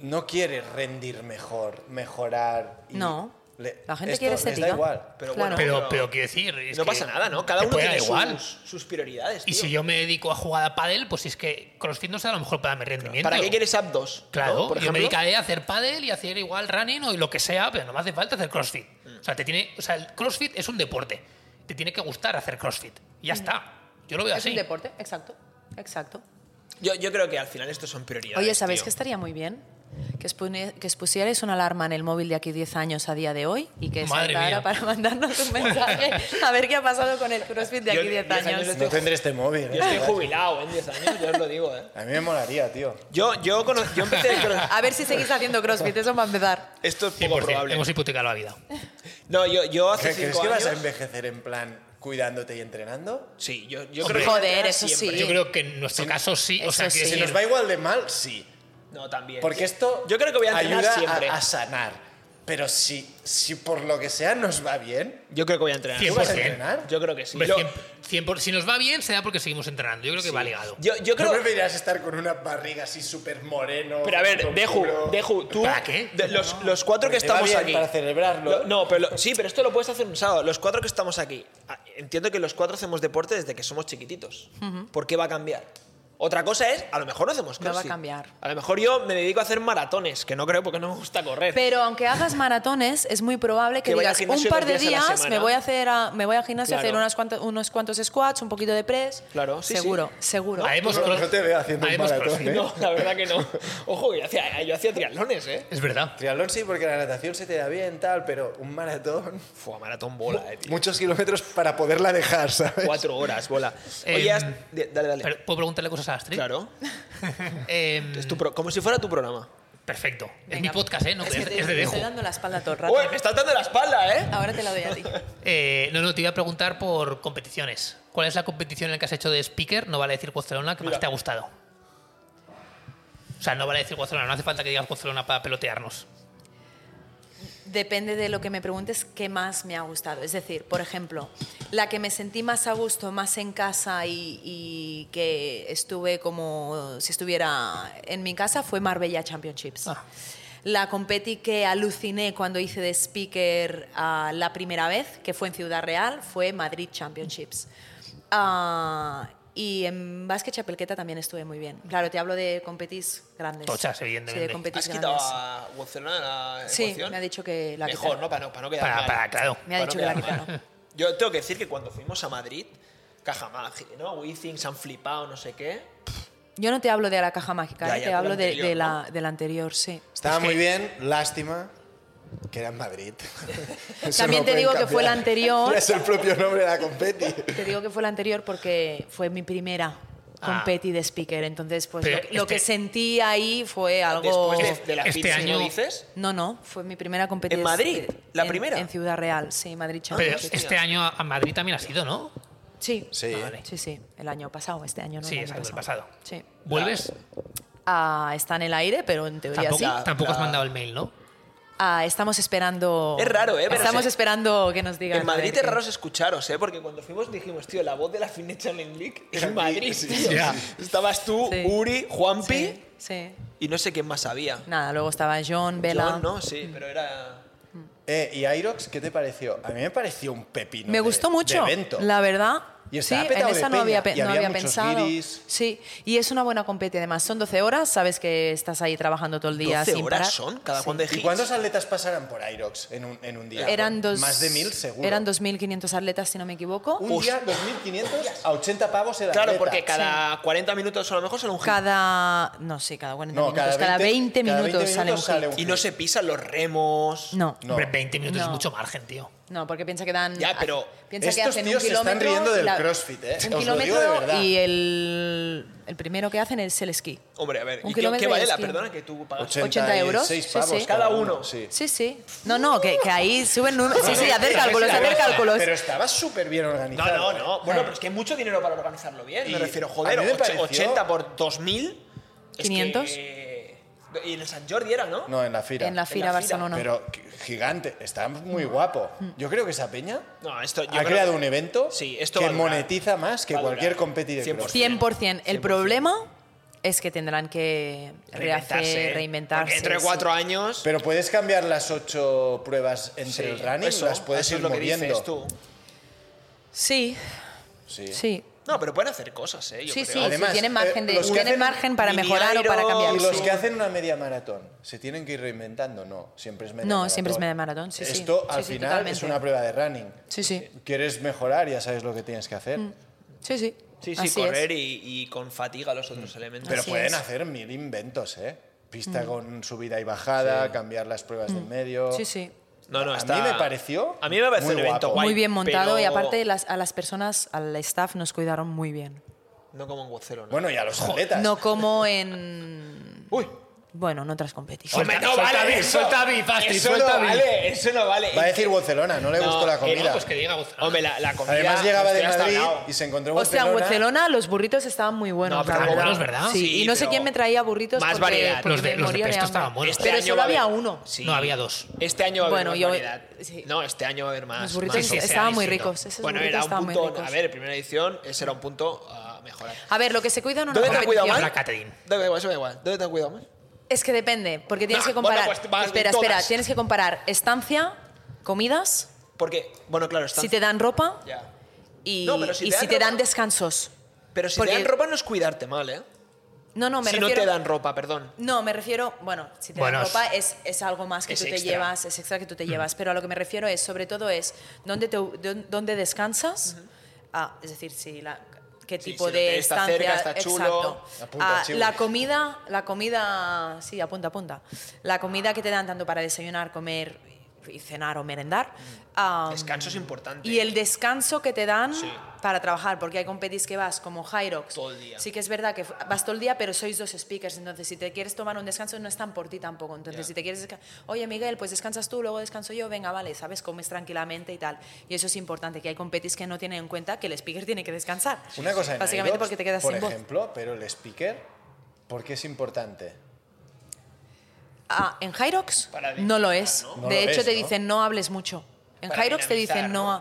S3: no quiere rendir mejor, mejorar. y
S4: No,
S3: le-
S4: la gente
S3: esto
S4: quiere
S3: les da
S4: estética.
S3: igual.
S1: Pero bueno,
S4: Claro.
S2: Pero, pero quiero decir. es
S1: no
S2: que
S1: pasa nada, ¿no? Cada
S2: te
S1: uno
S2: puede dar
S1: tiene
S2: igual.
S1: sus, sus prioridades.
S2: Y
S1: tío.
S2: si yo me dedico a jugar a pádel, pues es que CrossFit no será lo mejor para mi rendimiento.
S1: ¿Para qué quieres abdos?
S2: Claro,
S1: ¿no? Por
S2: yo me
S1: ejemplo.
S2: dedicaré a hacer pádel y a hacer igual running o lo que sea, pero no me hace falta hacer CrossFit.
S1: Mm.
S2: O sea, te tiene, o sea, el CrossFit es un deporte. Te tiene que gustar hacer CrossFit. Y ya
S1: Mm.
S2: está. Yo lo veo
S4: Es
S2: así.
S4: un deporte, exacto, exacto.
S1: Yo, yo creo que al final estos son prioridades.
S4: Oye, ¿sabéis que
S1: tío.
S4: estaría muy bien? Que, expone- que expusierais una alarma en el móvil de aquí 10 años a día de hoy y que
S2: Madre
S4: saltara
S2: mía.
S4: para mandarnos un mensaje a ver qué ha pasado con el CrossFit de
S1: Yo
S4: aquí 10
S1: 10 años
S4: años.
S1: de-
S3: No tendré este móvil. ¿eh?
S1: Yo estoy jubilado en 10 años, yo os lo digo, ¿eh?
S3: A mí me molaría, tío.
S1: Yo, yo, cono- yo empecé. el cross-
S4: A ver si seguís haciendo CrossFit, eso va a empezar.
S1: Esto es
S2: 100%,
S1: poco probable.
S2: Hemos hipotecado la vida.
S1: No, yo, yo hace
S3: ¿Crees
S1: 5
S3: que
S1: años.
S3: vas a envejecer en plan cuidándote y entrenando?
S1: Sí, yo, yo
S2: Hombre.
S1: creo que.
S4: Joder, eso
S1: siempre.
S2: Yo creo que en nuestro caso sí. O
S4: eso
S2: sea, quiero
S4: sí.
S3: Si
S2: decir,
S3: nos va igual de mal, sí.
S1: No, también.
S3: Porque
S1: Eh,
S3: esto
S1: Yo creo que voy a entrenar
S3: ayuda
S1: siempre.
S3: A, a sanar. Pero si, si por lo que sea nos va bien,
S1: Yo creo que voy a entrenar.
S3: ¿tú
S2: Cien
S3: vas a
S2: 100%.
S3: entrenar?
S1: Yo creo que sí.
S2: hombre,
S1: Yo-
S2: 100 100% si nos va bien, será porque seguimos entrenando. Yo creo que va ligado.
S1: yo, yo
S3: ¿No
S1: creo.
S3: preferirás estar con una barriga así súper moreno?
S1: Pero a ver,
S3: con
S1: Deju,
S3: culo?
S1: Deju, tú.
S2: ¿Para qué?
S1: de- los, los cuatro que
S3: Porque te va
S1: estamos
S3: bien
S1: aquí.
S3: para celebrarlo.
S1: Lo- no, pero lo- sí, pero esto lo puedes hacer un sábado. Los cuatro que estamos aquí. ah, Entiendo que los cuatro hacemos deporte desde que somos chiquititos. ¿Por qué va a cambiar? Otra cosa es, a lo mejor no hacemos
S4: No va a
S1: crossfit.
S4: cambiar.
S1: A lo mejor yo me dedico a hacer maratones, que no creo porque no me gusta correr.
S4: Pero aunque hagas maratones, es muy probable que,
S1: Que vaya al
S4: digas un
S1: gimnasio
S4: par
S1: dos
S4: de
S1: días a la
S4: días me
S1: semana".
S4: voy a hacer a- me voy al gimnasio a hacer
S1: Claro.
S4: unas cuantas- unos cuantos squats, un poquito de press.
S1: Claro, sí,
S4: seguro, seguro.
S2: Haremos
S3: No,
S2: cross-
S3: no te veo haciendo un
S2: haremos
S3: maratón,
S2: crossfit.
S3: ¿eh?
S1: no, la verdad que no. Ojo, que yo hacía, yo hacía triatlones, ¿eh?
S2: Es verdad.
S3: Triatlón sí, porque la natación se te da bien, tal, pero un maratón...
S1: Fua, maratón bola, eh, tío.
S3: Muchos kilómetros para poderla dejar, ¿sabes?
S1: Cuatro horas, bola. Oye,
S2: Em,
S1: has- de- dale, dale.
S2: Pero, ¿Puedo preguntarle cosas a Astrid?
S1: claro.
S2: Em,
S1: Es tu pro- como si fuera tu programa.
S2: perfecto. es
S4: Venga. pues,
S2: mi podcast, ¿eh? No, es,
S4: que te-
S2: es de
S4: te
S2: Dejo.
S4: estoy dando la espalda todo el rato.
S1: Uy, me estás dando la espalda, ¿eh?
S4: Ahora te la doy a ti.
S2: Eh, no, no, te iba a preguntar por competiciones. ¿Cuál es la competición en la que has hecho de speaker? No vale decir Barcelona, que más
S1: Mira.
S2: te ha gustado. O sea, no vale decir Barcelona, no hace falta que digas Barcelona para pelotearnos.
S4: Depende de lo que me preguntes, qué más me ha gustado. Es decir, por ejemplo, la que me sentí más a gusto, más en casa y, y que estuve como si estuviera en mi casa fue Marbella Championships.
S2: Ah.
S4: La competi que aluciné cuando hice de speaker ah, la primera vez, que fue en Ciudad Real, fue Madrid Championships. Ah, y en básquet chapelqueta también estuve muy bien. Claro, te hablo de competis grandes.
S2: Tochas,
S4: Sí,
S2: evidentemente.
S4: de
S1: ¿Has
S4: competis
S1: quitado
S4: grandes.
S1: a Watson a la
S4: Sí,
S1: ecuación?
S4: me ha dicho que la
S1: Mejor,
S4: quitara.
S1: ¿no? Para no, para no quedar
S2: Para-
S1: mal.
S2: para, claro.
S4: Me ha
S1: Para
S4: dicho
S1: no
S4: que la
S1: quedar mal.
S4: quitara.
S1: Yo tengo que decir que cuando fuimos a Madrid, Cajamag, ¿no? Withings han flipado, no sé qué.
S4: Yo no te hablo de la caja mágica,
S1: Ya, ya,
S4: ¿eh? te
S1: de la
S4: hablo de,
S1: anterior,
S4: de
S1: ¿no?
S4: la, de la anterior, sí.
S3: Estaba
S2: Es que-
S3: muy bien, lástima que era en Madrid. Eso
S4: También te
S3: pueden
S4: digo que fue la
S3: cambiar.
S4: anterior.
S3: Ya es el propio nombre de la competi.
S4: Te digo que fue la anterior porque fue mi primera
S2: Ah.
S4: competi de speaker, entonces pues
S2: Pero
S4: lo, lo
S2: este-
S4: que sentí ahí fue algo...
S1: Después de, de la
S2: Este
S1: pizza,
S2: año-
S1: ¿no dices?
S4: No, no, fue mi primera competición.
S1: ¿En Madrid? ¿La primera?
S4: eh, En Ciudad Real, sí, Madrid
S2: Pero
S4: Champions.
S2: este año a Madrid también ha sido, ¿no?
S4: Sí.
S3: Sí.
S2: Ah, vale.
S4: sí, sí, el año pasado, este año no.
S2: Sí,
S4: el año
S2: exacto, el pasado.
S4: Sí.
S2: ¿Vuelves?
S4: Ah, está en el aire, pero en teoría
S2: Tampoco,
S4: sí.
S1: La-
S2: tampoco has
S1: la-
S2: mandado el mail, ¿no?
S4: Ah, estamos esperando...
S1: Es raro, ¿eh? Pero
S4: Estamos
S1: se-
S4: esperando que nos digan.
S1: En
S4: a ver
S1: Madrid
S4: qué-
S1: es raro escucharos, ¿eh? Porque cuando fuimos dijimos, tío, la voz de la Fitness Challenge League en Madrid. tío.
S2: Ya.
S1: Estabas tú,
S4: Sí.
S1: Uri, Juanpi
S4: Sí, sí.
S1: y no sé quién más había.
S4: Nada, luego estaba John, Vela.
S1: John, no, sí, pero era...
S3: Eh, ¿Y Airox qué te pareció? A mí me pareció un pepino.
S4: Me
S3: de-
S4: gustó
S3: de
S4: mucho,
S3: evento.
S4: la verdad.
S3: Y
S4: sí,
S3: estaba
S4: en
S3: petado de
S4: esa no
S3: peña,
S4: había, pe-
S3: y
S4: no
S3: había
S4: había
S3: muchos
S4: pensado.
S3: guiris.
S4: Sí, y es una buena competi además. Son 12 horas, sabes que estás ahí trabajando todo el día
S1: 12
S4: sin
S1: horas
S4: parar.
S1: son cada
S4: Sí.
S1: cuando de
S3: ¿Y
S1: hits.
S3: cuántos atletas pasaran por Airox en un, en un día?
S4: Eran dos,
S3: Más de mil, seguro.
S4: Eran 2.500 atletas, si no me equivoco.
S3: Un día, 2.500 a 80 pavos el
S1: Claro,
S3: atleta.
S1: porque cada 40 minutos a lo mejor sale un hit.
S4: Cada. No sé, cada 40
S3: No,
S4: minutos.
S3: cada
S4: Cada
S3: 20
S4: 20, minutos, sale un
S3: sale
S4: hit.
S3: un
S1: Y no se pisan los remos.
S4: No.
S3: No.
S2: Hombre, 20 minutos es
S4: No.
S2: mucho margen, tío.
S4: No, porque piensa que dan.
S1: Ya, pero
S4: piensa que
S3: estos
S4: hacen
S3: tíos
S4: un
S3: se están
S4: kilómetro.
S3: riendo
S4: y
S3: del CrossFit, ¿eh? Os
S4: Un
S3: lo digo de
S4: kilómetro
S3: verdad.
S4: y el, el primero que hacen es el esquí.
S1: Hombre, a ver,
S4: Un
S1: ¿y qué, qué
S4: kilómetro de
S1: vale la
S4: esquí.
S1: perdona que tú pagas?
S4: 80 euros,
S3: 86
S4: sí,
S3: pavos
S4: sí.
S1: Cada uno.
S3: Sí.
S4: Sí, sí. No, no, que, que ahí suben números. Sí, sí, hacer
S2: Pero
S4: cálculos,
S2: está
S4: hacer
S2: bien,
S4: cálculos.
S3: Pero estaba súper bien
S1: No,
S3: organizado.
S1: no,
S3: ¿eh?
S1: no. Bueno, pero es que hay mucho dinero para organizarlo bien. Me
S3: Y
S1: refiero,
S3: a
S1: joder,
S3: mí me
S1: och-
S3: pareció-
S1: 80 por 2.000. es que-
S4: 500.
S1: Y en el San Jordi era, ¿no?
S3: No, en la fira.
S4: En la
S1: fira.
S4: fila Barcelona.
S3: Pero qu- gigante, está muy guapo.
S4: Mm.
S3: Yo creo que esa peña
S1: No, esto yo
S3: ha
S1: creo
S3: creado
S1: que-
S3: un evento
S1: Sí, esto va
S3: que
S1: a durar.
S3: monetiza más que
S1: Va a
S3: cualquier
S1: durar.
S3: competi de
S1: 100%.
S3: crossfit.
S4: 100%. El problema es que tendrán que rehacer,
S1: ¿eh? Porque
S4: reinventarse.
S1: Dentro de
S4: sí.
S1: cuatro años.
S3: Pero puedes cambiar las ocho pruebas entre
S1: sí,
S3: el running,
S1: eso,
S3: las puedes
S1: eso
S3: ir
S1: es lo
S3: moviendo.
S1: que dices tú.
S4: Sí,
S3: Sí.
S4: sí.
S1: No, pero pueden hacer cosas, ¿eh? Yo
S4: Sí,
S1: creo.
S4: sí,
S3: Además,
S4: sí, tienen
S3: eh,
S4: margen, de-
S3: los que
S4: tienen
S3: hacen
S4: margen para
S1: mini
S4: mejorar o para
S1: iron
S4: cambiar.
S3: Y los
S1: Sí.
S3: que hacen una media maratón, ¿se tienen que ir reinventando? No, siempre es media
S4: No,
S3: maratón.
S4: siempre es media maratón, sí, sí.
S3: Esto
S4: Sí,
S3: al
S4: sí,
S3: final es
S4: totalmente.
S3: una prueba de running.
S4: Sí, Mm, sí.
S3: Quieres mejorar, ya sabes lo que tienes que hacer.
S4: Sí, sí.
S1: Sí, sí,
S4: Así es.
S1: correr y, y con fatiga los otros elementos.
S3: Mm. Pero
S4: Así
S3: pueden
S4: es. Mm.
S3: hacer mil inventos, ¿eh? Pista con subida y bajada, cambiar las pruebas del medio.
S4: Sí, sí.
S1: no, no,
S3: a
S1: está-
S3: mí me pareció
S1: A mí me parece
S3: muy
S1: un evento
S3: guapo.
S1: guay.
S4: Muy bien montado
S1: pero
S4: y aparte las- a las personas, al staff nos cuidaron muy bien.
S1: No como en Gocero, ¿no?
S3: Bueno, y a los atletas.
S4: No como en...
S1: Uy.
S4: Bueno, en otras competiciones.
S1: Hombre, no
S2: suelta
S1: vale.
S2: beat,
S1: eso-
S2: suelta beat, Astrid,
S1: Eso
S2: suelta
S1: no
S2: beat.
S1: vale, eso no vale.
S3: Va a decir Barcelona, no le
S1: No,
S3: gustó la
S1: eh,
S2: No,
S3: comida.
S2: pues que diga Gonzalo.
S1: Hombre, la, la comida.
S3: Además llegaba de
S1: estoy hasta
S3: Madrid
S1: hablado.
S3: y se encontró
S4: O sea,
S3: Barcelona.
S4: en Barcelona los burritos estaban muy buenos.
S1: No, pero
S4: la
S1: muy
S4: verdad.
S1: buenos,
S2: ¿verdad?
S4: Sí,
S1: Sí,
S4: y no sé
S1: pero
S4: quién me traía burritos
S1: más
S4: porque,
S1: variedad.
S4: porque
S1: Los
S2: de-
S4: me
S2: los de
S4: moría
S2: pesto
S4: hambre.
S2: estaban buenos.
S4: pero
S1: este año
S4: solo
S1: va a haber-
S4: había uno.
S1: Sí.
S2: No, había dos.
S1: Este año va a haber
S4: Bueno,
S1: más
S4: yo-
S1: variedad.
S4: sí.
S1: No, este año va a haber más.
S4: Los burritos
S1: más.
S2: sí, sí,
S4: estaban
S2: sí,
S4: muy
S2: sí,
S4: ricos.
S2: sí.
S4: Esos
S1: Bueno,
S4: burritos
S1: era un
S4: estaban muy
S1: punto.
S4: ricos.
S1: A ver, primera edición, ese era un punto a mejorar.
S4: A ver, lo que se cuida en una
S1: ¿Dónde te has cuidado
S4: competición-
S1: más?
S2: La Catherine.
S1: Da igual, eso da igual. ¿Dónde te has cuidado más?
S4: Es que depende, porque tienes
S1: Nah,
S4: que comparar.
S1: bueno, pues vas de
S4: espera, espera,
S1: todas.
S4: tienes que comparar estancia, comidas,
S1: Porque, bueno, claro, está.
S4: si te dan ropa
S1: Ya.
S4: y
S1: No, pero si
S4: y
S1: te dan
S4: si te dan
S1: ropa-
S4: descansos.
S1: Pero si
S4: Porque-
S1: te dan ropa no es cuidarte mal, ¿eh?
S4: No, no, me
S1: si
S4: refiero.
S1: no te dan ropa, perdón.
S4: No, me refiero, bueno, si te
S2: Bueno,
S4: dan
S2: es-
S4: ropa es, es algo más que
S1: es
S4: tú te
S1: extra. Mm.
S4: llevas, es extra que tú te llevas, pero a lo que me refiero es, sobre todo, es dónde, te, dón- dónde descansas, Ah, es decir, si la, qué
S1: Sí,
S4: tipo
S1: si el
S4: de
S1: hotel está
S4: estancia,
S1: cerca, está chulo.
S4: exacto.
S3: Apunta,
S4: Ah,
S3: chivo.
S4: la comida, la comida, sí, apunta, apunta, la comida que te dan tanto para desayunar, comer y cenar o merendar. ah,
S1: Descanso Mm. es importante.
S4: y el descanso que te dan
S1: Sí.
S4: para trabajar, porque hay competis que vas como Hyrox.
S1: Todo el día.
S4: Sí que es verdad que vas todo el día, pero sois dos speakers, entonces si te quieres tomar un descanso no es tan por ti tampoco. Entonces
S1: Ya.
S4: si te quieres, desca- oye Miguel, pues descansas tú, luego descanso yo, venga, vale, sabes, comes tranquilamente y tal. Y eso es importante, que hay competis que no tienen en cuenta que el speaker tiene que descansar.
S3: Una cosa en
S4: Básicamente
S3: Airox,
S4: porque te quedas
S3: por
S4: sin voz.
S3: ejemplo, pero el speaker, ¿por qué es importante?
S4: Ah, en Hyrox
S1: Para
S4: no lo es.
S1: dinamizar,
S3: ¿no? No
S4: de
S3: lo
S4: hecho,
S3: es,
S4: te
S3: ¿no?
S4: dicen no hables mucho. En
S1: Para
S4: Hyrox te
S1: dinamizar,
S4: dicen no.
S1: ¿no?
S4: a-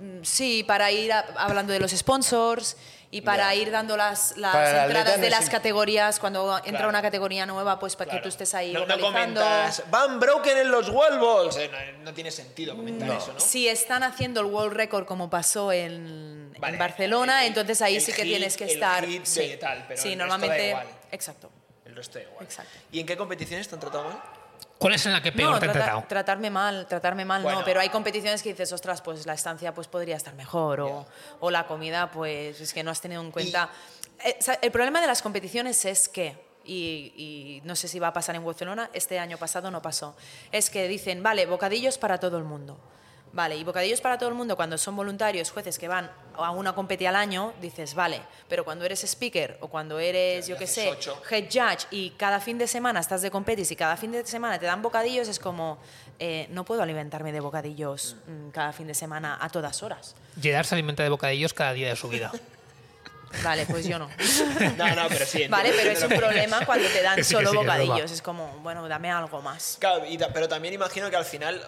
S4: mm, sí, para ir a- hablando de los sponsors Y para
S3: Ya.
S4: ir dando las, las
S3: Para el atleta
S4: entradas
S3: no
S4: de
S3: es
S4: las
S3: im-
S4: categorías, cuando entra
S1: Claro.
S4: una categoría nueva, pues para
S1: Claro.
S4: que tú estés ahí
S1: No, no
S4: localizando.
S1: comentas, van broken en los wall balls. Eh, no, no tiene sentido comentar eso, ¿no?
S4: Si están haciendo el world record como pasó en, en
S1: Vale,
S4: Barcelona,
S1: el-
S4: entonces ahí
S1: el
S4: sí que
S1: hit-
S4: tienes que
S1: el
S4: estar.
S1: hit de
S4: sí,
S1: tal, pero
S4: sí,
S1: el resto da
S4: normalmente.
S1: igual.
S4: Exacto.
S1: El resto da igual.
S4: Exacto.
S1: ¿Y en qué competiciones te han tratado mal?
S2: ¿Cuál es en la que peor
S4: no,
S2: te han
S4: tratar-
S2: tratado?
S4: tratarme mal, tratarme mal
S1: Bueno.
S4: no, pero hay competiciones que dices, ostras, pues la estancia pues podría estar mejor o, o la comida pues es que no has tenido en cuenta. Eh, sa- el problema de las competiciones es que, y, y no sé si va a pasar en Barcelona, este año pasado no pasó, es que dicen, vale, bocadillos para todo el mundo. Vale, y bocadillos para todo el mundo cuando son voluntarios, jueces que van a una competi al año, dices, vale, pero cuando eres speaker o cuando eres,
S1: Claro,
S4: yo
S1: te
S4: qué
S1: haces
S4: sé,
S1: ocho.
S4: head judge y cada fin de semana estás de competis y cada fin de semana te dan bocadillos, es como, eh, no puedo alimentarme de bocadillos mm, cada fin de semana a todas horas.
S2: Gerard se alimenta de bocadillos cada día de su vida.
S4: Vale, pues yo no.
S1: No, no, pero sí. entiendo,
S4: vale, pero es
S1: entiendo
S4: un
S1: lo que-
S4: problema cuando te dan
S2: Que sí, que
S4: solo
S2: sí, que es broma.
S4: bocadillos. Es como, bueno, dame algo más.
S1: Claro, y ta- pero también imagino que al final,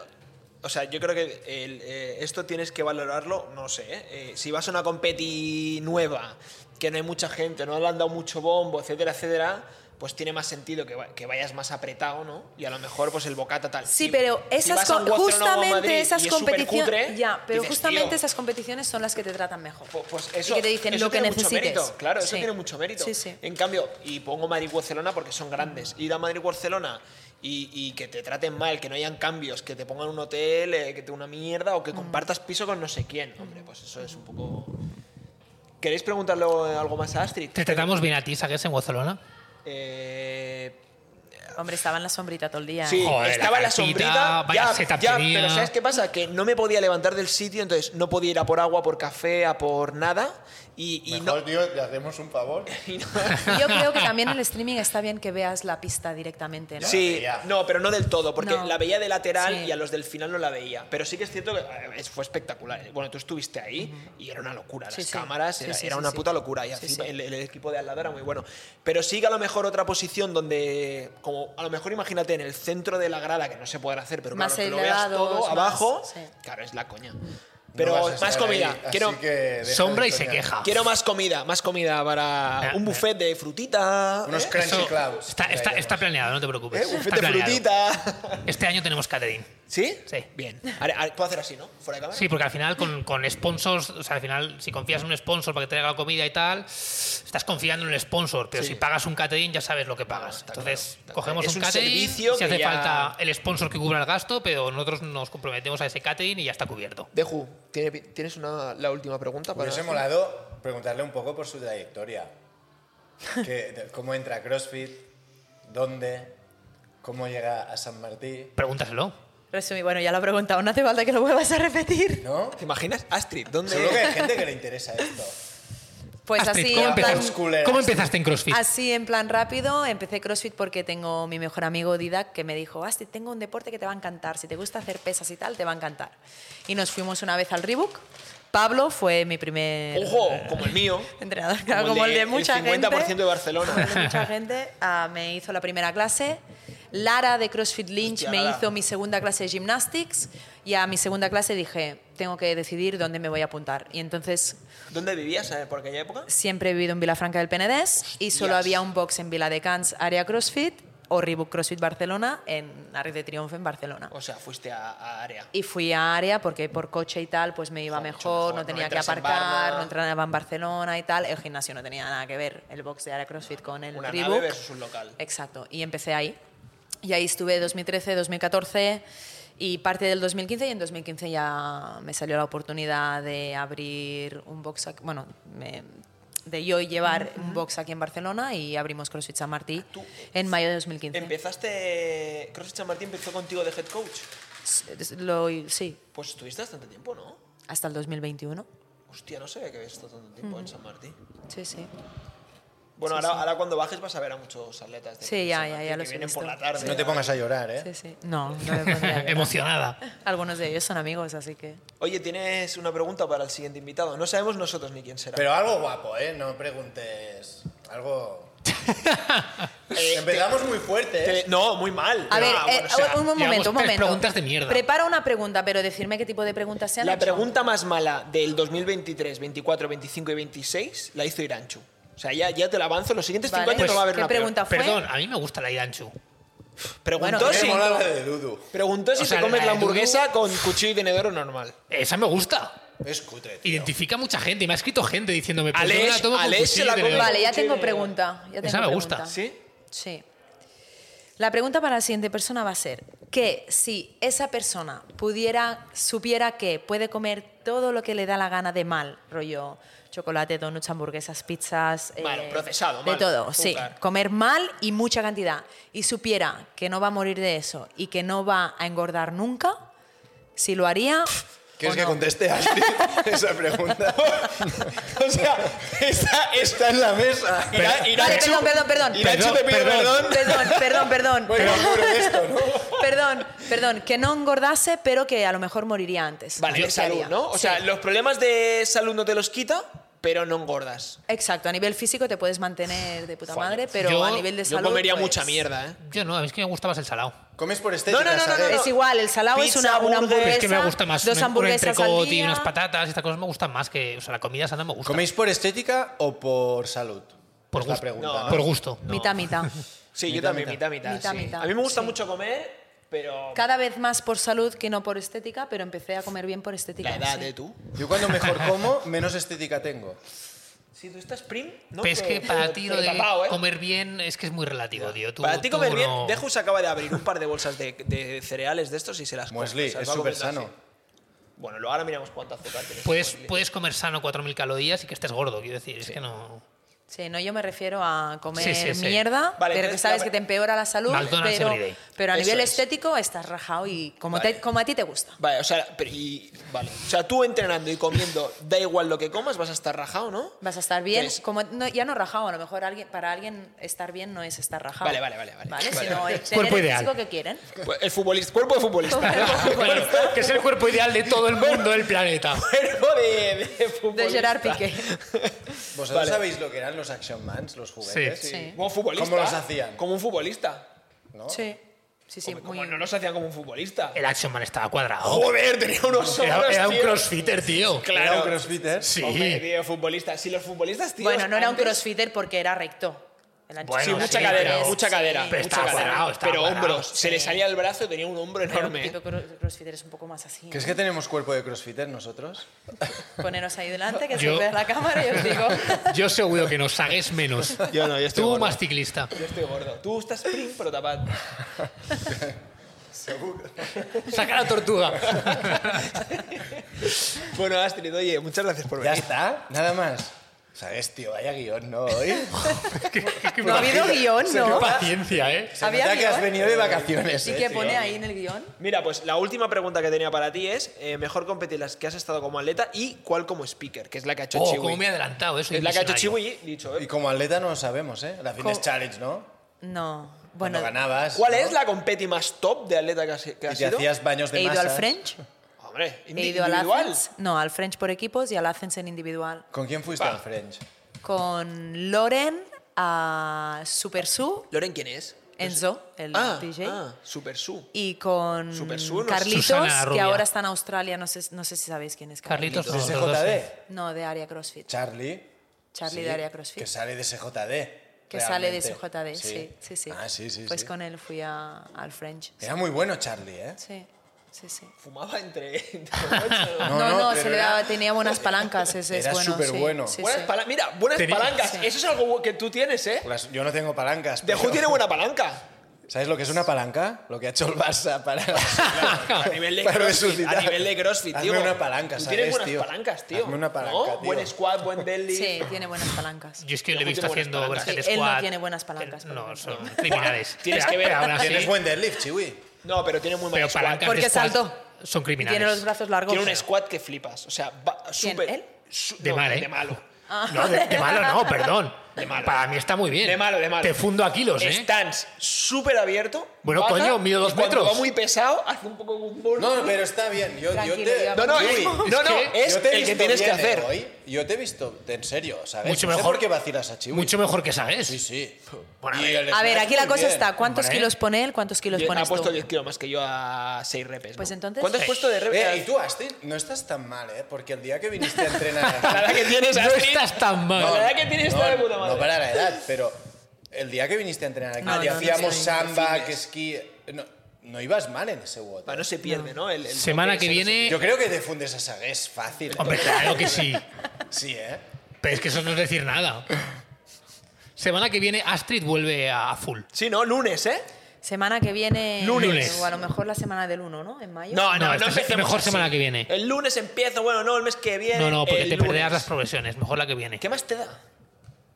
S1: o sea, yo creo que el, eh, esto tienes que valorarlo, no sé, ¿eh? Eh, si vas a una competi nueva, que no hay mucha gente, no le han dado mucho bombo, etcétera, etcétera, pues tiene más sentido que, va- que vayas más apretado, ¿no? Y a lo mejor pues el bocata tal.
S4: Sí,
S1: Si-
S4: pero
S1: si
S4: esas
S1: vas a un
S4: co-
S1: Barcelona o a
S4: justamente
S1: Madrid y
S4: esas
S1: es
S4: competiciones,
S1: supercutre,
S4: ya, pero
S1: dices,
S4: justamente
S1: "Tío,
S4: esas competiciones son las que te tratan mejor.
S1: Pu- Pues eso,
S4: y que te dicen
S1: eso
S4: lo que
S1: tiene mucho
S4: necesites.
S1: mérito, claro, eso
S4: Sí.
S1: tiene mucho mérito.
S4: Sí, sí.
S1: En cambio, y pongo Madrid-Barcelona porque son grandes. Ir a Madrid-Barcelona y, y que te traten mal, que no hayan cambios, que te pongan un hotel, eh, que te una mierda o que
S4: Mm.
S1: compartas piso con no sé quién. Hombre, pues eso es un poco... ¿Queréis preguntarle algo más a Astrid?
S2: ¿Te tratamos bien a ti, Sagues, en Barcelona?
S1: Eh,
S4: Hombre, estaba en la sombrita todo el día.
S1: sí,
S4: ¿eh?
S2: Joder, la
S1: estaba en la
S2: cartita,
S1: sombrita.
S2: vaya
S1: Ya,
S2: setup
S1: ya,
S2: tenía.
S1: pero ¿sabes qué pasa? Que no me podía levantar del sitio, entonces no podía ir a por agua, por café, a por nada. Y, y no,
S3: Mejor, tío, le hacemos un favor.
S1: y no-
S4: Yo creo que también el streaming está bien que veas la pista directamente, ¿no?
S1: Sí,
S3: veía.
S1: no, pero no del todo, porque
S4: No.
S1: la veía de lateral
S4: Sí.
S1: y a los del final no la veía. Pero sí que es cierto que eh, fue espectacular. Bueno, tú estuviste ahí y era una locura. Las
S4: Sí, sí.
S1: cámaras
S4: Sí,
S1: era,
S4: sí,
S1: era
S4: sí,
S1: una
S4: sí.
S1: puta locura. Y así
S4: sí.
S1: El, el equipo de al lado era muy bueno. Pero sí que a lo mejor otra posición donde, como a lo mejor imagínate en el centro de la grada, que no se puede hacer, pero
S4: Más
S1: claro, que lo veas
S4: elevados,
S1: todo
S4: más-
S1: abajo,
S4: sí.
S1: claro, es la coña.
S3: No
S1: Pero
S3: vas a
S1: más
S3: estar
S1: comida.
S3: ahí, así
S1: Quiero,
S3: que deja de
S2: Sombra y se
S3: soñar.
S2: queja.
S1: quiero más comida, más comida para
S2: Ah,
S1: un
S2: ah.
S1: buffet de frutita.
S3: Unos
S1: ¿eh?
S3: crunchy
S2: Eso
S3: clouds.
S2: está, está- está planeado, no te
S1: ¿Eh?
S2: preocupes.
S1: Buffet
S2: Está
S1: de
S2: planeado.
S1: frutita.
S2: Este año tenemos catering.
S1: ¿Sí?
S2: Sí.
S1: Bien. Haré- haré- Puedo hacer así, ¿no? Fuera de cámara.
S2: Sí, porque al final con, con sponsors, o sea, al final si confías en un sponsor para que te haga la comida y tal, estás confiando en un sponsor, pero
S1: Sí.
S2: si pagas un catering ya sabes lo que pagas.
S1: está
S2: Entonces,
S1: claro, está
S2: cogemos
S1: claro. Es
S2: un
S1: un
S2: catering, si
S1: servicio que
S2: hace
S1: ya-
S2: falta el sponsor que cubra el gasto, pero nosotros nos comprometemos a ese catering y ya está cubierto.
S1: Deju, ¿tiene- ¿tienes una, la última pregunta? para
S3: Hubiese molado preguntarle un poco por su trayectoria. Que- de- ¿Cómo entra a CrossFit? ¿Dónde? ¿Cómo llega a San Martín?
S2: Pregúntaselo.
S4: Resumí, bueno, ya lo he preguntado, no hace falta que lo vuelvas a repetir.
S3: ¿No?
S1: ¿Te imaginas? Astrid, ¿dónde?
S3: Seguro que hay gente que le interesa esto.
S4: Pues
S2: Astrid,
S4: así,
S2: ¿cómo,
S4: en plan,
S2: empezaste,
S3: plan-
S2: cómo empezaste en CrossFit?
S4: así en plan rápido, empecé CrossFit porque tengo mi mejor amigo Didac que me dijo, Asti, tengo un deporte que te va a encantar, si te gusta hacer pesas y tal, te va a encantar. Y nos fuimos una vez al Reebok. Pablo fue mi primer
S1: Ojo, como el mío.
S4: entrenador, claro, como el de, mucha
S1: el 50%
S4: gente.
S1: de Barcelona.
S4: de mucha gente. Ah, me hizo la primera clase. Lara de CrossFit Lynch
S1: Hostia,
S4: me
S1: Lara.
S4: hizo mi segunda clase de gymnastics y a mi segunda clase dije, tengo que decidir dónde me voy a apuntar. Y entonces
S1: ¿Dónde vivías eh, por aquella época?
S4: siempre he vivido en Vilafranca del Penedès y solo
S1: Hostias.
S4: había un box en Vila de Cans, área CrossFit, o Reebok CrossFit Barcelona, en Arc de Triunfo en Barcelona.
S1: O sea, fuiste a, a área.
S4: Y fui a área porque por coche y tal, pues me iba
S1: Joder,
S4: mejor,
S1: mucho mejor,
S4: no
S1: no
S4: tenía que
S1: entras en
S4: aparcar,
S1: Barna.
S4: no entrenaba en Barcelona y tal. El gimnasio no tenía nada que ver, el box de área CrossFit con el
S1: Una
S4: Reebok.
S1: nave versus un local.
S4: Exacto, y empecé ahí. Y ahí estuve 2013, 2014 y parte del 2015 y en 2015 ya me salió la oportunidad de abrir un box, aquí- bueno, me- de yo llevar un box aquí en Barcelona y abrimos CrossFit San Martí
S1: Ah, Tú-
S4: en mayo de 2015.
S1: Empezaste... CrossFit San Martín empezó contigo de head coach.
S4: S- lo- sí,
S1: Pues estuviste bastante tiempo, ¿no?
S4: hasta el 2021.
S1: Hostia, no sabía que habías estado tanto tiempo en San Martín.
S4: Sí, sí.
S1: Bueno, ahora, ahora cuando bajes vas a ver a muchos atletas de
S4: Sí,
S1: CrossFit
S4: ya,
S1: San
S4: ya,
S1: Martín
S4: ya los
S1: que
S4: he
S1: vienen
S4: visto.
S1: por la tarde.
S3: No te pongas a llorar, ¿eh?
S4: Sí, sí. No, no me pondría a llorar.
S2: Emocionada.
S4: Algunos de ellos son amigos, así que.
S1: Oye, tienes una pregunta para el siguiente invitado. No sabemos nosotros ni quién será.
S3: Pero algo guapo, ¿eh? No preguntes. Algo. Empezamos muy fuerte,
S1: Eh, Te-
S3: ¿eh?
S1: no, muy mal.
S4: A ver,
S1: Ah, bueno,
S4: eh,
S1: o sea,
S4: un, un
S2: llevamos
S4: momento, un
S2: tres
S4: momento.
S2: preguntas de mierda.
S4: Prepara una pregunta, pero decirme qué tipo de preguntas se han
S1: la
S4: hecho.
S1: pregunta más mala del 2023, 24, 25 y 26 la hizo Iranchu. O sea, ya, ya te la avanzo. Los siguientes cinco
S4: Vale.
S1: años no va a haber
S4: ¿Qué
S1: una peor.
S4: pregunta fue?
S2: Perdón, a mí me gusta la Iranchu.
S1: Preguntó
S4: Bueno,
S1: si,
S3: Me mola la de Dudu.
S1: preguntó si
S2: O sea,
S1: te comes
S2: la
S1: la
S2: de Dudu-
S1: hamburguesa con cuchillo y tenedor o normal.
S2: Esa me gusta.
S3: Es cutre, tío.
S2: Identifica a mucha gente. Y me ha escrito gente diciéndome... pues,
S1: Alex-
S2: yo me la tomo con
S1: Alex se
S2: cuchillo
S1: la
S2: y tenedor.
S1: come-
S4: Vale, ya
S1: Tiene-
S4: tengo pregunta. Ya tengo
S2: Esa me gusta.
S4: pregunta.
S1: ¿Sí?
S4: Sí. La pregunta para la siguiente persona va a ser que si esa persona pudiera, supiera que puede comer todo lo que le da la gana de mal, rollo chocolate, donuts, hamburguesas, pizzas, eh,
S1: Malo, procesado,
S4: de
S1: malo,
S4: todo,
S1: azúcar.
S4: sí, comer mal y mucha cantidad, y supiera que no va a morir de eso y que no va a engordar nunca, si lo haría,
S3: ¿Quieres que conteste Astrid esa pregunta?
S1: O sea, está,
S3: Está en la mesa.
S1: Ira- Irachu-
S4: Vale, perdón, perdón, perdón.
S1: Irachu te pide perdón.
S4: perdón, perdón, perdón,
S3: Bueno,
S4: perdón,
S3: por esto, ¿no?
S4: perdón, perdón, que no engordase, pero que a lo mejor moriría antes.
S1: Vale,
S4: Yo
S1: de salud,
S4: haría.
S1: ¿no? O
S4: Sí.
S1: sea, los problemas de salud no te los quita, pero no engordas.
S4: Exacto, a nivel físico te puedes mantener de puta
S1: Joder,
S4: madre, pero
S2: yo-
S4: a nivel de
S1: Yo
S4: salud.
S1: comería
S4: pues,
S1: mucha mierda, ¿eh?
S2: Yo no, a mí es que me gusta más el salado.
S3: Comes por estética,
S1: No, no, no, no,
S3: ¿sabes?
S1: no.
S4: Es igual, el salado es
S1: Pizza,
S4: una, una
S1: burger.
S4: hamburguesa.
S2: Es que me gusta más
S4: Dos
S2: un- un
S4: hamburguesas al
S2: entrecot y
S4: día.
S2: unas patatas, estas cosas me gustan más que... O sea, la comida sana me gusta.
S3: ¿Coméis por estética o por salud?
S2: por
S3: Es la
S2: gusto.
S3: pregunta,
S1: No.
S2: Por gusto.
S4: Mitad, mitad.
S1: Sí, yo
S3: Mitad,
S1: también,
S3: mitad.
S1: mitad, mitad.
S4: Mitad,
S1: sí.
S4: mitad,
S1: A mí me gusta
S4: sí.
S1: mucho comer, pero.
S4: Cada vez más por salud que no por estética, pero empecé a comer bien por estética.
S1: La edad
S4: sí.
S1: de tú.
S3: Yo cuando mejor como, menos estética tengo.
S1: Si tú estás prim, no.
S2: Pero es Pues que para ti lo
S1: pero
S2: de
S1: tapado, ¿eh?
S2: comer bien es que es muy relativo, tío. Tú-
S1: Para ti
S2: tú
S1: comer bien,
S2: no-
S1: Dejus acaba de abrir un par de bolsas de, de cereales de estos y se las come.
S3: Muesli,
S1: o sea,
S3: es
S1: va
S3: súper
S1: comiendo
S3: sano.
S1: así. Bueno, luego ahora miramos cuánto azúcar tienes.
S2: Puedes,
S1: Muesli.
S2: puedes comer sano 4.000 calorías y que estés gordo, quiero decir. Es que no...
S4: Sí, no, yo me refiero a comer
S2: Sí, sí, sí.
S4: mierda,
S1: Vale,
S4: pero que
S1: entonces,
S4: sabes
S1: la-
S4: que te empeora la salud,
S2: McDonald's
S4: pero,
S2: everyday.
S4: pero a
S1: Eso
S4: nivel
S1: es.
S4: estético estás rajado y como,
S1: Vale.
S4: te- como a ti te gusta.
S1: Vale, o sea, pero y- vale. O sea, tú entrenando y comiendo, da igual lo que comas, vas a estar rajado, ¿no?
S4: Vas a estar bien,
S1: Pues-
S4: como no- ya no rajado, a lo mejor alguien, para alguien estar bien no es estar rajado.
S1: Vale, vale, vale, vale.
S4: Vale,
S1: Vale,
S4: sino
S1: vale.
S4: el tener
S2: Cuerpo
S4: el
S2: ideal.
S4: físico que quieren.
S1: Pues El futbolista, cuerpo de futbolista.
S2: Bueno, que es el cuerpo ideal de todo el mundo del planeta.
S1: cuerpo de, de futbolista.
S4: De Gerard Piqué.
S3: ¿Vosotros
S1: Vale.
S3: sabéis lo que eran los Action Mans, los juguetes?
S2: Sí.
S4: Sí.
S1: Como un futbolista.
S3: ¿Cómo los hacían?
S1: Como un futbolista.
S3: ¿No?
S4: Sí, sí, sí.
S1: Como- como
S4: muy-
S1: no los hacían como un futbolista.
S2: El Action Man estaba cuadrado.
S1: Joder, tenía unos
S2: Era,
S1: hombros,
S2: era un
S1: tío.
S2: crossfitter, tío.
S1: Claro.
S3: Era un crossfitter.
S2: Sí.
S1: Hombre, tío, futbolista. Si los futbolistas, tío.
S4: Bueno, no era un
S1: antes-
S4: crossfitter porque era recto. El ancho
S2: Bueno,
S1: Sí,
S4: de la
S1: mucha
S2: sí,
S1: cadera,
S4: pierna.
S2: pero-
S1: mucha cadera.
S4: Sí.
S2: Pero
S1: mucha
S2: estaba
S1: cadera.
S2: cuadrado, estaba
S1: Pero
S2: cuadrado.
S1: hombros. Se le
S4: Sí.
S1: salía el brazo y tenía un hombro
S4: Pero
S1: enorme.
S4: el típico cro- crossfitter es un poco más así.
S3: ¿Crees
S4: ¿no?
S3: que tenemos cuerpo de crossfitter nosotros?
S4: Poneros ahí delante, que
S2: Yo-
S4: se vea la cámara y os digo.
S2: Yo seguro que nos sagues menos.
S3: Yo no, yo estoy
S2: Tú
S3: gordo.
S2: más ciclista.
S1: Yo estoy gordo. Tú estás prim, pero tapad.
S2: Saca la tortuga.
S1: Bueno, Astrid, oye, muchas gracias por
S3: ¿Ya
S1: venir.
S3: está? ¿Nada más? ¿Sabes, tío? Vaya guión, ¿no? Hoy.
S2: Qué- qué- qué
S4: No ha habido guión,
S2: qué
S4: ¿no?
S2: paciencia, ¿eh?
S3: Se
S4: Había
S3: nota que has
S4: guión.
S3: venido de vacaciones.
S4: ¿Y
S3: eh,
S4: qué
S3: tío.
S4: pone ahí en el guión?
S1: Mira, pues la última pregunta que tenía para ti es: eh, mejor competir las que has estado como atleta y cuál como speaker, que es la que ha hecho
S2: Oh,
S1: Chiwi.
S2: cómo me he adelantado eso.
S1: Es la que ha hecho
S2: visionario.
S1: Chiwi, dicho,
S3: Y
S1: ¿eh?
S3: como atleta no lo sabemos, ¿eh? La Fitness
S4: Co-
S3: Challenge, ¿no?
S4: No.
S3: Cuando
S4: Bueno,
S3: ganabas.
S1: ¿Cuál
S3: ¿no?
S1: es la competi más top de atleta que has, que
S3: Y
S1: has
S3: te
S1: sido?
S3: hacías baños de
S4: he ido al
S3: masas.
S4: French,
S1: Hombre, indi-
S4: he ido al
S1: individual.
S4: Athens. No, al French por equipos y al Athens en individual.
S3: ¿Con quién fuiste
S1: Va.
S3: al French?
S4: Con Loren, a Super Su,
S1: ¿Loren quién es?
S4: Enzo, el
S1: Ah,
S4: DJ.
S1: ah, Super Su.
S4: Y con
S1: Super Su, no,
S4: Carlitos,
S2: Susana
S4: que
S2: Rubia.
S4: ahora está en Australia, no sé, no sé si sabéis quién es Carlitos.
S2: Carlitos, no,
S3: ¿De
S2: los dos, sí.
S3: CJD?
S4: No, de Área CrossFit.
S3: Charlie.
S4: Charlie
S3: Sí,
S4: de Área
S3: Que
S4: CrossFit.
S3: sale de CJD.
S4: Que sale de
S3: realmente.
S4: CJD, sí, sí, sí.
S3: Ah, sí, sí.
S4: Pues
S3: sí.
S4: con él fui a- al French.
S3: Era muy bueno Charlie, ¿eh?
S4: Sí, sí, sí.
S1: Fumaba entre. entre los ocho.
S4: No, no,
S3: pero
S4: se le
S3: era-
S4: daba, tenía buenas palancas, ese es
S3: era
S4: bueno. sí,
S3: superbueno.
S4: sí,
S1: Buenas
S4: sí.
S1: pala- Mira, buenas
S2: Tenía-
S1: palancas.
S4: Sí.
S1: Eso es algo bu- que tú tienes, ¿eh?
S3: Las- yo no tengo palancas.
S1: Deju
S3: pero-
S1: tiene buena palanca.
S3: ¿Sabes lo que es una palanca? Lo que ha hecho el Barça para.
S1: A nivel de
S3: Para
S1: crossfit,
S3: resucitar.
S1: a nivel de crossfit, tío.
S3: Hazme una palanca,
S1: Tú
S3: ¿sabes,
S1: tienes buenas
S3: tío?
S1: palancas, tío.
S3: Hazme una palanca,
S1: ¿No?
S3: tío.
S1: Buen squat, buen belly.
S4: Sí, tiene buenas palancas.
S2: Yo es que le he
S1: Yahoo
S2: visto
S1: tiene buenas
S2: haciendo
S1: palancas.
S2: Vergel
S4: Sí, él no
S2: Squad.
S4: tiene buenas palancas, por
S2: No,
S4: ejemplo.
S2: son criminales.
S1: Tienes
S2: Pero-
S1: que ver-
S2: pero aún así-
S3: Tienes buen deadlift, chiwi.
S1: No, pero tiene muy
S2: Pero
S1: mal squat.
S2: palancas
S4: Porque
S2: de squat
S4: saltó.
S2: Son
S4: Y
S2: criminales.
S4: tiene los brazos largos.
S1: Tiene un squat que flipas. O sea, va
S4: ¿Quién,
S1: súper.
S4: él?
S1: su-
S2: De
S1: no,
S2: mal, ¿eh?
S4: Ah.
S1: De malo.
S2: No, de, de malo no, perdón.
S1: De malo.
S2: Para mí está muy bien.
S1: De malo, de malo.
S2: Te fundo a kilos, ¿eh?
S1: Stands súper abierto.
S2: Bueno,
S1: baja,
S2: coño, mido
S1: y
S2: dos
S1: cuando
S2: metros.
S1: va muy pesado, hace un poco un bolo.
S3: No, pero está bien. Yo, yo
S4: Tranquilo,
S3: te,
S4: digamos.
S1: no, no,
S3: Uy,
S1: es, no, no,
S2: que-
S1: es
S3: yo te he
S1: el que
S3: visto
S1: tienes que
S3: bien, eh,
S1: hacer.
S3: hoy. Yo te he visto, en serio, ¿sabes?
S2: Mucho
S3: No sé
S2: mejor-
S3: por qué vacilas a Chiwi.
S2: Mucho mejor que esa es.
S3: Sí, sí.
S2: Bueno, a
S3: Y
S2: ver.
S3: el
S4: A ver,
S3: Smash
S4: aquí la
S3: muy
S4: cosa
S3: bien.
S4: está. ¿Cuántos
S2: Hombre.
S4: kilos pone él? ¿Cuántos kilos
S1: Yo- ha
S4: pones tú?
S1: puesto 10 kilos más que yo a 6 repes.
S4: Pues
S1: ¿no?
S4: entonces-
S1: ¿Cuánto has
S4: Sí.
S1: puesto de repes?
S3: Eh, y tú, Astin, no estás tan mal, ¿eh? Porque el día que viniste a entrenar...
S1: La edad que tienes,
S2: No
S1: Astrid,
S2: estás tan mal.
S1: la verdad que tienes está de puta madre.
S3: No para la edad, pero el día que viniste a entrenar aquí,
S4: No,
S3: que
S4: no, no,
S3: hacíamos
S4: sí,
S3: samba,
S1: fitness.
S3: que esquí... No, no ibas mal en ese WOT.
S1: Ah, no se pierde, ¿no? El- el-
S2: Semana
S1: el-
S2: que
S1: el-
S2: viene.
S3: Yo creo que te fundes a Sagués fácil. ¿eh?
S2: Hombre, claro que sí.
S3: Sí, ¿eh?
S2: Pero es que eso no es decir nada. Semana que viene Astrid vuelve a full.
S1: Sí, ¿no? Lunes, ¿eh?
S4: Semana que viene.
S2: Lunes.
S4: O a lo mejor la semana del 1, ¿no? En mayo.
S1: No, no, no,
S2: esta es
S1: empecemos
S2: mejor
S1: así.
S2: semana que viene.
S1: El lunes empiezo, bueno, no, el mes que viene.
S2: No, no, porque
S1: el
S2: te
S1: lunes.
S2: perderás las progresiones. Mejor la que viene.
S1: ¿Qué más te da?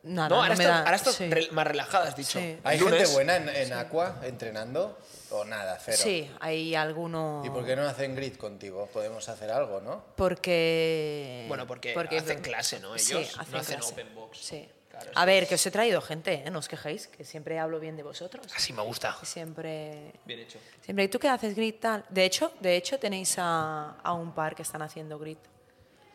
S4: Nada,
S1: no,
S4: no
S1: ahora,
S4: me
S1: estás,
S4: da-
S1: ahora estás
S4: sí.
S1: re- más relajada, has dicho.
S4: Sí.
S3: ¿Hay
S1: Lunes.
S3: gente buena en, en Aqua entrenando? ¿O nada? Cero.
S4: Sí, hay alguno.
S3: ¿Y por qué no hacen grid contigo? Podemos hacer algo, ¿no?
S4: Porque.
S1: Bueno, porque hacen clase, ¿no?
S4: Sí,
S1: Ellos no hacen
S4: clase.
S1: open box.
S4: Sí.
S1: Claro,
S4: a ver, que os he traído gente, ¿eh? No os quejéis, que siempre hablo bien de vosotros.
S2: Así me gusta.
S4: Siempre.
S1: Bien hecho.
S4: Siempre, ¿y tú qué haces grit tal? De hecho, de hecho tenéis a, a un par que están haciendo grit.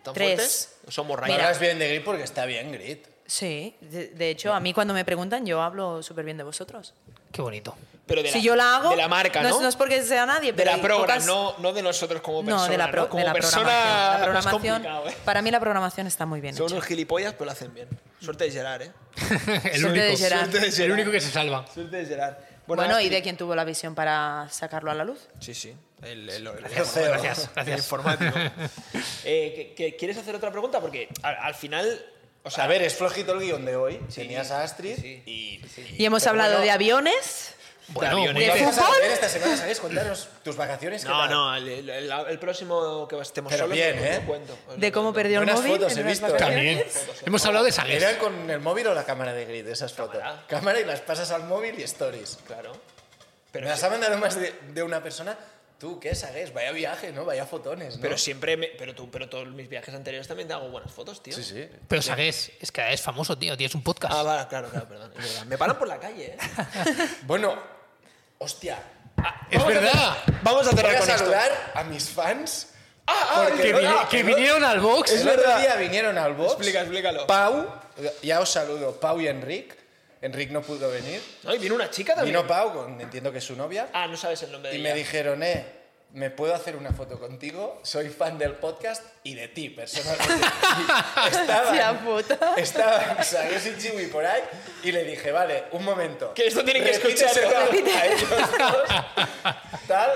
S1: ¿Tan
S4: Tres.
S1: fuertes? No somos
S3: No
S1: rayas.
S3: hablas bien de grid porque está bien grid.
S4: Sí, de, de hecho, a mí cuando me preguntan, yo hablo súper bien de vosotros.
S2: Qué bonito.
S1: Pero de la,
S4: si yo la hago.
S1: De la marca,
S4: no
S1: ¿no?
S4: es, no es porque sea nadie,
S1: de
S4: pero.
S1: la
S4: hay
S1: program,
S4: pocas-
S1: no, no de nosotros como
S4: No,
S1: persona.
S4: de la, pro-
S1: ¿no? Como
S4: de la
S1: persona
S4: programación. La
S1: más
S4: programación-
S1: complicado, ¿eh?
S4: Para mí la programación está muy bien
S1: Son
S4: hecha.
S1: unos gilipollas, pero lo hacen bien. Suerte de Gerard, ¿eh?
S2: el,
S4: Suerte de
S2: único,
S4: Gerard.
S1: Suerte de
S2: el
S1: Gerard.
S2: único que se salva.
S1: Suerte de Gerard.
S4: Bueno, y
S1: Astrid-
S4: de quien tuvo la visión para sacarlo a la luz.
S1: Sí, sí. El, el- el-
S3: CEO.
S2: Gracias,
S1: el
S2: gracias.
S1: informático. Eh, ¿que- que- ¿Quieres hacer otra pregunta? Porque al, al final. O sea,
S3: a ver, es flojito el guión de hoy. Tenías a Astrid
S1: sí, sí.
S3: y...
S4: Y hemos
S3: pero
S4: hablado
S3: bueno,
S4: de aviones.
S2: Bueno,
S1: aviones.
S3: ¿Qué
S4: ¿De
S3: vas a
S4: fútbol?
S3: ver esta semana, ¿sabes? Contanos tus vacaciones. ¿qué
S1: No,
S3: tal?
S1: no, el, el- el- el próximo que estemos
S3: Pero
S1: solos
S3: bien,
S1: lo- lo
S3: ¿eh?
S1: cuento.
S4: de cómo perdió el
S3: Buenas
S4: móvil.
S3: fotos
S4: en
S3: he
S4: unas
S3: visto.
S4: vacaciones.
S2: también. Hemos hablado de
S3: ¿Era
S2: sagues.
S3: con el móvil o la cámara de grid esas fotos?
S1: Cámara.
S3: Cámara, y las pasas al móvil y stories.
S1: Claro.
S3: Pero
S1: Pero,
S3: Me las
S1: sí-
S3: ha mandado más de, de una persona. Tú, ¿qué sagues? Vaya viaje, ¿no? Vaya fotones, ¿no?
S1: pero siempre. me- pero, tú, pero todos mis viajes anteriores también te hago buenas fotos, tío.
S3: Sí, sí.
S2: Pero sagues, es que es famoso, tío. Tienes un podcast.
S1: Ah, va, claro, claro, perdón. es verdad. Me paran por la calle, ¿eh?
S3: Bueno, hostia.
S2: es
S3: Vamos a
S2: verdad.
S3: hacer-
S1: Vamos a
S3: Voy
S1: cerrar
S3: a
S1: con esto.
S3: saludar a mis fans.
S1: Ah,
S3: porque
S2: Que,
S3: el
S2: vine-
S3: otro-
S2: que
S3: el
S2: vinieron al box.
S3: otro- El otro día vinieron al box.
S1: Explica, explícalo.
S3: Pau, ya os saludo, Pau y Enric. Enric no pudo venir.
S1: No, y vino una chica también.
S3: Vino Pau, con- entiendo que es su novia.
S1: Ah, no sabes el nombre de
S3: Y
S1: ella.
S3: me dijeron, eh, ¿me puedo hacer una foto contigo? Soy fan del podcast y de ti, personalmente. Y
S4: Hostia
S3: estaban,
S4: puta.
S3: estaban Sagues y Chiwi por ahí y le dije, vale, un momento.
S1: Que esto tienen que
S3: Repíteselo
S1: escucharlo.
S3: a ellos dos, Tal.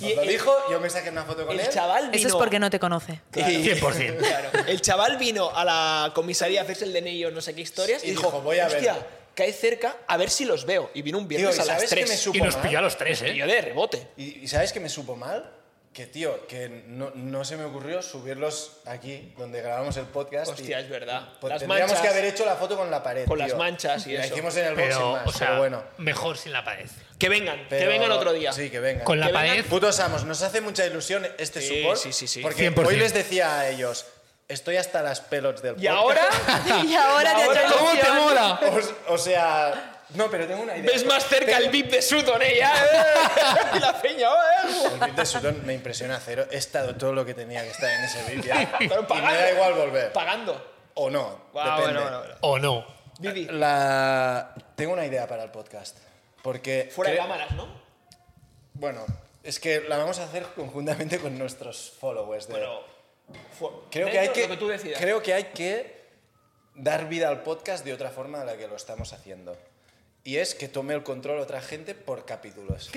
S1: Y
S3: Y lo
S1: el-
S3: dijo, yo me saqué una foto con
S1: El
S3: él.
S1: chaval vino.
S4: Eso es porque no te conoce.
S1: Claro.
S2: 100%.
S1: Claro. El chaval vino a la comisaría a hacerse el DNI o no sé qué historias y,
S3: Y
S1: dijo,
S3: dijo, "Voy a ver".
S1: hostia, cae cerca, a ver si los veo. Y vino un
S3: Tío, ¿y
S1: viernes a las
S3: sabes que me
S1: 3.
S3: supo
S2: Y nos
S3: mal?
S2: pilló a los tres,
S1: Y yo
S2: ¿eh?
S1: de rebote.
S3: Y, y ¿sabes que me supo mal? Que, tío, que no, no se me ocurrió subirlos aquí, donde grabamos el podcast.
S1: Hostia, es verdad.
S3: Pues
S1: Las
S3: tendríamos
S1: manchas.
S3: que haber hecho la foto con la pared.
S1: Con las
S3: tío.
S1: manchas y
S3: la
S1: eso.
S3: hicimos en el boxing
S2: Pero,
S3: más,
S2: o sea,
S3: pero bueno.
S2: mejor sin la pared.
S1: Que vengan, que
S3: Pero-
S1: vengan otro día.
S3: Sí, que vengan.
S2: Con la
S1: Que vengan-
S2: pared,
S3: Putos amos, nos hace mucha ilusión este
S1: Sí,
S3: support.
S1: sí, sí, sí.
S3: Porque
S2: 100%.
S3: hoy les decía a ellos, estoy hasta las pelotas del
S1: Y
S3: podcast.
S1: ahora
S4: y ahora te ha hecho
S2: ¿Cómo te
S4: ilusión.
S2: mola?
S3: O, o sea... No, pero tengo una idea.
S1: ves más cerca el VIP de Sutton, ¿eh? Ya, eh. Y la peña, eh.
S3: El beat de Sutton me impresiona cero. He estado todo lo que tenía que estar en ese beat ya. y
S1: Pero
S3: me
S1: pagando.
S3: da igual volver.
S1: Pagando.
S3: O no,
S1: Ah, bueno,
S3: depende.
S1: bueno, bueno.
S2: o no.
S1: Didi,
S3: La... Tengo una idea para el podcast. Porque...
S1: fuera de
S3: cre-
S1: cámaras, ¿no?
S3: Bueno, es que la vamos a hacer conjuntamente con nuestros followers. De...
S1: Bueno, fu-
S3: creo que
S1: dentro
S3: hay
S1: de
S3: que,
S1: Lo que tú decidas.
S3: creo que hay que dar vida al podcast de otra forma de la que lo estamos haciendo. Y es que tome el control otra gente por capítulos.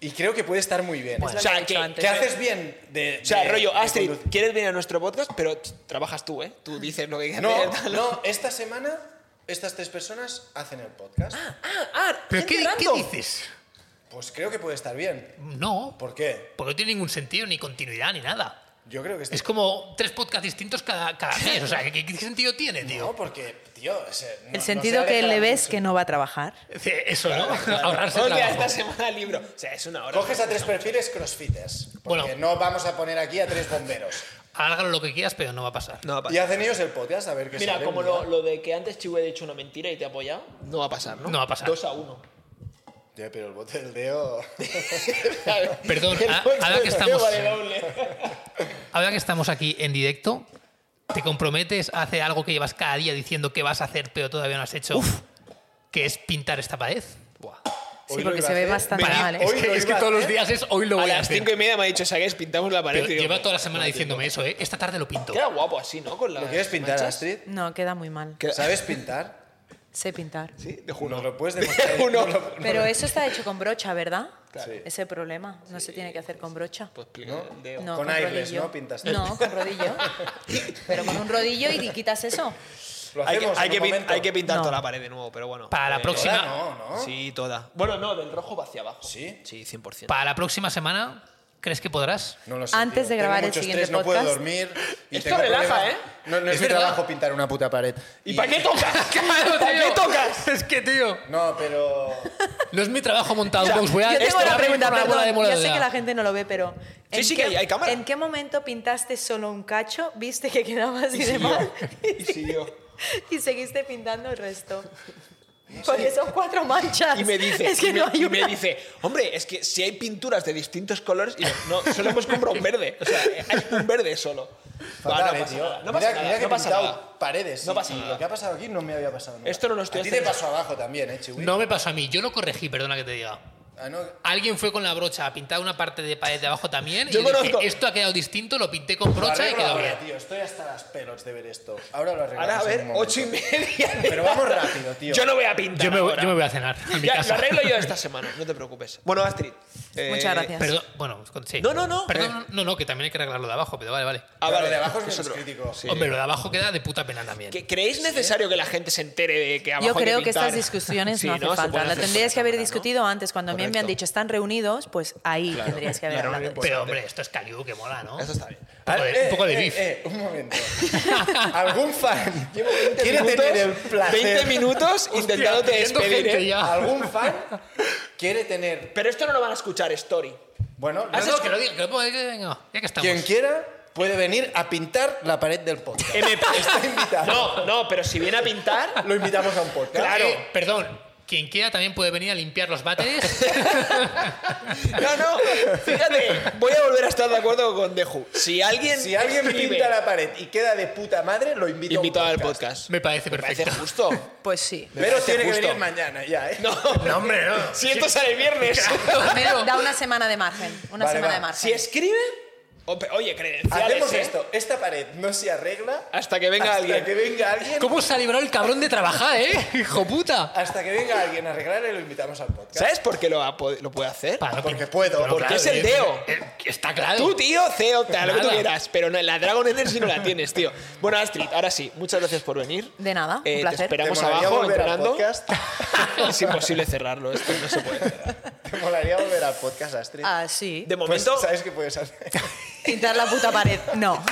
S3: Y creo que puede estar muy bien.
S1: o
S4: Lo que
S1: sea,
S4: he dicho
S1: que,
S4: antes.
S3: ¿Qué haces bien de...
S1: O sea,
S3: de-
S1: rollo,
S3: de
S1: Astrid,
S3: conducir?
S1: quieres venir a nuestro podcast, pero t- trabajas tú, ¿eh? Tú dices lo que quieres.
S3: No, no, esta semana estas tres personas hacen el podcast.
S1: Ah, ah,
S2: ¿Pero
S1: gente
S2: qué, qué
S1: random.
S2: dices?
S3: Pues creo que puede estar bien.
S2: No,
S3: ¿Por qué?
S2: porque no tiene ningún sentido, ni continuidad, ni nada.
S3: Yo creo que está-
S2: Es como tres podcasts distintos cada, cada mes. O sea, ¿qué, qué sentido tiene, tío?
S3: No, porque, tío, ese- no- no
S4: El
S3: se
S4: sentido que
S3: aleja
S4: le ves
S3: mucho.
S4: que no va a trabajar.
S2: Eso, ¿no? Ahorrarse
S1: Oye,
S2: trabajo.
S1: esta semana libro. O sea, es una hora.
S3: Coges a tres perfiles crossfitters. Porque
S2: Bueno.
S3: no vamos a poner aquí a tres bomberos.
S2: Hágalo lo que quieras, pero no va a pasar.
S1: No va a pasar.
S3: Y hacen ellos el podcast, a ver qué
S1: Mira,
S3: sale
S1: como
S3: un día.
S1: lo, lo de que antes Chihuahua ha dicho una mentira y te ha apoyado, no va a pasar, ¿no?
S2: No va a pasar.
S1: Dos a uno.
S3: Ya, pero el bote del dedo...
S2: Perdón,
S1: El
S2: a-
S1: bote
S2: ahora que
S1: del
S2: estamos-
S1: vale doble.
S2: Ahora que estamos aquí en directo, ¿te comprometes a hacer algo que llevas cada día diciendo que vas a hacer, pero todavía no has hecho? Que es pintar esta pared. Buah.
S4: Sí,
S3: Hoy lo
S4: porque
S3: iba
S4: se
S3: a
S4: ve
S3: hacer.
S4: bastante
S2: Para-
S4: mal, ¿eh?
S2: es
S3: Hoy
S2: que,
S3: lo
S2: es que
S3: iba a
S2: todos los
S3: hacer.
S2: días es hoy lo
S1: A
S2: voy a,
S1: las
S2: hacer.
S1: cinco y media me ha dicho Sagues, pintamos la pared.
S2: Pero
S1: Y digo,
S2: lleva toda la semana diciéndome eso, ¿eh? Esta tarde lo pinto.
S1: Queda guapo así, ¿no? Con las
S3: ¿Lo quieres pintar,
S1: manchas.
S3: Astrid?
S4: No, queda muy mal.
S1: Queda-
S3: ¿Sabes pintar?
S4: Sé pintar.
S1: Sí, de
S3: ¿Nos
S1: Juno.
S3: lo puedes demostrar?
S1: Uno.
S3: ¿Nos lo-
S4: Pero eso está hecho con brocha, ¿verdad?
S3: Claro. Sí.
S4: Ese problema. No se tiene que hacer con brocha.
S1: Pues explica
S3: ¿No?
S1: el dedo.
S4: No,
S3: Con
S4: con
S3: airless,
S4: rodillo.
S3: ¿no? Pintas tú.
S4: No, con rodillo. Pero con un rodillo y quitas eso.
S3: Lo
S1: Hay que,
S3: hacemos
S1: hay
S3: en
S1: que
S3: un
S1: pin-
S3: momento.
S1: hay que pintar
S4: No.
S1: toda la pared de nuevo, pero bueno.
S2: Para la
S1: Eh,
S2: próxima.
S3: Ahora No, ¿no?
S1: Sí, toda. Bueno, no, del rojo va hacia abajo.
S3: ¿Sí?
S1: Sí, 100%.
S2: Para la próxima semana, ¿crees que podrás?
S3: No lo sé,
S4: Antes
S3: tío.
S4: de grabar
S3: Tengo
S4: el
S3: mucho
S4: siguiente
S3: estrés, No puedo
S4: podcast.
S3: dormir. y
S1: Esto
S3: tengo
S1: relaja,
S3: problemas.
S1: ¿eh?
S3: No, no es,
S2: Es
S3: mi
S2: verdad.
S3: trabajo pintar una puta pared.
S1: ¿Y, para qué tocas? ¿Para qué tocas?
S2: Es que, tío,
S3: No, pero...
S2: no es mi trabajo montar un box. Voy a
S4: Yo
S2: esto
S4: tengo
S2: va a
S4: una
S2: abrir
S4: pregunta,
S2: una bola de
S4: perdón. Yo sé
S2: moledora.
S4: que la gente no lo ve, pero...
S1: Sí,
S4: ¿en
S1: sí, que
S4: qué-
S1: hay- hay cámara.
S4: ¿En qué momento pintaste solo un cacho? ¿Viste que quedaba así de mal?
S1: Y siguió.
S4: Y seguiste pintando el resto. Porque son cuatro manchas.
S1: Y me dice,
S4: Es que
S1: y me,
S4: no hay
S1: y me
S4: una.
S1: dice, hombre, es que si hay pinturas de distintos colores, y no, no, solo hemos comprado un verde. O sea, eh, hay un verde solo. Va,
S3: Fatal,
S1: no
S3: eh,
S1: pasa
S3: tío.
S1: nada, no
S3: mira,
S1: pasa nada,
S3: mira que
S1: no
S3: he
S1: pasa
S3: pintado
S1: nada.
S3: paredes.
S1: No
S3: y-
S1: pasa
S3: y
S1: nada.
S3: Lo que ha pasado aquí no me había pasado nunca.
S1: Esto no lo estoy
S3: A ti te
S1: haciendo.
S3: pasó abajo también, ¿eh, Chiwi?
S2: No me pasó a mí, yo lo corregí, perdona que te diga.
S3: Ah, no.
S2: Alguien fue con la brocha a pintar una parte de pared de abajo también.
S1: Yo
S2: y dije,
S1: conozco-
S2: esto ha quedado distinto, lo pinté con
S3: Lo
S2: brocha y
S3: arreglo
S2: quedó
S3: ahora,
S2: bien.
S3: tío. Estoy hasta las pelos de ver esto. Ahora lo arreglamos
S1: Ahora a
S3: en
S1: ver,
S3: un momento.
S1: ocho y media. de
S3: Pero vamos
S1: tarde.
S3: rápido, tío.
S1: Yo no voy a pintar.
S2: Yo me, voy-
S1: ahora.
S2: yo me voy a cenar a mi
S1: Ya,
S2: casa.
S1: Lo arreglo yo esta semana, no te preocupes. Bueno, Astrid. eh,
S4: Muchas gracias.
S2: Perdón, bueno, con- sí.
S1: No, no, no.
S2: Perdón, no, no, que también hay que arreglarlo de abajo, pero vale, vale.
S1: Ah,
S3: Pero
S1: vale,
S3: lo de abajo es
S1: es
S3: menos
S1: otro.
S3: crítico.
S1: Sí.
S2: Hombre, lo de abajo queda de puta pena también.
S1: ¿Que- ¿Creéis necesario que la gente se entere de que abajo
S4: Yo
S1: hay
S4: creo que
S1: pintar?
S4: estas discusiones
S1: Sí,
S4: no hace
S1: Se
S4: falta.
S1: pueden
S4: La
S1: hacer
S4: tendrías
S1: por
S4: que haber
S1: cámara, ¿no?
S4: discutido antes. Cuando a mí me han
S1: Correcto.
S4: dicho están reunidos, pues ahí tendrías que haber
S1: Claro,
S4: hablado.
S1: no
S2: Pero hombre, esto es Caliú, que mola, ¿no?
S1: Eso está bien.
S2: Un poco de, un poco de
S3: Eh, eh,
S2: beef.
S3: eh, un momento. ¿Algún fan quiere
S1: Minutos,
S3: tener el placer?
S1: 20 minutos intentando
S2: Hostia, pidiendo
S1: despedir.
S2: gente
S1: ¿eh?
S2: ya.
S3: ¿Algún fan quiere tener?
S1: Pero esto no lo van a escuchar, Story.
S3: Bueno,
S2: No,
S3: no,
S2: no, que lo diga, que lo ponga, que- venga, ya que estamos.
S3: quien quiera puede venir a pintar la pared del podcast.
S1: MP.
S3: Está invitado.
S1: No, no, pero si viene a pintar.
S3: Lo invitamos a un podcast.
S1: Claro.
S2: Eh, perdón, quien quiera también puede venir a limpiar los váteres.
S1: No, no. Fíjate, voy a volver a estar de acuerdo con Deju. Si alguien.
S3: Si alguien
S1: escribe,
S3: pinta la pared y queda de puta madre, lo invito,
S1: invito
S3: a un
S1: al
S3: podcast.
S1: podcast.
S2: Me parece perfecto.
S1: Parece justo.
S4: Pues sí.
S1: Me
S3: Pero
S1: parece
S3: tiene que
S1: justo.
S3: venir mañana ya, ¿eh?
S1: No,
S2: No, hombre, no.
S1: si esto sale el viernes.
S4: Me da una semana de margen. Una
S3: Vale,
S4: semana
S3: va.
S4: de margen.
S1: Si escribe. ope- Oye, credenciales.
S3: Hacemos
S1: ¿eh?
S3: esto. Esta pared no se arregla
S1: Hasta que Ah, venga
S3: hasta
S1: alguien.
S3: que venga alguien.
S2: ¿Cómo se ha librado el cabrón de trabajar, eh? Hijo puta.
S3: Hasta que venga alguien a arreglar y lo invitamos al podcast.
S1: ¿Sabes por qué lo, ha pod- lo puede hacer?
S2: Para, no
S3: Porque
S2: pin-
S3: puedo,
S2: Pero
S1: porque es el
S2: eh,
S1: Deo.
S2: eh, Está claro.
S1: Tú, tío, CEO, tal, lo que tú
S2: Nada.
S1: quieras. Pero no, la Dragon Energy no la tienes, tío. Bueno, Astrid, ahora sí, muchas gracias por venir.
S4: De nada, un
S1: Eh,
S4: placer.
S1: Te esperamos
S3: ¿Te molaría
S1: abajo
S3: volver al
S1: entrenando.
S3: podcast?
S1: es imposible cerrarlo, esto no se puede.
S3: ¿Te molaría volver al podcast, Astrid?
S4: Ah, sí.
S1: De
S3: Pues,
S1: momento,
S3: ¿Sabes qué puedes hacer?
S4: Pintar la puta pared. No.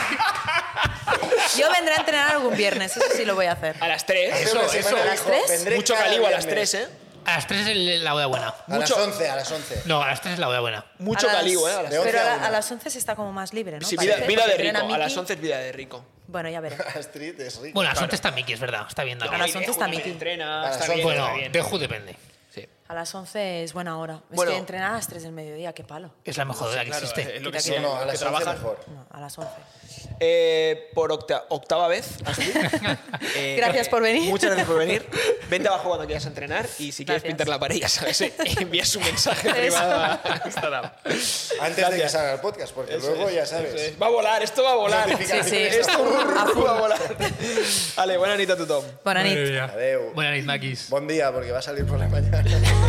S4: Yo vendré a entrenar algún viernes. Eso sí lo voy a hacer.
S1: a las 3,
S2: Eso,
S3: Hace una semana
S2: eso.
S4: ¿A las
S3: dijo,
S4: tres?
S3: vendré
S1: mucho
S3: cada
S1: calivo a las
S3: viernes.
S1: 3, ¿eh?
S2: A las 3 es el- la hora buena.
S3: A las
S1: Mucho-
S3: 11, a las 11.
S2: No, a las 3 es la hora buena.
S1: Mucho
S4: A las-
S1: calivo, ¿eh? A las
S3: De once
S4: Pero
S3: a
S4: a, la-
S3: una.
S4: a las 11 se está como más libre, ¿no?
S1: Sí,
S4: Parece,
S1: vida, vida
S4: porque
S1: de
S4: entrena
S1: rico. A las
S4: Miki.
S1: 11 es vida de rico.
S4: Bueno, ya veré.
S3: Astrid es rico.
S2: Bueno, a las 11 está Mickey, es verdad. Está bien,
S4: A
S2: Dani.
S4: las 11 está Miki.
S1: Entrena,
S3: A
S1: está
S3: las
S1: bien,
S3: 11.
S1: está
S2: Bueno,
S1: bien.
S2: Deju depende.
S1: Sí.
S4: A las 11 es buena hora. Es
S1: Bueno.
S4: que entrenar a las 3 del mediodía, qué palo.
S2: Es la mejor hora que
S1: Claro,
S2: existe.
S1: eh, lo que,
S4: Quita,
S1: sea,
S4: quita.
S3: no,
S1: lo
S3: a
S1: que
S3: las 11
S1: trabaja.
S3: mejor.
S4: No, a las 11.
S1: Eh, por octa- octava vez. Astrid. Eh,
S4: Gracias por venir.
S1: Muchas gracias por venir. Vente abajo cuando quieras entrenar y si quieres
S4: Gracias.
S1: pintar la pared, ya sabes, eh, envías un mensaje
S4: Eso.
S1: privado a Instagram.
S3: Antes de que salga el podcast, porque
S1: Eso
S3: luego
S1: es,
S3: ya
S1: eso
S3: sabes.
S1: es. Va a volar, esto va a volar.
S3: Notificaciones.
S4: Sí, sí.
S1: Esto va a volar. Vale, buena nita a tu Tom.
S4: Buena nit.
S2: Buena
S3: Adeu.
S2: Buenas noches, Maquis.
S3: Buen día, porque va a salir por la mañana.